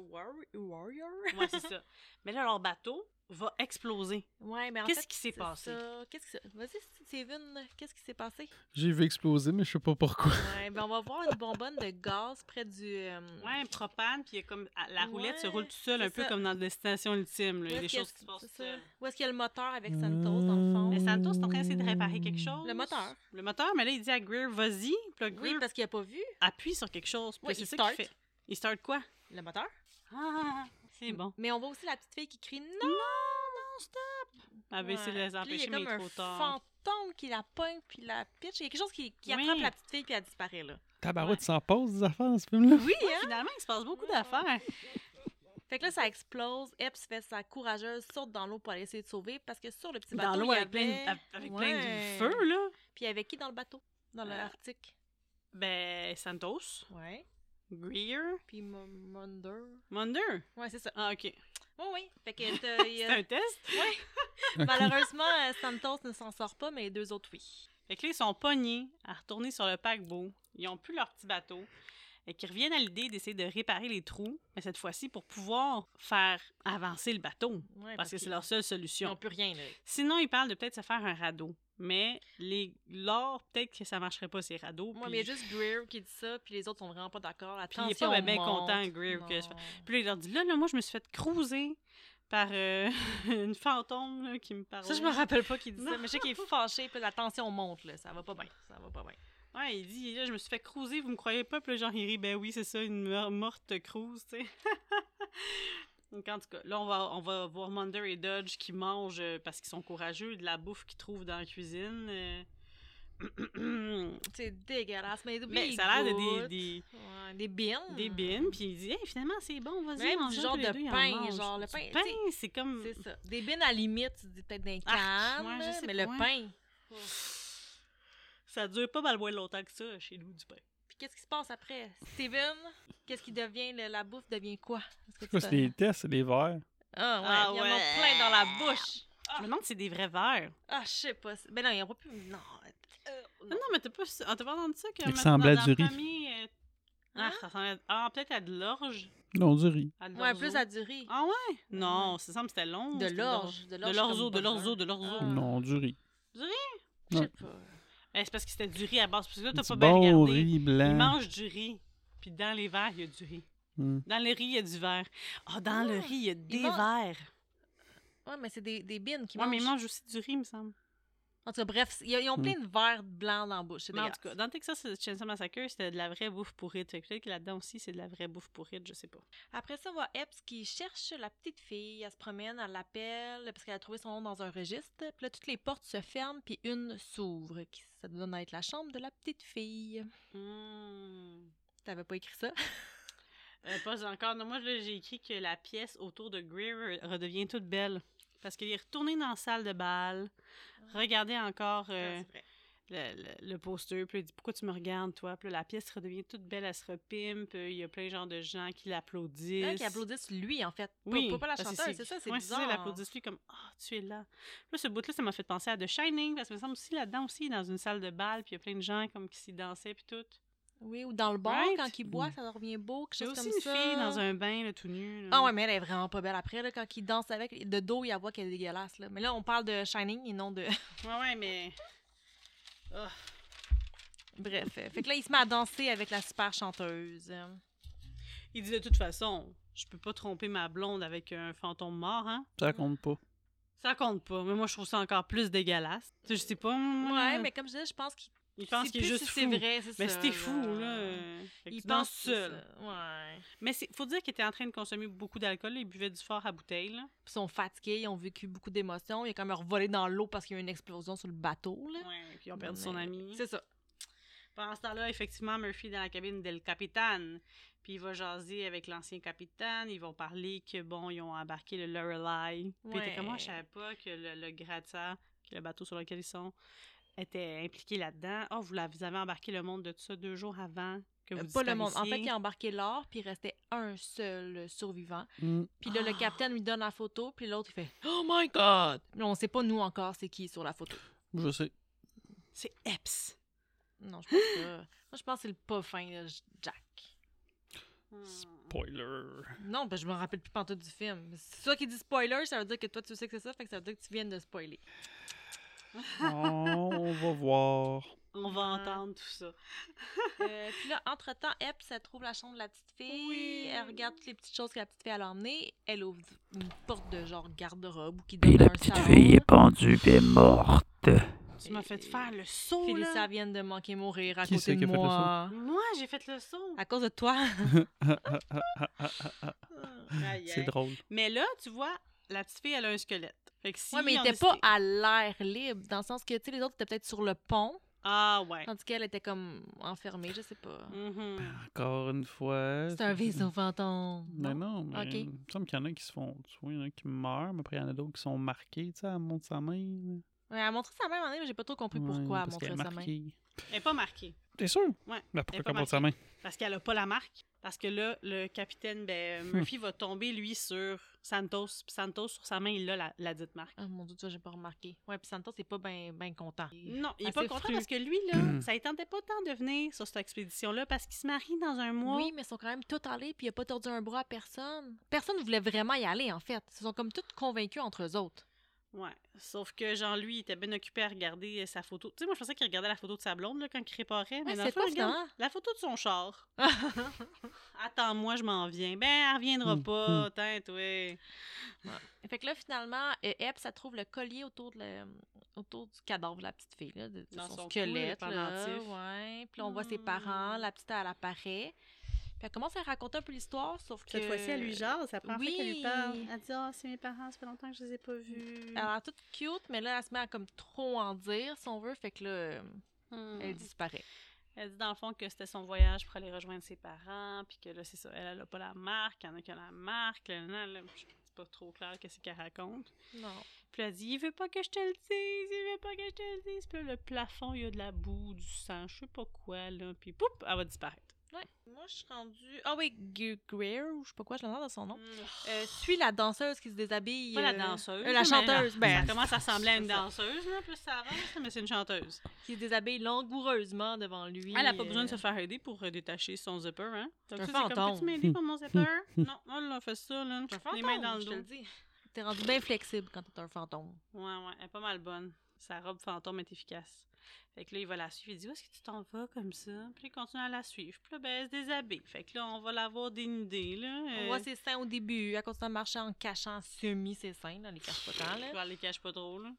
Speaker 3: Warrior?
Speaker 1: Ouais, c'est ça. Mais là, leur bateau va exploser.
Speaker 3: Ouais, mais en
Speaker 1: Qu'est-ce
Speaker 3: fait,
Speaker 1: qui s'est
Speaker 3: c'est
Speaker 1: passé?
Speaker 3: ça. Qu'est-ce que c'est- Vas-y, Steven, qu'est-ce qui s'est passé?
Speaker 2: J'ai vu exploser, mais je sais pas pourquoi.
Speaker 3: Ouais, ben on va voir une bonbonne de gaz près du... euh,
Speaker 1: Ouais, propane, puis il y a comme à- la roulette se
Speaker 3: Ouais,
Speaker 1: roule tout seul,
Speaker 3: c'est
Speaker 1: un peu
Speaker 3: ça.
Speaker 1: comme dans Destination Ultime. là. Il y a
Speaker 3: où
Speaker 1: des
Speaker 3: est-ce qu'il y a-
Speaker 1: choses qui se passent
Speaker 3: c'est
Speaker 1: tout
Speaker 3: ça.
Speaker 1: seul.
Speaker 3: Où est-ce qu'il y a le moteur avec Santos, dans le fond?
Speaker 1: Mais Santos est en train d'essayer de réparer quelque chose.
Speaker 3: Le moteur.
Speaker 1: Le moteur, mais là, il dit à Greer, vas-y. Puis là, Greer
Speaker 3: Oui, parce qu'il a pas vu
Speaker 1: appuie sur quelque chose. Puis là,
Speaker 3: Oui,
Speaker 1: c'est
Speaker 3: il
Speaker 1: ça qu'il
Speaker 3: start.
Speaker 1: fait. Il start quoi?
Speaker 3: le moteur.
Speaker 1: Ah, c'est bon.
Speaker 3: Mais on voit aussi la petite fille qui crie « Non! Non, stop! »
Speaker 1: Elle va essayer de
Speaker 3: Ouais.
Speaker 1: Ah, ben, les empêcher,
Speaker 3: Puis là,
Speaker 1: mais il est
Speaker 3: il y a comme
Speaker 1: trop
Speaker 3: un
Speaker 1: tard.
Speaker 3: fantôme qui la pogne puis la pitch. Il y a quelque chose qui, qui
Speaker 1: Oui.
Speaker 3: attrape la petite fille puis elle disparaît là.
Speaker 2: Tabarouette, tu s'en poses des affaires dans ce film-là.
Speaker 1: Oui, finalement, il se passe beaucoup
Speaker 3: Ouais.
Speaker 1: d'affaires.
Speaker 3: Fait que là, ça explose. Epps fait sa courageuse, saute dans l'eau pour aller essayer de sauver parce que sur le petit bateau,
Speaker 1: Dans l'eau,
Speaker 3: il y
Speaker 1: avec, plein,
Speaker 3: avait-
Speaker 1: de- avec plein
Speaker 3: Ouais.
Speaker 1: de feu, là.
Speaker 3: Puis avec qui dans le bateau? Dans
Speaker 1: Euh,
Speaker 3: l'Arctique.
Speaker 1: Ben, Santos,
Speaker 3: Ouais.
Speaker 1: Greer,
Speaker 3: Puis Mo- Munder.
Speaker 1: Munder.
Speaker 3: Ouais, c'est ça.
Speaker 1: Ah, OK.
Speaker 3: Oui, oui. Fait que t'as- il y
Speaker 1: C'est
Speaker 3: a-
Speaker 1: un test.
Speaker 3: malheureusement, euh, Santos ne s'en sort pas, mais les deux autres, oui.
Speaker 1: Fait que là, ils sont pognés à retourner sur le paquebot. Ils ont plus leur petit bateau. Et qu'ils reviennent à l'idée d'essayer de réparer les trous, mais cette fois-ci pour pouvoir faire avancer le bateau.
Speaker 3: Ouais,
Speaker 1: Parce que c'est
Speaker 3: qu'ils-
Speaker 1: leur seule
Speaker 3: Ils
Speaker 1: solution.
Speaker 3: n'ont plus rien, là.
Speaker 1: Sinon, ils parlent de peut-être se faire un radeau. Mais les l'or, peut-être que ça marcherait pas, ces radeaux.
Speaker 3: Moi,
Speaker 1: puis-
Speaker 3: mais il y a juste Greer qui dit ça, puis les autres sont vraiment pas d'accord. La
Speaker 1: Puis il est
Speaker 3: tension
Speaker 1: pas ben, ben
Speaker 3: monte.
Speaker 1: content, Greer, que je-
Speaker 3: Non.
Speaker 1: Puis là, il leur dit, là, là, moi, je me suis fait cruiser par euh, une fantôme là, qui me parlait.
Speaker 3: Ça, je me rappelle pas qu'il dit
Speaker 1: Non.
Speaker 3: ça, mais je sais qu'il est fâché, puis la tension monte, là. Ça va pas bien. Ça va pas bien.
Speaker 1: Ouais, il dit, là, je me suis fait cruiser, vous me croyez pas? Puis là, genre, il rit, ben oui, c'est ça, une mor- morte cruise, tu sais. Donc, en tout cas, là, on va, on va voir Munder et Dodge qui mangent euh, parce qu'ils sont courageux de la bouffe qu'ils trouvent dans la cuisine. euh.
Speaker 3: C'est dégueulasse. Mais,
Speaker 1: Mais Ben, ça a l'air de des, des,
Speaker 3: Ouais, des bines.
Speaker 1: des bines, puis il dit, hey, finalement, c'est bon, vas-y,
Speaker 3: Même du
Speaker 1: mange-en,
Speaker 3: genre
Speaker 1: puis les
Speaker 3: de
Speaker 1: deux, ils en
Speaker 3: pain,
Speaker 1: mangent.
Speaker 3: genre, le
Speaker 1: Du
Speaker 3: pain,
Speaker 1: pain,
Speaker 3: tu sais,
Speaker 1: c'est comme.
Speaker 3: C'est ça. Des bines, à la limite, tu dis peut-être d'un
Speaker 1: Arc,
Speaker 3: canne,
Speaker 1: Ah, ouais, je
Speaker 3: là,
Speaker 1: sais
Speaker 3: mais
Speaker 1: pas,
Speaker 3: le
Speaker 1: ouais.
Speaker 3: pain.
Speaker 1: Ça dure pas mal moins longtemps que ça chez nous, du pain.
Speaker 3: Puis qu'est-ce qui se passe après? Steven, qu'est-ce qui devient? le- la bouffe devient quoi? Est-ce que
Speaker 2: C'est quoi,
Speaker 3: tu
Speaker 2: c'est
Speaker 3: te-
Speaker 2: des tests, c'est des verres.
Speaker 3: Ah ouais,
Speaker 1: Ah
Speaker 3: il y en a
Speaker 1: ouais.
Speaker 3: plein dans la bouche.
Speaker 1: Je me demande si c'est des vrais verres.
Speaker 3: Ah, je sais pas. c'est- Ben non, il y aura plus... Non. euh,
Speaker 1: Non, non,
Speaker 3: non.
Speaker 1: mais t'as pas, on t'a pas entendu ça que
Speaker 2: Il
Speaker 1: mettons,
Speaker 2: ressemblait
Speaker 1: dans
Speaker 2: à du
Speaker 1: la
Speaker 2: riz.
Speaker 1: famille, euh, Ah, ça ressemblait à- Ah, peut-être à de l'orge.
Speaker 2: Non, du riz.
Speaker 1: À de
Speaker 3: Ouais,
Speaker 1: l'orzo.
Speaker 3: plus à durée.
Speaker 1: Ah ouais? Non, ça semble que c'était long.
Speaker 3: De
Speaker 1: c'était
Speaker 3: l'orge.
Speaker 1: De l'orzo, de l'orzo, de l'orzo.
Speaker 3: Ah.
Speaker 2: Non, du riz.
Speaker 3: Je sais
Speaker 2: Ouais.
Speaker 3: pas.
Speaker 1: Ben, c'est parce que c'était du riz à base. Parce que là, t'as
Speaker 2: Du
Speaker 1: pas bien
Speaker 2: bon
Speaker 1: regardé.
Speaker 2: riz hein?
Speaker 1: Ils
Speaker 2: blanc.
Speaker 1: mangent du riz. Puis dans les verres, il y a du riz.
Speaker 2: Hmm.
Speaker 1: Dans le riz, il y a du verre. Ah, dans le
Speaker 3: Ah,
Speaker 1: riz, il y a des
Speaker 3: mangent-
Speaker 1: verres.
Speaker 3: Ouais, mais c'est des, des bines qui
Speaker 1: Ouais, mais ils
Speaker 3: mangent.
Speaker 1: mangent aussi du riz, il me semble.
Speaker 3: En tout cas, bref, ils ils ont plein de verres blancs dans la bouche. C'est
Speaker 1: Mais en
Speaker 3: dégueulasse.
Speaker 1: tout cas, dans Texas Chainsaw Massacre, c'était de la vraie bouffe pourrite. Fait que Peut-être que là-dedans aussi, c'est de la vraie bouffe pourrite, je sais pas.
Speaker 3: Après ça, on voit Epps qui cherche la petite fille. Elle se promène, elle l'appelle parce qu'elle a trouvé son nom dans un registre. Puis là, toutes les portes se ferment, puis une s'ouvre. qui- Ça donne à être la chambre de la petite fille.
Speaker 1: Hum.
Speaker 3: T'avais pas écrit ça?
Speaker 1: Euh, pas encore. Non, moi, là, j'ai écrit que la pièce autour de Greer redevient toute belle. Parce qu'il est retourné dans la salle de bal, regardait encore euh,
Speaker 3: Ah, c'est vrai.
Speaker 1: le, le- le poster, puis il dit Pourquoi tu me regardes, toi Puis là, la pièce redevient toute belle, elle se repimpe, euh, il y a plein genre de gens qui l'applaudissent.
Speaker 3: Hein, qui applaudissent lui, en fait. Pas-
Speaker 1: Oui,
Speaker 3: pas, pas la
Speaker 1: parce que
Speaker 3: chanteuse, c'est ça, c'est
Speaker 1: ouais,
Speaker 3: bizarre. hein.
Speaker 1: ça, il applaudit lui comme Ah, tu es là. Là, ce bout-là, ça m'a fait penser à The Shining, parce que me semble aussi là-dedans aussi, dans une salle de bal, puis il y a plein de gens comme qui s'y dansaient, puis tout.
Speaker 3: Oui, ou dans le bar,
Speaker 1: Right?
Speaker 3: quand il boit,
Speaker 2: Mm.
Speaker 3: ça leur revient beau, quelque
Speaker 1: J'ai
Speaker 3: chose
Speaker 1: aussi
Speaker 3: comme
Speaker 1: une
Speaker 3: ça.
Speaker 1: fille dans un bain, là, tout nu. là.
Speaker 3: Ah ouais, mais elle est vraiment pas belle. Après, là, quand il danse avec, de dos, il y a voix qu'elle est dégueulasse. Là. Mais là, on parle de Shining et non de...
Speaker 1: Ouais, ouais, mais. Ah.
Speaker 3: Bref, euh, fait que là, il se met à danser avec la super chanteuse.
Speaker 1: Il dit de toute façon, je peux pas tromper ma blonde avec un fantôme mort, hein?
Speaker 2: Ça compte pas.
Speaker 1: Ça compte pas, mais moi je trouve ça encore plus dégueulasse. Tu sais, Je sais pas. moi,
Speaker 3: Ouais, mais comme je disais, je pense qu'il
Speaker 1: il pense
Speaker 3: sait
Speaker 1: qu'il est
Speaker 3: plus
Speaker 1: juste
Speaker 3: si
Speaker 1: fou.
Speaker 3: c'est vrai, c'est ça.
Speaker 1: mais c'était fou là. Fait que
Speaker 3: Il
Speaker 1: tu danses
Speaker 3: pense
Speaker 1: seul.
Speaker 3: seul. Ouais.
Speaker 1: Mais c'est faut dire qu'il était en train de consommer beaucoup d'alcool, là, il buvait du fort à bouteille là.
Speaker 3: Puis ils sont fatigués, ils ont vécu beaucoup d'émotions. Il a comme revolé dans l'eau parce qu'il y a eu une explosion sur le bateau. Là.
Speaker 1: Ouais, puis ils ont perdu son
Speaker 3: Mais
Speaker 1: ami.
Speaker 3: C'est ça.
Speaker 1: Pendant ce temps-là, effectivement, Murphy est dans la cabine del Capitane. Puis il va jaser avec l'ancien capitaine. Ils vont parler que, bon, ils ont embarqué le Lorelei. Puis il était comme, moi, je
Speaker 3: Ouais.
Speaker 1: savais pas que le, le Gratta, qui est le bateau sur lequel ils sont, était impliqué là-dedans. Oh, vous, l'avez- vous avez embarqué le monde de tout ça deux jours avant que vous
Speaker 3: Euh, pas le monde. En fait, il
Speaker 1: disparissiez.
Speaker 3: a embarqué l'or, puis il restait un seul euh, survivant.
Speaker 2: Hmm.
Speaker 3: Puis là, le
Speaker 1: Ah.
Speaker 3: capitaine lui donne la photo, puis l'autre, il fait Oh my God! Mais on sait pas, nous encore, c'est qui sur la photo.
Speaker 2: Je sais.
Speaker 1: C'est Epps.
Speaker 3: Non, je pense pas. Moi, je pense que c'est le pas fin, là, J- Jack. Hmm.
Speaker 2: Spoiler.
Speaker 3: Non, ben, je me rappelle plus pantoute du film. C'est ça qui dit spoiler, ça veut dire que toi, tu sais que c'est ça, fait que ça veut dire que tu viens de spoiler.
Speaker 2: Oh, on va voir.
Speaker 1: On va
Speaker 3: Ah.
Speaker 1: entendre tout ça.
Speaker 3: Euh, puis là, entre-temps, Epps, elle trouve la chambre de la petite fille.
Speaker 1: Oui.
Speaker 3: Elle regarde toutes les petites choses que la petite fille elle a emmenées. Elle ouvre une porte de genre garde-robe ou qui donne dans un salon.
Speaker 4: pendue et morte.
Speaker 1: Tu m'as fait faire le saut,
Speaker 3: Félicia
Speaker 1: là.
Speaker 3: vient de manquer mourir à
Speaker 2: Qui c'est
Speaker 3: côté
Speaker 2: qui
Speaker 3: de
Speaker 2: a fait le
Speaker 3: moi.
Speaker 1: Moi, j'ai fait le saut.
Speaker 3: À cause de toi.
Speaker 2: Ah, ah, ah, ah, ah, ah.
Speaker 1: Aïe,
Speaker 2: C'est
Speaker 1: aïe.
Speaker 2: drôle.
Speaker 1: Mais là, tu vois, la petite fille, elle a un squelette. Fait que si
Speaker 3: ouais, mais
Speaker 1: ils
Speaker 3: il
Speaker 1: ont
Speaker 3: était pas
Speaker 1: décidé-
Speaker 3: à l'air libre, dans le sens que, tu sais, les autres étaient peut-être sur le pont,
Speaker 1: Ah, ouais.
Speaker 3: tandis qu'elle était comme enfermée, je sais pas.
Speaker 1: Mhm.
Speaker 2: Encore une fois.
Speaker 3: C'est un vaisseau fantôme.
Speaker 2: Mais non, mais
Speaker 3: Ok.
Speaker 2: il me semble qu'il y en a qui se font tuer, il y en a qui meurent, mais après il y en a d'autres qui sont marqués, tu sais, elle montre sa main. là.
Speaker 3: Ouais, elle a montré sa main à un moment donné, mais j'ai pas trop compris
Speaker 2: Ouais,
Speaker 3: pourquoi elle
Speaker 2: parce qu'elle
Speaker 3: montrait
Speaker 2: est
Speaker 3: sa main.
Speaker 2: marquée.
Speaker 1: Elle est pas marquée.
Speaker 2: T'es sûr?
Speaker 1: Ouais, elle
Speaker 2: Ben,
Speaker 1: est
Speaker 2: pourquoi
Speaker 1: pas
Speaker 2: qu'elle montre sa main?
Speaker 1: Parce qu'elle a pas la marque. Parce que là, le capitaine ben,
Speaker 3: Hmm.
Speaker 1: Murphy va tomber, lui, sur Santos. Puis Santos, sur sa main, il a la, la dite marque.
Speaker 3: Ah mon dieu, tu vois, j'ai pas remarqué. Ouais, puis Santos, c'est pas bien ben content.
Speaker 1: Non, il est
Speaker 3: Ah,
Speaker 1: pas
Speaker 3: c'est
Speaker 1: content
Speaker 3: fru.
Speaker 1: parce que lui, là, ça ne tentait pas tant de venir sur cette expédition-là parce qu'il se marie dans un mois.
Speaker 3: Oui, mais ils sont quand même tous allés, puis il a pas tordu un bras à personne. Personne voulait vraiment y aller, en fait. Ils se sont comme tous convaincus entre eux autres.
Speaker 1: Ouais. Sauf que, genre, lui, il était bien occupé à regarder euh, sa photo. Tu sais, moi, je pensais qu'il regardait la photo de sa blonde là, quand il réparait. Mais
Speaker 3: Ouais,
Speaker 1: dans
Speaker 3: c'est
Speaker 1: le fond,
Speaker 3: quoi,
Speaker 1: il regarde
Speaker 3: finalement?
Speaker 1: la photo de son char. Attends-moi, je m'en viens. Ben, elle reviendra
Speaker 2: Mm,
Speaker 1: pas. Tente, ouais.
Speaker 3: Fait que là, finalement, euh, Epps, ça trouve le collier autour, de la- autour du cadavre de la petite fille, là, de, de
Speaker 1: Dans
Speaker 3: son,
Speaker 1: son cou,
Speaker 3: squelette.
Speaker 1: le
Speaker 3: là,
Speaker 1: pendentif.
Speaker 3: ouais. Puis là, on voit ses
Speaker 1: Hmm.
Speaker 3: parents, la petite, elle apparaît. Puis elle commence à raconter un peu l'histoire, sauf que.
Speaker 1: Cette fois-ci, elle lui jase, ça prend
Speaker 3: oui.
Speaker 1: qu'elle lui parle. Ah. Elle dit Ah, c'est mes parents, ça fait longtemps que je les ai pas vus.
Speaker 3: Elle a l'air toute cute, mais là, elle se met à comme trop en dire, si on veut. Fait que là, euh,
Speaker 1: Hmm.
Speaker 3: elle disparaît.
Speaker 1: Elle dit dans le fond que c'était son voyage pour aller rejoindre ses parents, puis que là, c'est ça, elle, elle a pas la marque, il y en a qui ont la marque, là, là, là, je- c'est pas trop clair qu'est-ce qu'elle raconte.
Speaker 3: Non.
Speaker 1: Puis elle dit Il veut pas que je te le dise, il veut pas que je te le dise. Puis là, le plafond, il y a de la boue, du sang, je sais pas quoi, là, puis poup, elle va disparaître.
Speaker 3: Ouais. Moi, je suis rendue. Ah oui, Gu- Greer, ou je sais pas quoi, je l'entends dans son nom.
Speaker 1: Mm.
Speaker 3: Euh, suis la danseuse qui se déshabille.
Speaker 1: Pas la
Speaker 3: euh,
Speaker 1: danseuse.
Speaker 3: euh, la
Speaker 1: mais
Speaker 3: chanteuse. Ben,
Speaker 1: ça commence à ressembler à une
Speaker 3: c'est ça.
Speaker 1: danseuse, là, plus ça avance, mais c'est une chanteuse.
Speaker 3: Qui se déshabille langoureusement devant lui.
Speaker 1: Elle n'a pas besoin de se
Speaker 3: euh,
Speaker 1: faire aider pour euh, détacher son zipper, hein? Donc ça,
Speaker 3: Un
Speaker 1: c'est comme,
Speaker 3: fantôme.
Speaker 1: peux-tu m'aider pour mon zipper? non, elle a fait ça, là.
Speaker 3: C'est un fantôme,
Speaker 1: Les mains dans le
Speaker 3: je
Speaker 1: dos.
Speaker 3: te le dis. T'es rendu bien flexible quand t'es un fantôme.
Speaker 1: Ouais, ouais, elle est pas mal bonne. Sa robe fantôme est efficace. Fait que là, il va la suivre. Il dit Où est-ce que tu t'en vas comme ça Puis il continue à la suivre. Puis là, ben, elle se déshabille. Fait que là, on va l'avoir dénudée, là. Euh,
Speaker 3: On voit ses seins au début. Elle continue à marcher en cachant semi ses seins, là, les cache pas tant, là.
Speaker 1: Je les cache pas trop, là.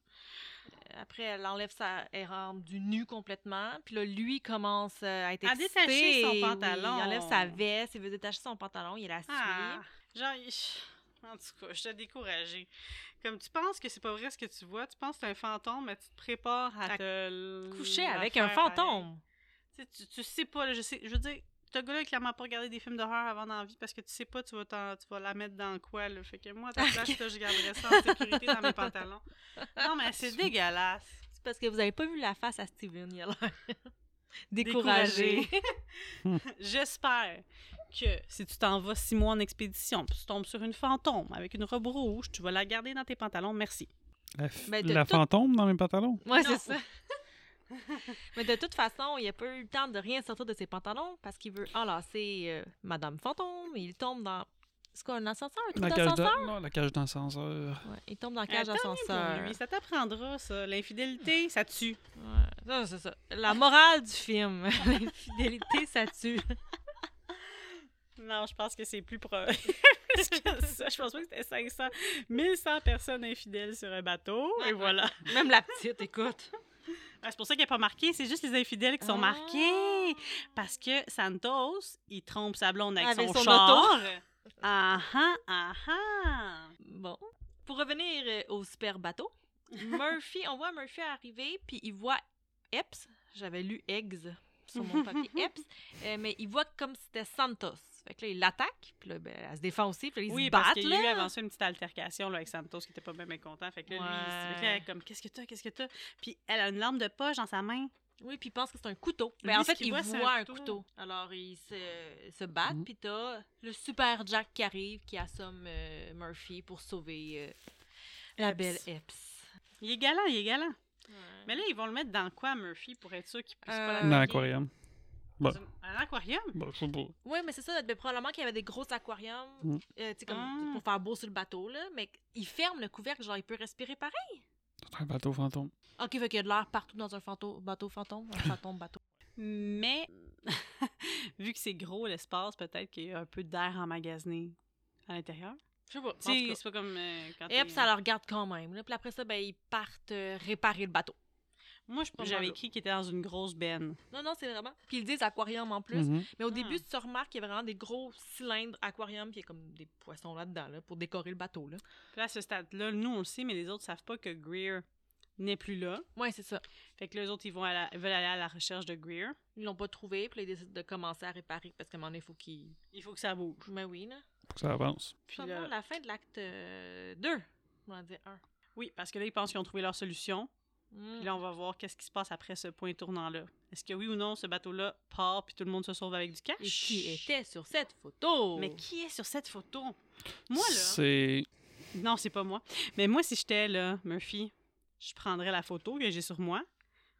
Speaker 3: Après, elle enlève sa robe du nu complètement. Puis là, lui commence euh, à être
Speaker 1: À
Speaker 3: excité.
Speaker 1: détacher son
Speaker 3: Oui,
Speaker 1: pantalon.
Speaker 3: il enlève sa veste, il veut détacher son pantalon, il la suit.
Speaker 1: Ah, genre, il- en tout cas, je t'ai découragée. Comme tu penses que c'est pas vrai ce que tu vois, tu penses que c'est un fantôme, mais tu te prépares à,
Speaker 3: À
Speaker 1: te l-
Speaker 3: Couché
Speaker 1: la
Speaker 3: avec
Speaker 1: faire
Speaker 3: un fantôme.
Speaker 1: pareil. Tu, sais, tu- tu sais pas, là, je, sais, je veux dire, ce gars-là a clairement pas regardé des films d'horreur avant d'envie parce que tu sais pas, tu vas, t'en- tu vas la mettre dans quoi, là. Fait que moi, à ta place, là, je garderais ça en sécurité dans mes pantalons. Non, mais c'est dégueulasse.
Speaker 3: C'est parce que vous avez pas vu la face à Steven, il a l'air découragé.
Speaker 1: J'espère que si tu t'en vas six mois en expédition, puis tu tombes sur une fantôme avec une robe rouge, tu vas la garder dans tes pantalons, merci.
Speaker 2: La, f-
Speaker 3: Ben, t'as
Speaker 2: la
Speaker 3: tout-
Speaker 2: fantôme dans mes pantalons?
Speaker 3: Ouais,
Speaker 1: Non.
Speaker 3: c'est ça. Mais de toute façon, il a pas eu le temps de rien sortir de ses pantalons parce qu'il veut enlacer euh, Madame Fantôme et il tombe dans. C'est quoi, un ascenseur? Euh,
Speaker 2: La
Speaker 3: Un trou
Speaker 2: cage,
Speaker 3: d'ascenseur?
Speaker 2: de... non, la cage d'ascenseur.
Speaker 3: Ouais, il tombe dans la cage
Speaker 1: Ah, tant mieux pour
Speaker 3: d'ascenseur.
Speaker 1: lui, ça t'apprendra, ça. L'infidélité, ça tue.
Speaker 3: Ouais, ça, c'est ça. La morale du film. L'infidélité, ça tue.
Speaker 1: Non, je pense que c'est plus proche que ça. Je pense pas que c'était 500. 1100 personnes infidèles sur un bateau, et voilà.
Speaker 3: Même la petite, écoute.
Speaker 1: Ah, c'est pour ça qu'il n'est pas marqué. C'est juste les infidèles qui sont marqués. Parce que Santos, il trompe sa blonde avec,
Speaker 3: Avec
Speaker 1: son,
Speaker 3: son
Speaker 1: char. Ah ah, ah ah.
Speaker 3: Bon. Pour revenir euh, au super bateau, Murphy, on voit Murphy arriver, puis il voit Epps. J'avais lu Eggs sur mon papier, Epps. euh, mais il voit comme si c'était Santos. Fait que là, il l'attaque, puis là, ben, elle se défend aussi, puis là, ils
Speaker 1: Oui,
Speaker 3: se
Speaker 1: parce
Speaker 3: battent,
Speaker 1: qu'il y
Speaker 3: là.
Speaker 1: a eu avant ça une petite altercation là, avec Santos qui était pas bien bien content. Fait que là, lui, il se fait
Speaker 3: Ouais.
Speaker 1: qu'elle est comme Qu'est-ce que t'as, qu'est-ce que t'as? Puis elle a une lampe de poche dans sa main.
Speaker 3: Oui, puis il pense que c'est un couteau. Mais
Speaker 1: Lui,
Speaker 3: en
Speaker 1: ce
Speaker 3: fait,
Speaker 1: qu'il
Speaker 3: il
Speaker 1: voit,
Speaker 3: voit,
Speaker 1: c'est un
Speaker 3: un
Speaker 1: couteau.
Speaker 3: couteau. Mm. Alors, ils se, euh, se battent,
Speaker 2: Mhm.
Speaker 3: puis t'as le super Jack qui arrive, qui assomme euh, Murphy pour sauver euh, la
Speaker 1: Epps.
Speaker 3: belle Epps.
Speaker 1: Il est galant, il est galant. Mais là, ils vont le mettre dans quoi, Murphy, pour être sûr qu'il puisse pas la
Speaker 3: Euh,
Speaker 2: Dans
Speaker 3: ok.
Speaker 2: l'aquarium.
Speaker 1: Dans une- Un aquarium?
Speaker 2: Bon, je sais pas.
Speaker 3: Oui, mais c'est ça. ben, probablement qu'il y avait des gros aquariums
Speaker 2: Mm.
Speaker 3: euh, tu sais, comme
Speaker 1: Ah.
Speaker 3: pour faire beau sur le bateau, là, mais il ferme le couvercle, genre il peut respirer pareil.
Speaker 2: C'est un bateau fantôme.
Speaker 3: Ok, fait qu'il y a de l'air partout dans un fantôme, bateau fantôme, un fantôme bateau.
Speaker 1: Mais, vu que c'est gros l'espace, peut-être qu'il y a un peu d'air emmagasiné à l'intérieur.
Speaker 3: Je sais pas.
Speaker 1: Tu sais, c'est pas comme euh, quand
Speaker 3: Et
Speaker 1: t'es-
Speaker 3: puis ça le regarde quand même. Là. Puis après ça, ben, ils partent euh, réparer le bateau.
Speaker 1: Moi, je-
Speaker 3: pas
Speaker 1: j'avais
Speaker 3: mal.
Speaker 1: écrit qu'il était dans une grosse benne.
Speaker 3: Non, non, c'est vraiment. Puis ils disent aquarium en plus.
Speaker 2: Mhm.
Speaker 3: Mais au
Speaker 1: Ah.
Speaker 3: début, tu te remarques qu'il y a vraiment des gros cylindres aquarium, puis il y a comme des poissons là-dedans, là, pour décorer le bateau, là.
Speaker 1: Puis là, à ce stade-là, nous, on le sait, mais les autres savent pas que Greer n'est plus là.
Speaker 3: Ouais, c'est ça.
Speaker 1: Fait que les autres, ils, vont à la- ils veulent aller à la recherche de Greer.
Speaker 3: Ils l'ont pas trouvé, puis là, ils décident de commencer à réparer, parce qu'à un moment donné, il faut qu'ils.
Speaker 1: Il faut que ça bouge.
Speaker 3: Ben oui, là.
Speaker 2: Faut que ça avance.
Speaker 1: Puis
Speaker 3: Sûrement
Speaker 1: là-
Speaker 3: la fin de l'acte euh, 2. On en dit 1.
Speaker 1: Oui, parce que là, ils pensent qu'ils ont trouvé leur solution.
Speaker 3: Hmm.
Speaker 1: Puis là, on va voir qu'est-ce qui se passe après ce point tournant-là. Est-ce que oui ou non, ce bateau-là part puis tout le monde se sauve avec du cash?
Speaker 3: Et qui était sur cette photo?
Speaker 1: Mais qui est sur cette photo? Moi, là.
Speaker 2: C'est.
Speaker 1: Non, c'est pas moi. Mais moi, si j'étais là, Murphy, je prendrais la photo que j'ai sur moi,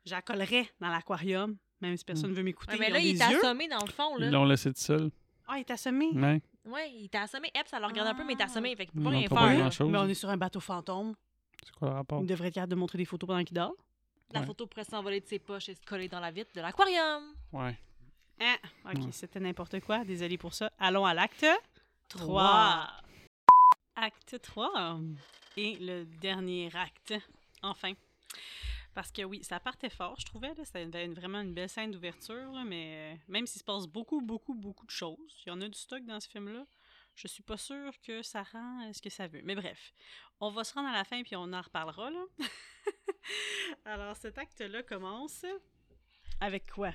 Speaker 1: je la collerais dans l'aquarium, même si personne ne veut m'écouter.
Speaker 3: Ouais, mais
Speaker 1: ils
Speaker 3: là,
Speaker 1: ont des
Speaker 3: il était
Speaker 1: yeux.
Speaker 3: assommé dans le fond,
Speaker 2: Ils
Speaker 3: là.
Speaker 2: l'ont laissé tout seul.
Speaker 1: Ah, il est assommé.
Speaker 2: Ouais.
Speaker 3: Ouais, il était assommé. Eps, ça le regarde un peu, mais il était
Speaker 1: Ah.
Speaker 3: assommé. Fait qu'il
Speaker 2: Ils
Speaker 3: peut pas
Speaker 2: n'ont
Speaker 3: rien
Speaker 2: pas
Speaker 3: faire.
Speaker 2: vu
Speaker 3: là.
Speaker 2: grand-chose.
Speaker 1: Mais on est sur un bateau fantôme.
Speaker 2: C'est quoi le rapport?
Speaker 3: Mm.
Speaker 1: Il devrait être capable de montrer des photos pendant qu'il dort.
Speaker 3: La
Speaker 2: Ouais.
Speaker 3: photo pourrait s'envoler de ses poches et se coller dans la vitre de l'aquarium.
Speaker 2: Ouais.
Speaker 1: Hein? OK,
Speaker 2: Ouais.
Speaker 1: c'était n'importe quoi. Désolée pour ça. Allons à l'acte 3. Acte 3. Et le dernier acte, enfin. Parce que oui, ça partait fort, je trouvais. Là, c'était une- vraiment une belle scène d'ouverture. là, mais euh, même s'il se passe beaucoup, beaucoup, beaucoup de choses, il y en a du stock dans ce film-là. Je suis pas sûre que ça rend euh, ce que ça veut. Mais bref, on va se rendre à la fin puis on en reparlera. Là. Alors, cet acte-là commence avec quoi?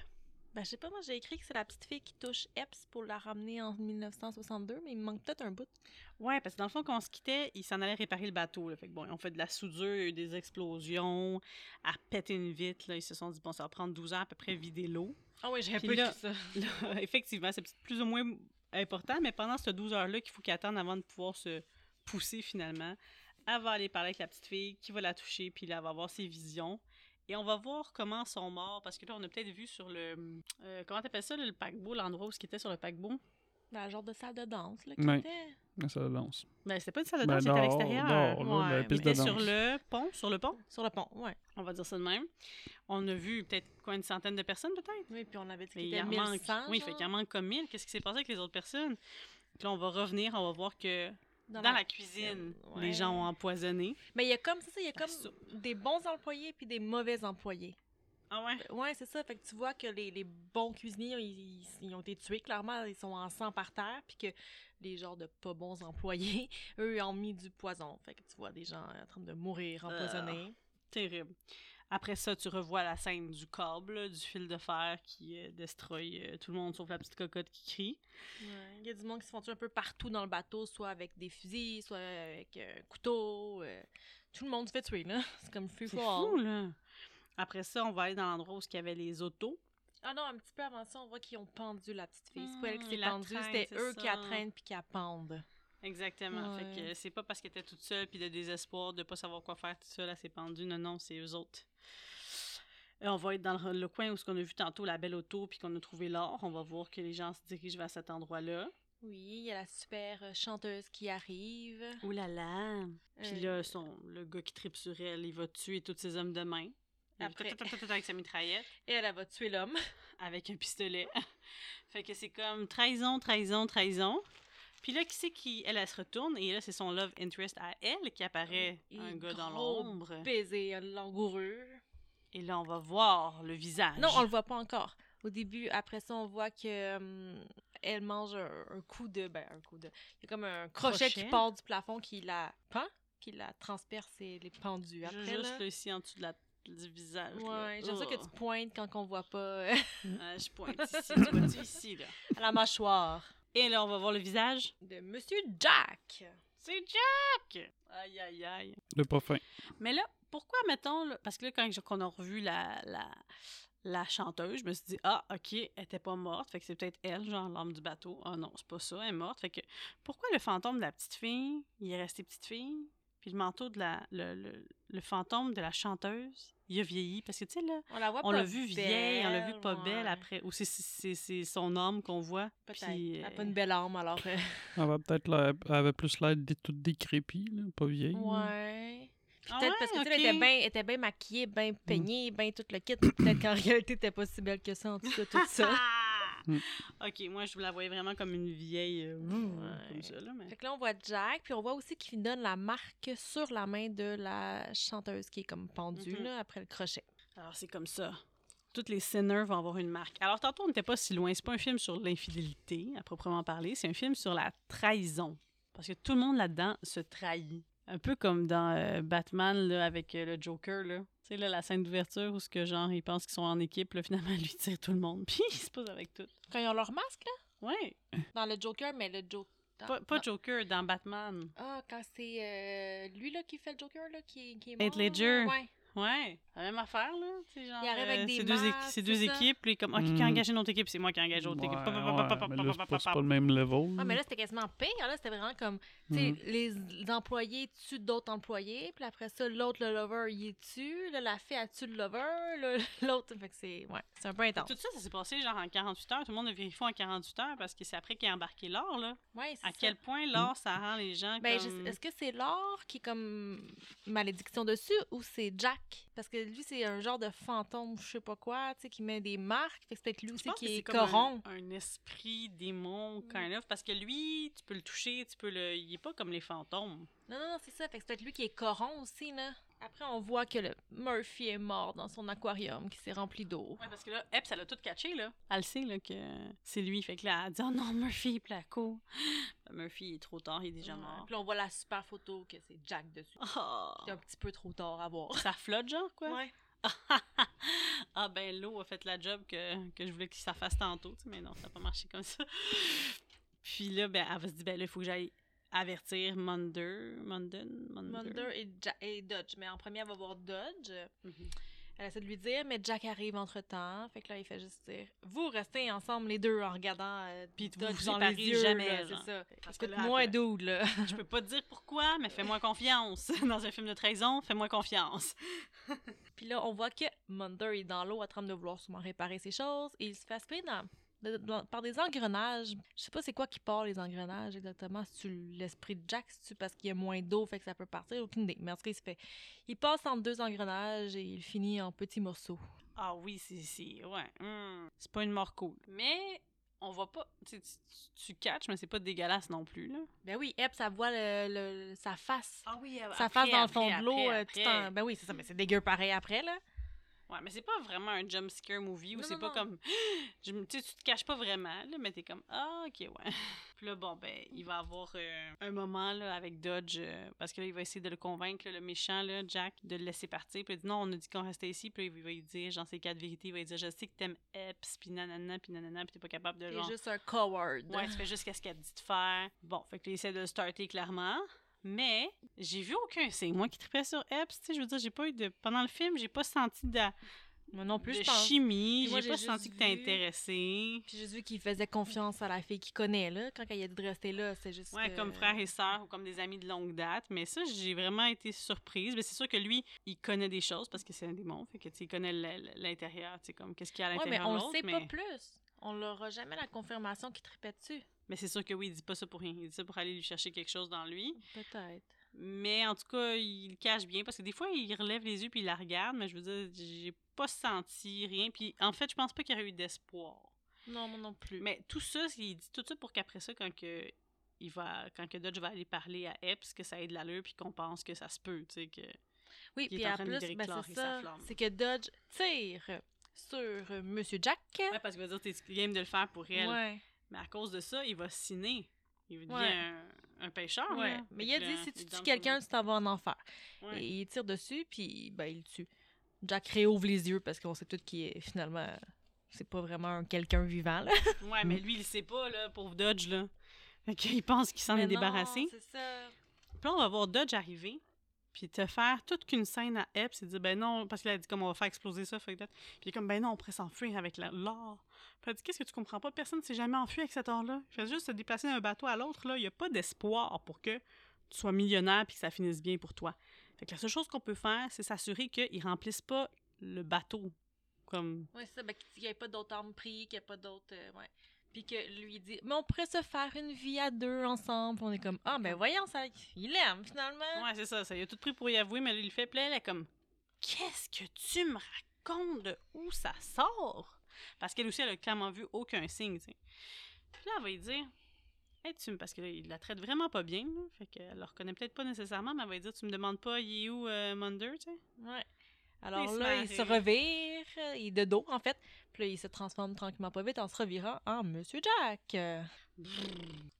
Speaker 3: Ben, je sais pas, moi, j'ai écrit que c'est la petite fille qui touche Eps pour la ramener en 1962, mais il me manque peut-être un bout.
Speaker 1: Ouais, parce que dans le fond, quand on se quittait, ils s'en allaient réparer le bateau. Là. Fait que bon, ils ont fait de la soudure, il y a eu des explosions, à péter une vitre. Là. Ils se sont dit, bon, ça va prendre 12 ans à peu près vider l'eau.
Speaker 3: Ah oui, j'ai un
Speaker 1: Puis
Speaker 3: peu
Speaker 1: là-
Speaker 3: écrit ça.
Speaker 1: Là, Effectivement, c'est plus ou moins important, mais pendant ces 12 heures-là qu'il faut qu'ils attendent avant de pouvoir se pousser finalement, elle va aller parler avec la petite fille qui va la toucher, puis là, elle va avoir ses visions. Et on va voir comment sont morts, parce que là, on a peut-être vu sur le. euh, comment t'appelles ça, là, le paquebot, l'endroit où ce qui était sur le paquebot
Speaker 3: Dans le ben, genre de salle de danse, là, qui
Speaker 2: Ouais.
Speaker 3: était-
Speaker 2: Mais ça danse.
Speaker 1: Ben, c'était pas une salle de
Speaker 2: Ben
Speaker 1: danse, c'était à
Speaker 2: dehors,
Speaker 1: l'extérieur.
Speaker 2: dehors, là, la
Speaker 1: Ouais,
Speaker 2: piste
Speaker 1: mais
Speaker 2: de
Speaker 1: sur
Speaker 2: danse.
Speaker 1: le pont, sur le pont,
Speaker 3: Sur le pont, ouais.
Speaker 1: on va dire ça de même. On a vu peut-être quoi, une centaine de personnes peut-être?
Speaker 3: Oui, puis on avait dit
Speaker 1: Mais
Speaker 3: qu'il
Speaker 1: il
Speaker 3: était
Speaker 1: en manque.
Speaker 3: 1100.
Speaker 1: Oui, fait qu'il en
Speaker 3: genre,
Speaker 1: manque comme 1000. Qu'est-ce qui s'est passé avec les autres personnes? Puis là, on va revenir, on va voir que dans, la cuisine, les
Speaker 3: ouais.
Speaker 1: gens ont empoisonné.
Speaker 3: Mais il y a comme ça, ça, il y a
Speaker 1: La
Speaker 3: comme des bons employés puis des mauvais employés.
Speaker 1: Ah ouais?
Speaker 3: Ouais, c'est ça. Fait que tu vois que les, les bons cuisiniers, ils, ils- ils ont été tués, clairement. Ils sont en sang par terre. Puis que les genres de pas bons employés, eux, ils ont mis du poison. Fait que tu vois des gens en train de mourir empoisonnés.
Speaker 1: Terrible. Après ça, tu revois la scène du câble, là, du fil de fer qui euh, destroy euh, tout le monde sauf la petite cocotte qui crie.
Speaker 3: Ouais. Il y a du monde qui se font tuer un peu partout dans le bateau, soit avec des fusils, soit avec euh, un couteau. euh, tout le monde se fait tuer, là. C'est comme free
Speaker 1: C'est
Speaker 3: for all.
Speaker 1: fou, là. Après ça, on va aller dans l'endroit où il y avait les autos.
Speaker 3: Ah non, un petit peu avant ça, on voit qu'ils ont pendu la petite fille. C'est pas elle qui
Speaker 1: Hmm,
Speaker 3: s'est
Speaker 1: la
Speaker 3: pendue,
Speaker 1: traîne,
Speaker 3: c'était
Speaker 1: c'est
Speaker 3: eux qui la
Speaker 1: ça.
Speaker 3: traînent puis qui la pendent.
Speaker 1: Exactement. Fait que
Speaker 3: Ouais.
Speaker 1: euh, c'est pas parce qu'elle était toute seule puis de désespoir de pas savoir quoi faire toute seule, elle s'est pendue. Non, non, c'est eux autres. Et on va être dans le, le coin où ce qu'on a vu tantôt la belle auto puis qu'on a trouvé l'or. On va voir que les gens se dirigent vers cet endroit-là.
Speaker 3: Oui, il y a la super euh, chanteuse qui arrive.
Speaker 1: Ouh là là. Puis
Speaker 3: Euh,
Speaker 1: là, son, le gars qui tripe sur elle, il va tuer tous ses hommes de main.
Speaker 3: Après.
Speaker 1: Après. Avec sa mitraillette,
Speaker 3: Et elle, elle va tuer l'homme.
Speaker 1: avec un pistolet. fait que c'est comme trahison, trahison, trahison. Puis là, qui c'est qui. Elle, elle se retourne et là, c'est son love interest à elle qui apparaît.
Speaker 3: Et
Speaker 1: un gars dans
Speaker 3: gros
Speaker 1: l'ombre.
Speaker 3: Baiser euh, langoureux.
Speaker 1: Et là, on va voir le visage.
Speaker 3: Non, on le voit pas encore. Au début, après ça, on voit que hum, elle mange un, un coup de. Ben, un coup de. Il y a comme un crochet, qui
Speaker 1: Crochet.
Speaker 3: part du plafond qui la pend, qui la transperce et les pendus
Speaker 1: Ju-
Speaker 3: après.
Speaker 1: Juste
Speaker 3: là.
Speaker 1: là, ici, en dessous de la, du visage. là.
Speaker 3: Ouais, j'aime ça que
Speaker 1: Oh.
Speaker 3: tu pointes quand on voit pas euh,
Speaker 1: Ah, je pointe ici, tu vois-tu ici, là.
Speaker 3: à la mâchoire.
Speaker 1: Et là, on va voir le visage.
Speaker 3: de Monsieur Jack.
Speaker 1: C'est Jack! Aïe, aïe, aïe.
Speaker 2: Le pas fin.
Speaker 1: Mais là, pourquoi, mettons, là- parce que là, quand je- qu'on a revu la, la, la chanteuse, je me suis dit, ah, OK, elle était pas morte, fait que c'est peut-être elle, genre l'âme du bateau. Ah non, c'est pas ça, elle est morte. Fait que pourquoi le fantôme de la petite fille, il est resté petite fille, puis le manteau de la. le, le- le fantôme de la chanteuse, il a vieilli? Parce que, tu sais, là,
Speaker 3: On la voit
Speaker 1: on
Speaker 3: pas
Speaker 1: l'a vu vieille, on l'a vu
Speaker 3: belle,
Speaker 1: pas
Speaker 3: ouais.
Speaker 1: belle après. Ou c'est- c'est c'est son âme qu'on voit.
Speaker 3: Peut-être.
Speaker 1: puis,
Speaker 3: Elle a
Speaker 1: euh,
Speaker 3: pas une belle arme, alors. euh,
Speaker 2: Elle avait Ah bah, peut-être l'air- elle avait plus l'air dé- toute décrépie, là, pas vieille. là.
Speaker 3: Ouais. Puis
Speaker 1: Ah
Speaker 3: Peut-être parce que
Speaker 1: ouais,
Speaker 3: tu sais, elle était
Speaker 1: ok.
Speaker 3: bien était bien maquillée,
Speaker 1: Mm.
Speaker 3: bien peignée, bien tout le kit. Peut-être qu'en réalité, t'es pas si belle que ça en tout cas, tout ça.
Speaker 2: Mm.
Speaker 1: ok, moi, je la voyais vraiment comme une vieille. euh, Comme ça, là, mais-
Speaker 3: fait que là, on voit Jack, puis on voit aussi qu'il donne la marque sur la main de la chanteuse qui est comme pendue
Speaker 1: Mhm.
Speaker 3: là, après le crochet.
Speaker 1: Alors, c'est comme ça. Toutes les sinners vont avoir une marque. Alors, tantôt, on n'était pas si loin. C'est pas un film sur l'infidélité, à proprement parler. C'est un film sur la trahison. Parce que tout le monde là-dedans se trahit. Un peu comme dans euh, Batman, là, avec euh, le Joker, là. Tu sais, là, la scène d'ouverture où ce que, genre, ils pensent qu'ils sont en équipe, là, finalement, lui tire tout le monde. Puis, il se pose avec tout.
Speaker 3: Quand ils ont leur masque,
Speaker 1: Ouais.
Speaker 3: là, dans le Joker, mais le Joker.
Speaker 1: Pas, pas Joker, dans Batman.
Speaker 3: Ah, quand c'est euh, lui là qui fait le Joker là, qui, est- qui est mort.
Speaker 1: Heath Ledger.
Speaker 3: là. Ouais.
Speaker 1: Ouais. La même affaire, là. Tu sais, genre, euh,
Speaker 3: Il arrive avec des
Speaker 1: c'est deux, équi-
Speaker 3: masques,
Speaker 1: c'est deux
Speaker 3: c'est ça?
Speaker 1: équipes, puis comme, OK, qui a
Speaker 2: Mm.
Speaker 1: engagé notre équipe? C'est moi qui ai engagé l'autre équipe.
Speaker 2: Ouais,
Speaker 1: Pop, pop,
Speaker 2: ouais,
Speaker 1: pop, pop,
Speaker 2: mais
Speaker 1: pop, pop,
Speaker 2: là, c'est
Speaker 1: pop,
Speaker 2: pas, c'est
Speaker 1: pop.
Speaker 2: pas le même level.
Speaker 3: Ouais, Ah, mais là, c'était quasiment pire. Là, c'était vraiment comme, tu sais,
Speaker 2: Mhm.
Speaker 3: les, les employés tuent d'autres employés, puis après ça, l'autre, le lover, il est tue, là, la fille, elle tue le lover, là, l'autre, fait que c'est, ouais, c'est un peu intense.
Speaker 1: Tout ça, ça s'est passé genre en 48 heures. Tout le monde a vérifié en 48 heures parce que c'est après qu'il a embarqué l'or, là.
Speaker 3: Ouais, c'est
Speaker 1: À
Speaker 3: ça.
Speaker 1: quel point
Speaker 2: Mm.
Speaker 1: l'or, ça rend les gens
Speaker 3: Ben, je-
Speaker 1: comme...
Speaker 3: est-ce que c'est l'or qui est comme malédiction dessus ou c'est Jack? Parce que lui, c'est un genre de fantôme, je sais pas quoi, tu sais, qui met des marques, fait que c'est peut-être lui
Speaker 1: Je
Speaker 3: aussi
Speaker 1: pense que
Speaker 3: qui est
Speaker 1: comme un-
Speaker 3: corrompt. Mm.
Speaker 1: Un, esprit démon, kind of, parce que lui, tu peux le toucher, tu peux le... Il est pas comme les fantômes.
Speaker 3: Non, non, non, c'est ça, fait que c'est peut-être lui qui est corrompt aussi, là. Après, on voit que le Murphy est mort dans son aquarium qui s'est rempli d'eau.
Speaker 1: Ouais, parce que là, Epps, elle a tout catché, là. Elle sait, là, que c'est lui. Fait que là, elle dit « Oh non, Murphy, placo! » Murphy, il est trop tard, il est déjà
Speaker 3: Ouais.
Speaker 1: mort.
Speaker 3: Puis là, on voit la super photo que c'est Jack dessus. C'est
Speaker 1: Oh.
Speaker 3: un petit peu trop tard à voir.
Speaker 1: Ça flotte, genre, quoi?
Speaker 3: Ouais.
Speaker 1: ah ben l'eau a fait la job que, que je voulais que ça fasse tantôt, tu sais, mais non, ça n'a pas marché comme ça. Puis là, ben, elle va se dire, ben là, il faut que j'aille avertir Munder, Munden, Munder.
Speaker 3: Munder et, Ja- et Dodge. Mais en premier, elle va voir Dodge.
Speaker 1: Mhm.
Speaker 3: Elle essaie de lui dire, mais Jack arrive entre-temps. Fait que là, il fait juste dire « Vous restez ensemble, les deux, en regardant euh,
Speaker 1: Puis vous
Speaker 3: Dodge
Speaker 1: vous
Speaker 3: dans
Speaker 1: séparez
Speaker 3: les yeux.
Speaker 1: jamais,
Speaker 3: là,
Speaker 1: genre.
Speaker 3: C'est ça.
Speaker 1: Parce que là,
Speaker 3: Écoute-moi,
Speaker 1: après-
Speaker 3: dude, là.
Speaker 1: Je peux pas te dire pourquoi, mais fais-moi confiance. Dans un film de trahison, fais-moi confiance. »
Speaker 3: Puis là, on voit que Munder est dans l'eau en train de vouloir sûrement réparer ses choses. Et il se fait aspirer dans de- de- par des engrenages. Je sais pas c'est quoi qui part les engrenages exactement. C'est-tu l'esprit de Jack? C'est-tu parce qu'il y a moins d'eau, fait que ça peut partir? Aucune idée. Mais en tout cas, il se fait... Il passe entre deux engrenages et il finit en petits morceaux.
Speaker 1: Ah oui, c'est, c'est, ouais. hmm. C'est pas une mort cool. Mais on va pas, tu, tu, tu- tu catches, mais c'est pas dégueulasse non plus, là.
Speaker 3: Ben oui, Eb, ça voit le- le- sa face.
Speaker 1: Ah oui,
Speaker 3: sa face dans le fond de l'eau. euh, tout en- Ben oui, c'est ça, mais c'est dégueu pareil après, là.
Speaker 1: Ouais, mais c'est pas vraiment un jump scare movie où
Speaker 3: Non,
Speaker 1: c'est
Speaker 3: non,
Speaker 1: pas
Speaker 3: non.
Speaker 1: comme je me- tu sais, tu te caches pas vraiment là, mais t'es comme ah OK ouais. Puis là bon ben il va avoir euh, un moment là avec Dodge euh, parce que là il va essayer de le convaincre là, le méchant là Jack de le laisser partir puis il dit non, on a dit qu'on restait ici puis là, il va lui dire genre ces quatre vérités, il va lui dire je sais que t'aimes Epps puis nanana puis nanana puis t'es pas capable de
Speaker 3: C'est
Speaker 1: genre
Speaker 3: juste un coward.
Speaker 1: Ouais, tu fais juste qu'est-ce qu'elle te dit de faire. Bon, fait qu'il essaie de le starter clairement. Mais j'ai vu aucun. C'est moi qui tripais sur Epps. Tu sais, je veux dire, j'ai pas eu de. Pendant le film, j'ai pas senti de,
Speaker 3: Moi non plus,
Speaker 1: de
Speaker 3: je pense.
Speaker 1: chimie.
Speaker 3: Puis moi,
Speaker 1: J'ai
Speaker 3: j'ai
Speaker 1: pas
Speaker 3: juste
Speaker 1: senti que t'es
Speaker 3: vu-
Speaker 1: intéressé.
Speaker 3: Puis j'ai juste vu qu'il faisait confiance à la fille qu'il connaît, là. Quand il a dit de rester là, c'est juste.
Speaker 1: Ouais,
Speaker 3: que-
Speaker 1: comme frère et sœur ou comme des amis de longue date. Mais ça, j'ai vraiment été surprise. Mais c'est sûr que lui, il connaît des choses parce que c'est un démon. Fait que, tu sais, il connaît l- l- l'intérieur. Tu sais, comme qu'est-ce qu'il y a à
Speaker 3: Ouais, mais
Speaker 1: l'intérieur.
Speaker 3: on
Speaker 1: de
Speaker 3: le
Speaker 1: l'autre,
Speaker 3: sait
Speaker 1: mais...
Speaker 3: pas plus. On l'aura jamais la confirmation qu'il tripait dessus.
Speaker 1: mais c'est sûr que oui, il dit pas ça pour rien. Il dit ça pour aller lui chercher quelque chose dans lui.
Speaker 3: Peut-être.
Speaker 1: Mais en tout cas, il le cache bien parce que des fois, il relève les yeux puis il la regarde, mais je veux dire, j'ai pas senti rien. Puis en fait, je pense pas qu'il y aurait eu d'espoir.
Speaker 3: Non, moi non plus.
Speaker 1: Mais tout ça, il dit tout ça pour qu'après ça, quand que il va, quand que Dodge va aller parler à Epps, que ça ait de l'allure puis qu'on pense que ça se peut, tu sais que.
Speaker 3: oui,
Speaker 1: il est
Speaker 3: puis
Speaker 1: en
Speaker 3: en
Speaker 1: train de
Speaker 3: plus,
Speaker 1: virer
Speaker 3: ben,
Speaker 1: Clark et
Speaker 3: c'est
Speaker 1: sa
Speaker 3: ça.
Speaker 1: flamme.
Speaker 3: C'est que Dodge tire sur euh, Monsieur Jack.
Speaker 1: Ouais, parce qu'il va dire t'es game de le faire pour elle.
Speaker 3: Ouais.
Speaker 1: Mais à cause de ça, il va siner. Il devient
Speaker 3: Ouais.
Speaker 1: un, un pêcheur.
Speaker 3: Ouais.
Speaker 1: là.
Speaker 3: Mais il
Speaker 1: Fait
Speaker 3: a
Speaker 1: que
Speaker 3: dit
Speaker 1: là,
Speaker 3: si tu
Speaker 1: il donne
Speaker 3: tues quelqu'un, tu t'en vas en enfer.
Speaker 1: son- Ouais.
Speaker 3: Et il tire dessus, puis ben, il le tue. Jack réouvre les yeux parce qu'on sait tout qui est finalement. euh, C'est pas vraiment un quelqu'un vivant, là.
Speaker 1: Ouais, mais lui, il le sait pas, là, pauvre Dodge, là. Fait qu'il pense qu'il s'en
Speaker 3: Mais
Speaker 1: est
Speaker 3: non,
Speaker 1: débarrassé.
Speaker 3: C'est ça.
Speaker 1: Puis là, on va voir Dodge arriver, puis te faire toute qu'une scène à Epps, et dire, ben non, parce qu'il a dit comme on va faire exploser ça, fuck that. Puis il est comme, ben non, on pourrait s'enfuir avec la- l'or. Puis elle dit, qu'est-ce que tu comprends pas? Personne ne s'est jamais enfui avec cet or-là. Il fait juste se déplacer d'un bateau à l'autre, là. Il n'y a pas d'espoir pour que tu sois millionnaire puis que ça finisse bien pour toi. Fait que la seule chose qu'on peut faire, c'est s'assurer qu'ils remplissent pas le bateau. Comme,
Speaker 3: Ouais, c'est ça. Ben, qu'il n'y ait pas d'autres armes prises, qu'il n'y ait pas d'autres. euh, ouais. Puis que lui dit, mais on pourrait se faire une vie à deux ensemble. On est comme, ah, ben voyons, ça, il aime finalement.
Speaker 1: Ouais, c'est ça, ça. Il a tout pris pour y avouer, mais là, il le fait. Puis là, elle est comme Qu'est-ce que tu me racontes de où ça sort Parce qu'elle aussi, elle a clairement vu aucun signe, tu sais. Puis là, elle va lui dire Hey, tu me. Parce que là, il la traite vraiment pas bien, là. Fait qu'elle le reconnaît peut-être pas nécessairement, mais elle va lui dire Tu me demandes pas, il est où euh, Munder, tu sais
Speaker 3: Ouais. Alors
Speaker 1: Il se
Speaker 3: là,
Speaker 1: met à
Speaker 3: il se
Speaker 1: rire.
Speaker 3: revire, euh, il est de dos en fait. Puis là, il se transforme tranquillement pas vite en se revirant en Monsieur Jack. Euh,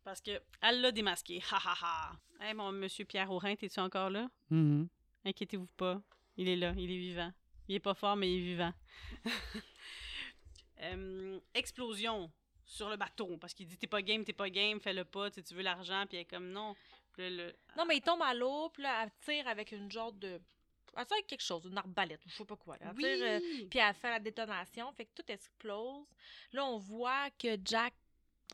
Speaker 1: Parce que elle l'a démasqué. Ha ha ha Hey, mon monsieur Pierre Aurin, t'es-tu encore là
Speaker 2: Mm-hmm.
Speaker 1: Inquiétez-vous pas, il est là, il est vivant. Il est pas fort, mais il est vivant. Euh, explosion sur le bateau, parce qu'il dit t'es pas game, t'es pas game, fais-le pas, tu sais, tu veux l'argent, puis elle est comme non. Puis là, le-
Speaker 3: Non, mais il tombe à l'eau, puis là, elle tire avec une genre de. Elle tire avec quelque chose, une arbalète, je sais pas quoi. là. Elle tire, euh,
Speaker 1: Oui!
Speaker 3: puis elle fait la détonation, fait que tout explose. Là, on voit que Jack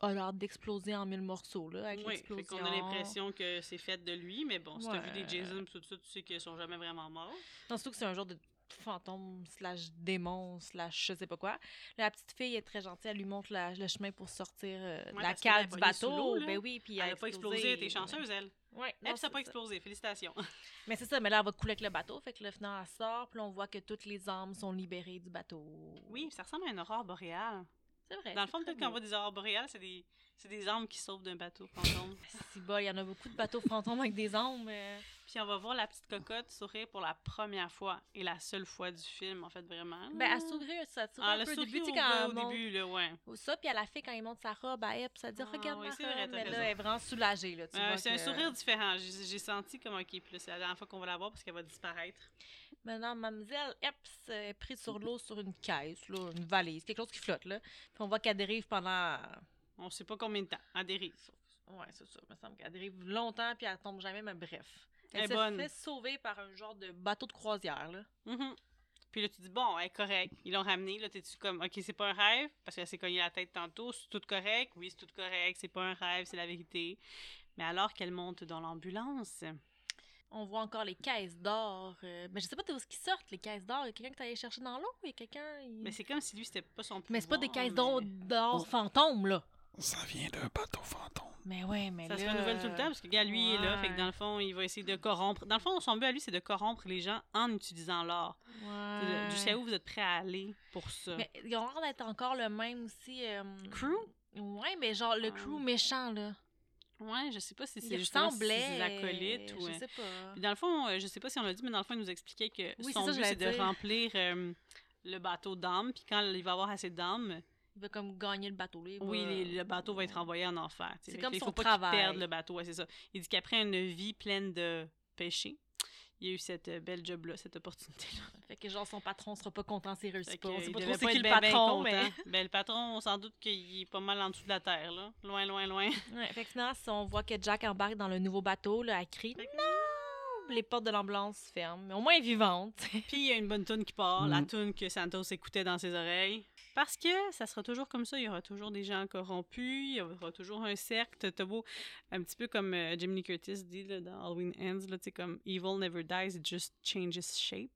Speaker 3: a l'air d'exploser en mille morceaux, là, avec
Speaker 1: Oui, fait
Speaker 3: l'explosion.
Speaker 1: qu'on a l'impression que c'est fait de lui, mais bon, si t'as
Speaker 3: Ouais.
Speaker 1: vu des Jason pis tout ça, tu sais qu'ils sont jamais vraiment morts.
Speaker 3: Non, surtout que c'est un genre de fantôme slash démon slash je sais pas quoi. La petite fille est très gentille, elle lui montre la- le chemin pour sortir euh, de
Speaker 1: Ouais,
Speaker 3: la
Speaker 1: parce qu'elle
Speaker 3: cale
Speaker 1: a
Speaker 3: du
Speaker 1: pogné sous l'eau,
Speaker 3: bateau.
Speaker 1: là.
Speaker 3: Ben oui, puis
Speaker 1: Elle
Speaker 3: elle
Speaker 1: a pas explosé, t'es chanceuse, elle.
Speaker 3: Ouais, non,
Speaker 1: Elle, ça
Speaker 3: c'est
Speaker 1: a pas
Speaker 3: ça.
Speaker 1: explosé, félicitations.
Speaker 3: Mais c'est ça, mais là, elle va couler avec le bateau, fait que là, finalement, elle sort, puis là, on voit que toutes les âmes sont libérées du bateau.
Speaker 1: Oui, ça ressemble à une aurore boréale.
Speaker 3: c'est vrai.
Speaker 1: Dans le
Speaker 3: c'est
Speaker 1: fond,
Speaker 3: très
Speaker 1: peut-être qu'on
Speaker 3: beau.
Speaker 1: voit des aurores boréales, c'est des, c'est des armes qui sauvent d'un bateau fantôme.
Speaker 3: Ben, Si bas, il y en a beaucoup de bateaux fantômes avec des âmes. euh.
Speaker 1: Puis on va voir la petite cocotte sourire pour la première fois et la seule fois du film, en fait, vraiment.
Speaker 3: Ben, elle sourit, ça sourit
Speaker 1: Ah,
Speaker 3: un
Speaker 1: le
Speaker 3: peu au
Speaker 1: sourire
Speaker 3: début, tu sais,
Speaker 1: au,
Speaker 3: quand
Speaker 1: gars,
Speaker 3: elle
Speaker 1: au
Speaker 3: monte-
Speaker 1: début, là, ouais.
Speaker 3: Ou ça, puis à la fille, quand il monte sa robe à elle, puis ça dit
Speaker 1: Ah,
Speaker 3: Regarde
Speaker 1: oui,
Speaker 3: ma
Speaker 1: c'est
Speaker 3: robe.
Speaker 1: vrai, t'as
Speaker 3: mais
Speaker 1: raison.
Speaker 3: là, elle est vraiment soulagée. Là, tu
Speaker 1: Ouais,
Speaker 3: vois
Speaker 1: Euh, c'est un
Speaker 3: que-
Speaker 1: sourire différent. J'ai j'ai senti comme, OK, puis là, c'est la dernière fois qu'on va la voir parce qu'elle va disparaître.
Speaker 3: Maintenant, mademoiselle Epps est prise sur l'eau sur une caisse, là, une valise, quelque chose qui flotte. là. Puis on voit qu'elle dérive pendant.
Speaker 1: On sait pas combien de temps. Elle dérive.
Speaker 3: Ouais, c'est ça. Il me semble qu'elle dérive longtemps, puis elle tombe jamais, mais bref. Elle,
Speaker 1: Elle est
Speaker 3: se
Speaker 1: bonne.
Speaker 3: fait sauver par un genre de bateau de croisière. là.
Speaker 1: Mhm. Puis là, tu dis, bon, elle est correcte. Ils l'ont ramenée. Là, t'es-tu comme, OK, c'est pas un rêve parce qu'elle s'est cognée la tête tantôt. C'est tout correct. Oui, c'est tout correct. C'est pas un rêve, c'est la vérité. Mais alors qu'elle monte dans l'ambulance,
Speaker 3: On voit encore les caisses d'or. euh, mais je sais pas d'où ce qui sortent, les caisses d'or. Il y a quelqu'un que t'es allé chercher dans l'eau? Il y a quelqu'un... il-
Speaker 1: Mais c'est comme si lui, c'était pas son pouvoir.
Speaker 3: Mais c'est pas des caisses
Speaker 1: mais-
Speaker 3: d'or, d'or fantômes, là.
Speaker 2: Ça vient d'un bateau fantôme.
Speaker 3: Mais ouais, mais
Speaker 1: Ça
Speaker 3: là...
Speaker 1: se renouvelle tout le temps parce que le gars, lui, il est là. Fait que
Speaker 3: ouais.
Speaker 1: dans le fond, il va essayer de corrompre. Dans le fond, son but à lui, c'est de corrompre les gens en utilisant l'or. C'est de-
Speaker 3: Ouais.
Speaker 1: Jusqu'à où vous êtes prêts à aller pour ça?
Speaker 3: Mais ils ont l'air d'être encore le même aussi. euh,
Speaker 1: Crew?
Speaker 3: Ouais, mais genre le crew
Speaker 1: Ah.
Speaker 3: méchant, là.
Speaker 1: Ouais, je sais pas si c'est
Speaker 3: Il
Speaker 1: justement si
Speaker 3: ressemblait.
Speaker 1: c'est des acolytes ou.
Speaker 3: Je
Speaker 1: euh,
Speaker 3: sais pas.
Speaker 1: Puis dans le fond, euh, je sais pas si on l'a dit, mais dans le fond, il nous expliquait que
Speaker 3: Oui,
Speaker 1: son
Speaker 3: c'est ça, je
Speaker 1: but, c'est
Speaker 3: voulais
Speaker 1: de
Speaker 3: dire.
Speaker 1: remplir euh, le bateau d'âme. Puis quand il va avoir assez d'âme,
Speaker 3: Il va comme gagner le bateau, là. il
Speaker 1: oui,
Speaker 3: va-
Speaker 1: les- le bateau va être envoyé en enfer. tu sais.
Speaker 3: C'est
Speaker 1: Fait que
Speaker 3: comme
Speaker 1: là, il
Speaker 3: son
Speaker 1: faut pas
Speaker 3: travail.
Speaker 1: qu'il perde le bateau, ouais, c'est ça. Il dit qu'après une vie pleine de péchés, il y a eu cette euh, belle job-là, cette opportunité-là.
Speaker 3: Fait que genre son patron sera pas content s'il
Speaker 1: Fait
Speaker 3: réussit
Speaker 1: que,
Speaker 3: pas. On sait
Speaker 1: il
Speaker 3: pas
Speaker 1: devait
Speaker 3: trop c'est qui
Speaker 1: être
Speaker 3: le
Speaker 1: ben, ben
Speaker 3: patron,
Speaker 1: content.
Speaker 3: mais.
Speaker 1: Ben, le patron, sans doute qu'il est pas mal en dessous de la terre, là. Loin, loin, loin.
Speaker 3: Ouais, fait que finalement, si on voit que Jack embarque dans le nouveau bateau, là, elle crie
Speaker 1: Fait que-
Speaker 3: Non! Les portes de l'ambulance se ferment. Mais au moins, elle est vivante.
Speaker 1: Puis il y a une bonne tune qui part,
Speaker 2: Mm.
Speaker 1: la tune que Santos écoutait dans ses oreilles. Parce que ça sera toujours comme ça, il y aura toujours des gens corrompus, il y aura toujours un cercle. T'as beau, un petit peu comme euh, Jim Lee Curtis dit là, dans Halloween Ends, là, tu sais, comme Evil never dies, it just changes shape.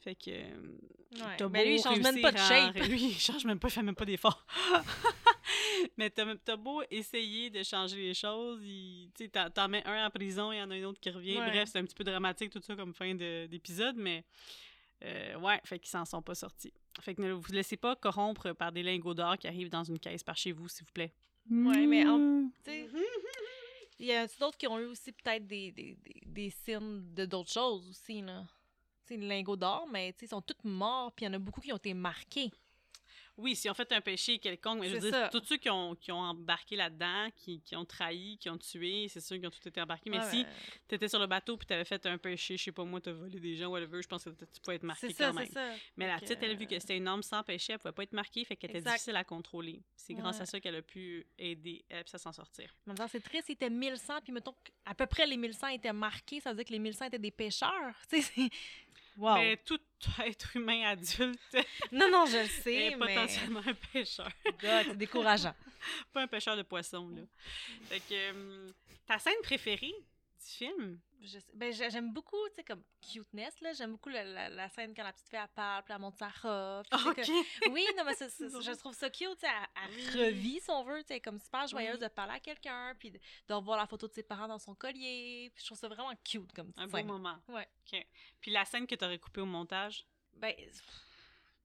Speaker 1: Fait que. euh,
Speaker 3: Ouais.
Speaker 1: t'as
Speaker 3: Mais lui,
Speaker 1: beau
Speaker 3: il change même
Speaker 1: réussir
Speaker 3: pas de
Speaker 1: à-
Speaker 3: shape.
Speaker 1: Lui, il change même pas, il fait même pas d'effort. Mais t'as t'as beau essayer de changer les choses, il- tu sais, t'en t'en mets un en prison, il y en a un autre qui revient.
Speaker 3: Ouais.
Speaker 1: Bref, c'est un petit peu dramatique tout ça comme fin de- d'épisode, mais euh, ouais, fait qu'ils s'en sont pas sortis. Fait que ne vous laissez pas corrompre par des lingots d'or qui arrivent dans une caisse par chez vous, s'il vous plaît. Hmm.
Speaker 3: Ouais, mais en- tu sais,
Speaker 1: Mm-hmm.
Speaker 3: Il y en a d'autres qui ont eu aussi peut-être des, des, des, des signes de d'autres choses aussi, là. Tu sais, le lingot d'or, mais tu sais, ils sont tous morts, puis il y en a beaucoup qui ont été marqués.
Speaker 1: Oui, si on fait un péché quelconque, mais je veux
Speaker 3: C'est
Speaker 1: dire,
Speaker 3: ça.
Speaker 1: tous ceux qui ont, qui ont embarqué là-dedans, qui, qui ont trahi, qui ont tué, c'est sûr qu'ils ont tous été embarqués. Mais
Speaker 3: Ouais,
Speaker 1: si
Speaker 3: ben,
Speaker 1: t'étais sur le bateau puis t'avais fait un péché, je sais pas moi, t'as volé des gens, whatever, je pense que t- tu pouvais être marqué
Speaker 3: c'est
Speaker 1: quand
Speaker 3: ça,
Speaker 1: même.
Speaker 3: c'est ça. euh,
Speaker 1: Mais la
Speaker 3: Fait que,
Speaker 1: petite, elle, vu que c'était une homme sans péché, elle pouvait pas être marquée, fait qu'elle était
Speaker 3: Exact.
Speaker 1: difficile à contrôler. C'est grâce à
Speaker 3: Ouais.
Speaker 1: ça qu'elle a pu aider elle puis à s'en sortir.
Speaker 3: En même temps, c'est triste, il était 1100, puis mettons à peu près les 1100 étaient marqués, ça veut dire que les 1100 étaient des pêcheurs. Tu sais, c'est- wow.
Speaker 1: Mais tout être humain adulte
Speaker 3: Non, non, je le
Speaker 1: est
Speaker 3: sais, mais
Speaker 1: potentiellement un pêcheur.
Speaker 3: God, c'est décourageant.
Speaker 1: Pas un pêcheur de poissons, là. Fait que hum, ta scène préférée du film?
Speaker 3: Je sais- ben, j'ai- j'aime beaucoup, tu sais, comme cuteness, là. J'aime beaucoup le- la, la scène quand la petite fille, elle parle, puis elle monte sa robe. puis tu sais que-
Speaker 1: OK!
Speaker 3: Oui, non, mais c'est- c'est-
Speaker 1: drôle.
Speaker 3: je trouve ça cute. tu sais, Elle, elle
Speaker 1: Oui.
Speaker 3: revit, si on veut. tu sais, Elle est comme super joyeuse
Speaker 1: Oui.
Speaker 3: de parler à quelqu'un, puis de, de revoir la photo de ses parents dans son collier. Puis je trouve ça vraiment cute comme
Speaker 1: Un
Speaker 3: petite
Speaker 1: beau
Speaker 3: scène.
Speaker 1: moment.
Speaker 3: Ouais.
Speaker 1: OK. Puis la scène que t'aurais coupée au montage?
Speaker 3: Ben,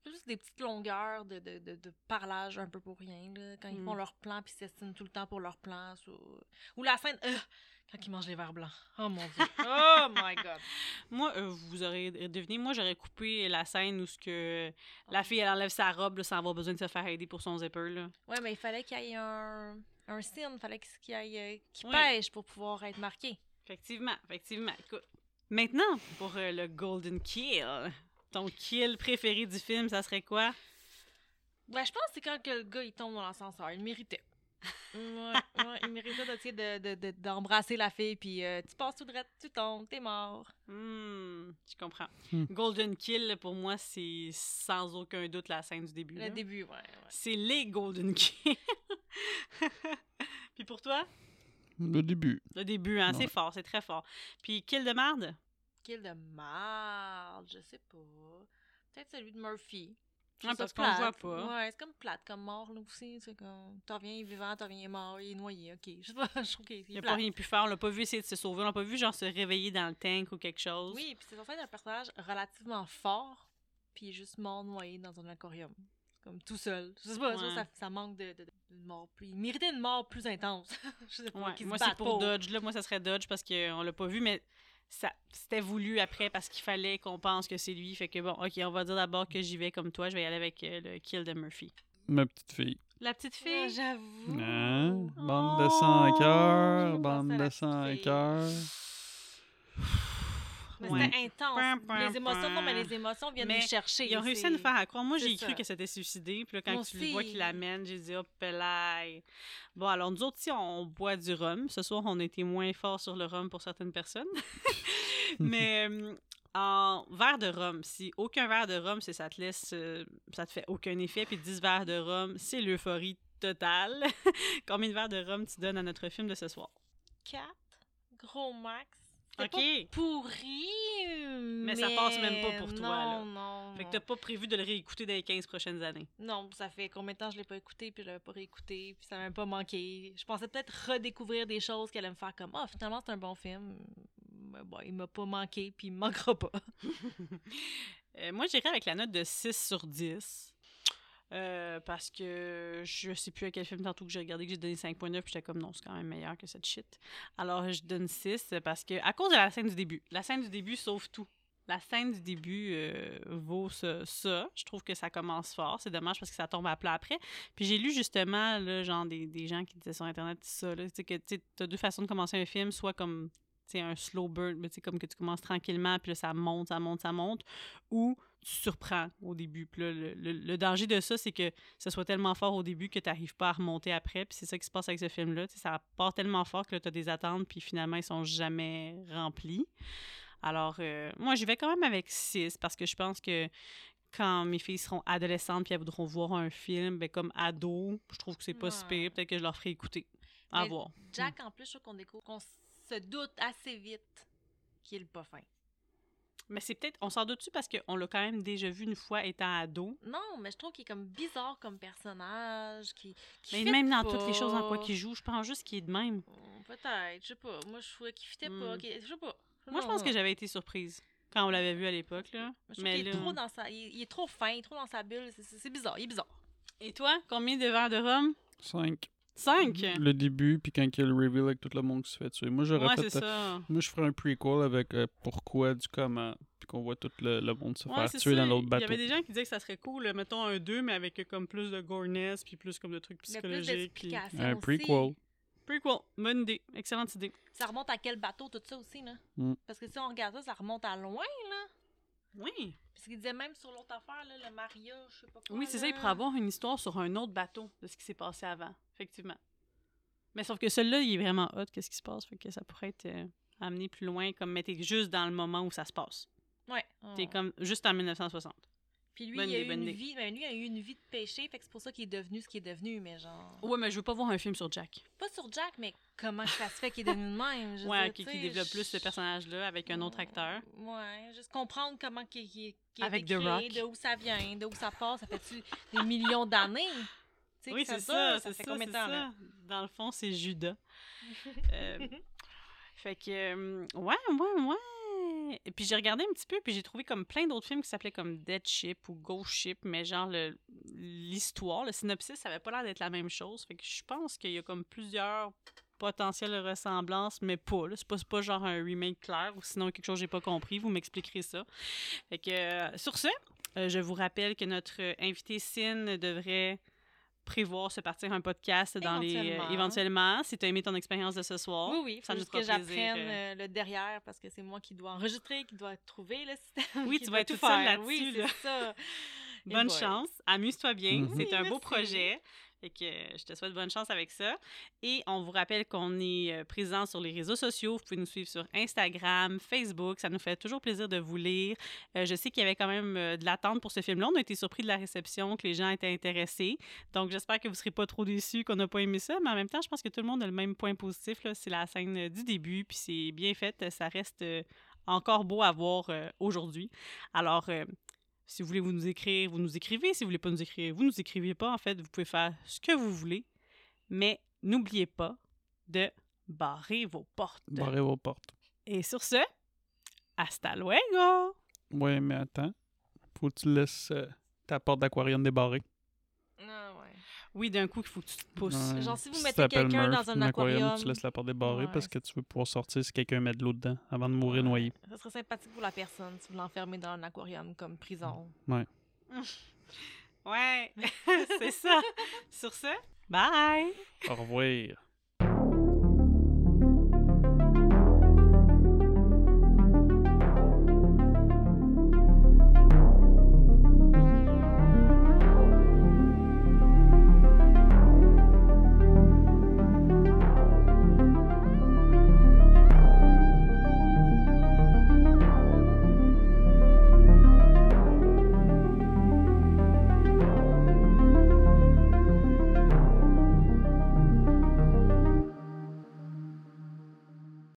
Speaker 3: c'est juste des petites longueurs de, de, de, de parlage un peu pour rien. Là, quand ils
Speaker 1: Mm.
Speaker 3: font leur plan, puis ils s'estiment tout le temps pour leur plan. Ou, ou la scène, euh, quand ils mangent les verres blancs. Oh mon dieu. oh my god.
Speaker 1: Moi, euh, vous aurez deviné, moi, j'aurais coupé la scène où ce que la fille, elle enlève sa robe là, sans avoir besoin de se faire aider pour son zipper, là.
Speaker 3: Ouais, mais il fallait qu'il y ait un, un signe. Il fallait qu'il y ait, euh, qu'il
Speaker 1: Oui.
Speaker 3: pêche pour pouvoir être marqué.
Speaker 1: Effectivement, effectivement. Écoute, maintenant, pour euh, le Golden Kill, ton kill préféré du film, ça serait quoi?
Speaker 3: Ouais, Ben, je pense que c'est quand que le gars il tombe dans l'ascenseur. Il le méritait. ouais, ouais, il méritait de, tu sais, de- de- de- d'embrasser la fille, puis euh, tu passes tout droit, tu tombes, t'es mort.
Speaker 1: Hmm, je comprends.
Speaker 2: Hmm.
Speaker 1: Golden Kill, pour moi, c'est sans aucun doute la scène du début.
Speaker 3: Le
Speaker 1: là.
Speaker 3: début, ouais. ouais.
Speaker 1: C'est les Golden Kill. Puis pour toi,
Speaker 2: Le début.
Speaker 1: le début, hein, c'est
Speaker 2: Ouais.
Speaker 1: fort, c'est très fort. Puis kill de marde?
Speaker 3: Kill de marde, je sais pas. Peut-être celui de Murphy. Je
Speaker 1: Ouais,
Speaker 3: trouve
Speaker 1: parce
Speaker 3: ça
Speaker 1: qu'on le voit
Speaker 3: plate.
Speaker 1: pas.
Speaker 3: Ouais, c'est comme plate, comme mort là aussi. C'est comme, t'en reviens, il est vivant, t'en reviens, il est mort, il est noyé, ok. Je sais pas, je trouve qu'il
Speaker 1: Il n'y
Speaker 3: est
Speaker 1: a pas
Speaker 3: plate.
Speaker 1: rien de plus fort. On l'a pas vu essayer de se sauver. On l'a pas vu, genre, se réveiller dans le tank ou quelque chose.
Speaker 3: Oui, puis c'est censé être un personnage relativement fort, puis il est juste mort noyé dans un aquarium. Comme tout seul. Je sais pas, je trouve
Speaker 1: Ouais.
Speaker 3: ça, ça manque de, de- d'une mort plus. Il méritait une mort plus intense. je sais pas,
Speaker 1: Ouais,
Speaker 3: qu'il se
Speaker 1: moi, c'est
Speaker 3: batte
Speaker 1: pour
Speaker 3: pas.
Speaker 1: Dodge. Là, moi, ça serait Dodge parce qu'on l'a pas vu, mais ça c'était voulu après parce qu'il fallait qu'on pense que c'est lui. Fait que bon, OK, on va dire d'abord que j'y vais comme toi. Je vais y aller avec euh, le kill de Murphy.
Speaker 2: Ma petite fille.
Speaker 1: La petite
Speaker 3: Ah,
Speaker 1: fille.
Speaker 3: J'avoue.
Speaker 2: Hein? Bande
Speaker 1: Oh,
Speaker 2: de sang à
Speaker 3: j'ai
Speaker 2: cœur,
Speaker 3: pensé à
Speaker 2: bande
Speaker 3: la
Speaker 2: de sang à
Speaker 3: petite
Speaker 2: cœur.
Speaker 3: Mais
Speaker 2: Ouais.
Speaker 3: c'était intense.
Speaker 1: Pam, pam,
Speaker 3: les émotions, non, mais
Speaker 1: pam.
Speaker 3: les émotions viennent
Speaker 1: Mais
Speaker 3: nous chercher.
Speaker 1: Ils ont réussi
Speaker 3: c'est-
Speaker 1: à nous faire à croire. Moi,
Speaker 3: c'est
Speaker 1: j'ai cru
Speaker 3: ça.
Speaker 1: que c'était suicidé. Puis là, quand
Speaker 3: Moi
Speaker 1: tu le vois
Speaker 3: aussi.
Speaker 1: qu'il l'amène, j'ai dit, oh, pelaille. Bon, alors, nous autres, si on boit du rhum, ce soir, on était moins fort sur le rhum pour certaines personnes. Mais euh, en verre de rhum, si aucun verre de rhum, c'est- ça te laisse, euh, ça te fait aucun effet. Puis 10 verres de rhum, c'est l'euphorie totale. Combien de verres de rhum tu donnes à notre film de ce soir?
Speaker 3: Quatre, gros max. C'était
Speaker 1: OK.
Speaker 3: pas pourri, euh,
Speaker 1: Mais ça passe même pas pour
Speaker 3: non,
Speaker 1: toi, là.
Speaker 3: Non,
Speaker 1: Fait que
Speaker 3: non.
Speaker 1: t'as pas prévu de le réécouter dans les 15 prochaines années.
Speaker 3: Non, ça fait combien de temps je l'ai pas écouté, puis je l'avais pas réécouté, puis ça m'a même pas manqué. Je pensais peut-être redécouvrir des choses qu'elle allait me faire comme « Ah, finalement, c'est un bon film. » Mais Bon, il m'a pas manqué, puis il me manquera pas.
Speaker 1: Euh, moi, j'irais avec la note de 6 sur 10. Euh, parce que je sais plus à quel film tantôt que j'ai regardé que j'ai donné 5.9 puis j'étais comme non c'est quand même meilleur que cette shit alors je donne 6 parce que à cause de la scène du début la scène du début sauve tout la scène du début euh, vaut ce- ça je trouve que ça commence fort c'est dommage parce que ça tombe à plat après puis j'ai lu justement là, genre des, des gens qui disaient sur internet ça là, tu sais que tu as deux façons de commencer un film soit comme tu sais, un slow burn mais tu sais, comme que tu commences tranquillement puis là, ça monte ça monte ça monte ou tu surprends au début. Puis là, le, le- le danger de ça, c'est que ce soit tellement fort au début que tu n'arrives pas à remonter après. Puis c'est ça qui se passe avec ce film-là. Tu sais, Ça part tellement fort que tu as des attentes, puis finalement, ils sont jamais remplis. Alors, euh, moi, j'y vais quand même avec 6 parce que je pense que quand mes filles seront adolescentes puis elles voudront voir un film, ben, comme ado, je trouve que c'est pas si
Speaker 3: Ouais.
Speaker 1: pire. Peut-être que je leur ferai écouter. À
Speaker 3: Mais
Speaker 1: voir.
Speaker 3: Jack, en plus, je trouve qu'on découvre qu'on se doute assez vite qu'il est le pas fin.
Speaker 1: Mais c'est peut-être. On s'en doute dessus parce qu'on l'a quand même déjà vu une fois étant ado.
Speaker 3: Non, mais je trouve qu'il est comme bizarre comme personnage, qui, qui
Speaker 1: Mais
Speaker 3: fit
Speaker 1: même dans
Speaker 3: pas.
Speaker 1: toutes les choses en quoi qu'il joue, je pense juste qu'il est de même.
Speaker 3: Hmm, Peut-être, je sais pas. Moi, je trouvais qu'il fitait pas.
Speaker 1: Hmm.
Speaker 3: qu'il- Je sais pas.
Speaker 1: Moi, je pense que j'avais été surprise quand on l'avait vu à l'époque. Là.
Speaker 3: j'ai.
Speaker 1: Mais
Speaker 3: Mais il est
Speaker 1: là-
Speaker 3: trop dans sa, il, il est trop fin, il est trop dans sa bulle. C'est- C'est c'est bizarre, il est bizarre.
Speaker 1: Et toi, combien de verres de rhum?
Speaker 2: 5.
Speaker 1: Cinq?
Speaker 2: Le début, puis quand il y a le reveal avec tout le monde qui se fait tuer. Moi, j'aurais
Speaker 1: Ouais, c'est
Speaker 2: fait. euh,
Speaker 1: ça.
Speaker 2: Moi, je ferais un prequel avec euh, pourquoi, du comment, puis qu'on voit tout le, le monde se
Speaker 1: Ouais,
Speaker 2: faire
Speaker 1: c'est
Speaker 2: tuer
Speaker 1: ça.
Speaker 2: dans l'autre
Speaker 1: Il y
Speaker 2: bateau.
Speaker 1: avait des gens qui disaient que ça serait cool, là, mettons un 2, mais avec euh, comme plus de goreness, puis plus comme de trucs
Speaker 3: Il y a plus
Speaker 1: psychologiques. Puis...
Speaker 3: d'explications.
Speaker 2: Un
Speaker 3: aussi.
Speaker 2: prequel.
Speaker 1: Prequel, bonne idée, excellente idée.
Speaker 3: Ça remonte à quel bateau, tout ça aussi, là?
Speaker 2: Hmm.
Speaker 3: Parce que si on regarde ça, ça remonte à loin, là.
Speaker 1: Oui,
Speaker 3: Parce qu'il disait même sur l'autre affaire, là, le mariage, je sais pas quoi.
Speaker 1: oui c'est ça, il
Speaker 3: là.
Speaker 1: pourrait avoir une histoire sur un autre bateau de ce qui s'est passé avant, effectivement. Mais sauf que celui-là, il est vraiment hot, qu'est-ce qui se passe, fait que ça pourrait être euh, amené plus loin, comme mais t'es juste dans le moment où ça se passe.
Speaker 3: Ouais. Oh.
Speaker 1: T'es comme juste en 1960.
Speaker 3: Puis lui,
Speaker 1: Bonne
Speaker 3: il a
Speaker 1: idée,
Speaker 3: eu
Speaker 1: bonne
Speaker 3: une
Speaker 1: idée.
Speaker 3: vie, ben, lui, il a eu une vie de péché, fait que c'est pour ça qu'il est devenu ce qu'il est devenu, mais genre...
Speaker 1: Ouais, mais je veux pas voir un film sur Jack.
Speaker 3: Pas sur Jack, mais comment que ça se fait qu'il est devenu le même? je veux
Speaker 1: Ouais,
Speaker 3: dire,
Speaker 1: qui,
Speaker 3: tu
Speaker 1: qui
Speaker 3: sais,
Speaker 1: développe
Speaker 3: je-
Speaker 1: plus ce personnage-là avec un autre acteur.
Speaker 3: Ouais, juste comprendre comment qu'il qu'il- qu'il a
Speaker 1: Avec
Speaker 3: été
Speaker 1: The
Speaker 3: créé,
Speaker 1: Rock.
Speaker 3: De où ça vient, de où ça part, ça fait-tu des millions d'années? Tu sais,
Speaker 1: Oui,
Speaker 3: que
Speaker 1: c'est
Speaker 3: dure,
Speaker 1: ça, c'est
Speaker 3: fait
Speaker 1: ça,
Speaker 3: combien
Speaker 1: c'est
Speaker 3: de temps, là?
Speaker 1: ça. Dans le fond, c'est Judas. Euh, fait que, euh, ouais, ouais, ouais. Et puis j'ai regardé un petit peu, puis j'ai trouvé comme plein d'autres films qui s'appelaient comme Dead Ship ou Ghost Ship, mais genre le- l'histoire, le synopsis, ça avait pas l'air d'être la même chose. Fait que je pense qu'il y a comme plusieurs potentielles ressemblances, mais pas. là. C'est pas, c'est pas genre un remake clair ou sinon quelque chose que j'ai pas compris. Vous m'expliquerez ça. Fait que, euh, sur ce, euh, je vous rappelle que notre euh, invité Cine devrait prévoir se partir un podcast dans les euh,
Speaker 3: Éventuellement.
Speaker 1: éventuellement si tu as aimé ton expérience de ce soir.
Speaker 3: Oui, oui,
Speaker 1: ça nous
Speaker 3: faut juste
Speaker 1: fera
Speaker 3: que
Speaker 1: plaisir,
Speaker 3: j'apprenne
Speaker 1: euh.
Speaker 3: euh, le derrière parce que c'est moi qui dois enregistrer, qui dois trouver le système.
Speaker 1: Oui,
Speaker 3: qui
Speaker 1: tu
Speaker 3: dois
Speaker 1: vas être
Speaker 3: tout
Speaker 1: toute seule
Speaker 3: faire.
Speaker 1: là-dessus,
Speaker 3: Oui,
Speaker 1: là.
Speaker 3: c'est ça. Et
Speaker 1: Bonne
Speaker 3: boy.
Speaker 1: chance, amuse-toi bien,
Speaker 2: Mhm.
Speaker 1: c'est un
Speaker 3: Oui,
Speaker 1: beau
Speaker 3: merci.
Speaker 1: projet. Fait que euh, je te souhaite bonne chance avec ça. Et on vous rappelle qu'on est euh, présent sur les réseaux sociaux. Vous pouvez nous suivre sur Instagram, Facebook. Ça nous fait toujours plaisir de vous lire. Euh, je sais qu'il y avait quand même euh, de l'attente pour ce film-là. On a été surpris de la réception, que les gens étaient intéressés. Donc j'espère que vous ne serez pas trop déçus qu'on n'a pas aimé ça. Mais en même temps, je pense que tout le monde a le même point positif. là. C'est la scène euh, du début, puis c'est bien fait. Ça reste euh, encore beau à voir euh, aujourd'hui. Alors, euh, si vous voulez vous nous écrire, vous nous écrivez. Si vous voulez pas nous écrire, vous nous écrivez pas. En fait, vous pouvez faire ce que vous voulez. Mais n'oubliez pas de barrer vos portes.
Speaker 2: Barrez vos portes.
Speaker 1: Et sur ce, hasta luego!
Speaker 2: Ouais, mais attends. Faut que tu laisses euh, ta porte d'aquarium débarrée.
Speaker 3: Ah, ouais.
Speaker 1: Oui, d'un coup, il faut que tu te pousses.
Speaker 2: Ouais.
Speaker 3: Genre, si vous mettez
Speaker 2: t'appelles
Speaker 3: quelqu'un
Speaker 2: Murph,
Speaker 3: dans un aquarium,
Speaker 2: tu laisses la porte débarrée
Speaker 3: Ouais.
Speaker 2: parce que tu veux pouvoir sortir si quelqu'un met de l'eau dedans avant de mourir noyé.
Speaker 3: Ça serait sympathique pour la personne si vous l'enfermez dans un aquarium comme prison.
Speaker 1: Ouais, c'est ça. Sur ce, bye!
Speaker 2: Au revoir.